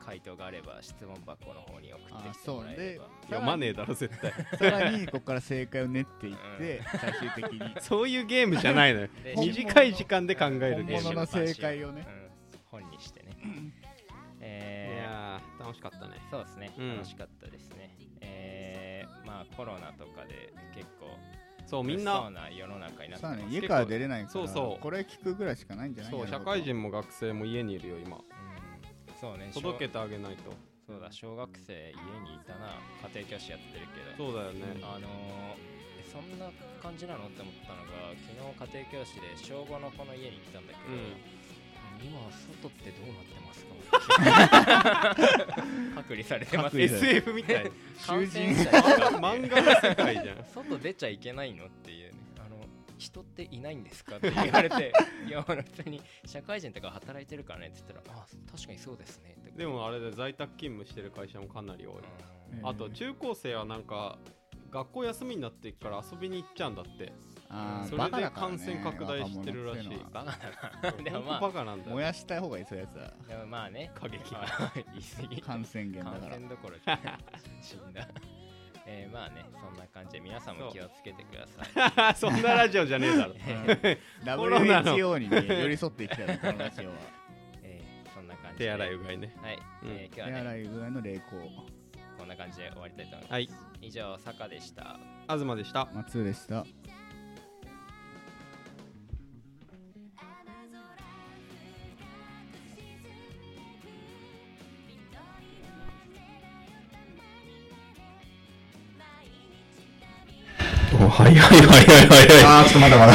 [SPEAKER 1] 回答があれば質問箱の方に送ってきてもらえれば
[SPEAKER 2] あそう
[SPEAKER 3] 読まねえだろ絶 対
[SPEAKER 2] さらにここから正解を練っていって最終的に
[SPEAKER 3] そういうゲームじゃないのよ
[SPEAKER 1] で
[SPEAKER 3] 短い時間で考えるゲ
[SPEAKER 2] 本
[SPEAKER 3] ー
[SPEAKER 2] 物
[SPEAKER 3] ム
[SPEAKER 2] の正解をね
[SPEAKER 1] うん本にしてね、
[SPEAKER 3] い
[SPEAKER 1] えー
[SPEAKER 3] やー楽しかったね
[SPEAKER 1] そうですね、
[SPEAKER 3] うん
[SPEAKER 1] 楽しかったですね、えーまあコロナとかで結構
[SPEAKER 3] そうみん
[SPEAKER 1] 苦しそ
[SPEAKER 3] な
[SPEAKER 1] うな世の中になって
[SPEAKER 2] さ
[SPEAKER 1] ま
[SPEAKER 2] あ
[SPEAKER 1] す
[SPEAKER 2] ね
[SPEAKER 1] ね
[SPEAKER 2] 家から出れないから
[SPEAKER 3] そうそう
[SPEAKER 2] これ聞くぐらいしかないんじゃない
[SPEAKER 3] そう社会人も学生も家にいるよ今
[SPEAKER 1] うんそうね
[SPEAKER 3] 届けてあげないと
[SPEAKER 1] そうだ小学生家にいたな家庭教師やってるけど
[SPEAKER 3] そうだよね
[SPEAKER 1] あのーえそんな感じなのって思ったのが昨日家庭教師で小5の子の家に来たんだけど、
[SPEAKER 3] うん
[SPEAKER 1] 今外ってどうなってます か隔離されてます
[SPEAKER 3] SF みたい
[SPEAKER 1] 感染者
[SPEAKER 3] 漫画の世界じゃん
[SPEAKER 1] 外出ちゃいけないのっていうねあの人っていないんですか って言われていや本当に社会人とか働いてるからねって言ったらあ確かにそうですねって
[SPEAKER 3] でもあれで在宅勤務してる会社もかなり多い
[SPEAKER 1] うん
[SPEAKER 3] あと中高生はなんか学校休みになっていくから遊びに行っちゃうんだって
[SPEAKER 2] あー
[SPEAKER 3] それ
[SPEAKER 2] バカ
[SPEAKER 3] で
[SPEAKER 2] だからね
[SPEAKER 3] 感染拡大してるらしい
[SPEAKER 2] 若者ってう
[SPEAKER 1] バカ
[SPEAKER 2] のは
[SPEAKER 1] でも
[SPEAKER 3] 本
[SPEAKER 1] まあ
[SPEAKER 3] 当バカなんだよ
[SPEAKER 2] 燃や したい方がいいそういうやつは
[SPEAKER 1] でもまあね
[SPEAKER 3] 過激
[SPEAKER 1] まあ言い過ぎ
[SPEAKER 2] 感染源
[SPEAKER 1] 感
[SPEAKER 2] だから
[SPEAKER 1] 染どころじゃない死んだ えーまあねそんな感じで皆さんも気をつけてくだ さい
[SPEAKER 3] そんなラジオじゃねえだろコロナの
[SPEAKER 2] WHO に、ね、寄り添っていきたいなこのラジオは
[SPEAKER 1] えーそんな感じで
[SPEAKER 3] 手洗いうがいね
[SPEAKER 1] はい、
[SPEAKER 3] うん
[SPEAKER 1] えー今日
[SPEAKER 2] 手
[SPEAKER 1] はね
[SPEAKER 2] 洗いぐらいの冷凍
[SPEAKER 1] こんな感じで終わりたいと思います、
[SPEAKER 3] はい
[SPEAKER 1] 以上坂でした
[SPEAKER 3] 東でした
[SPEAKER 2] 松でした
[SPEAKER 7] ああ、ちょっとまだまだ。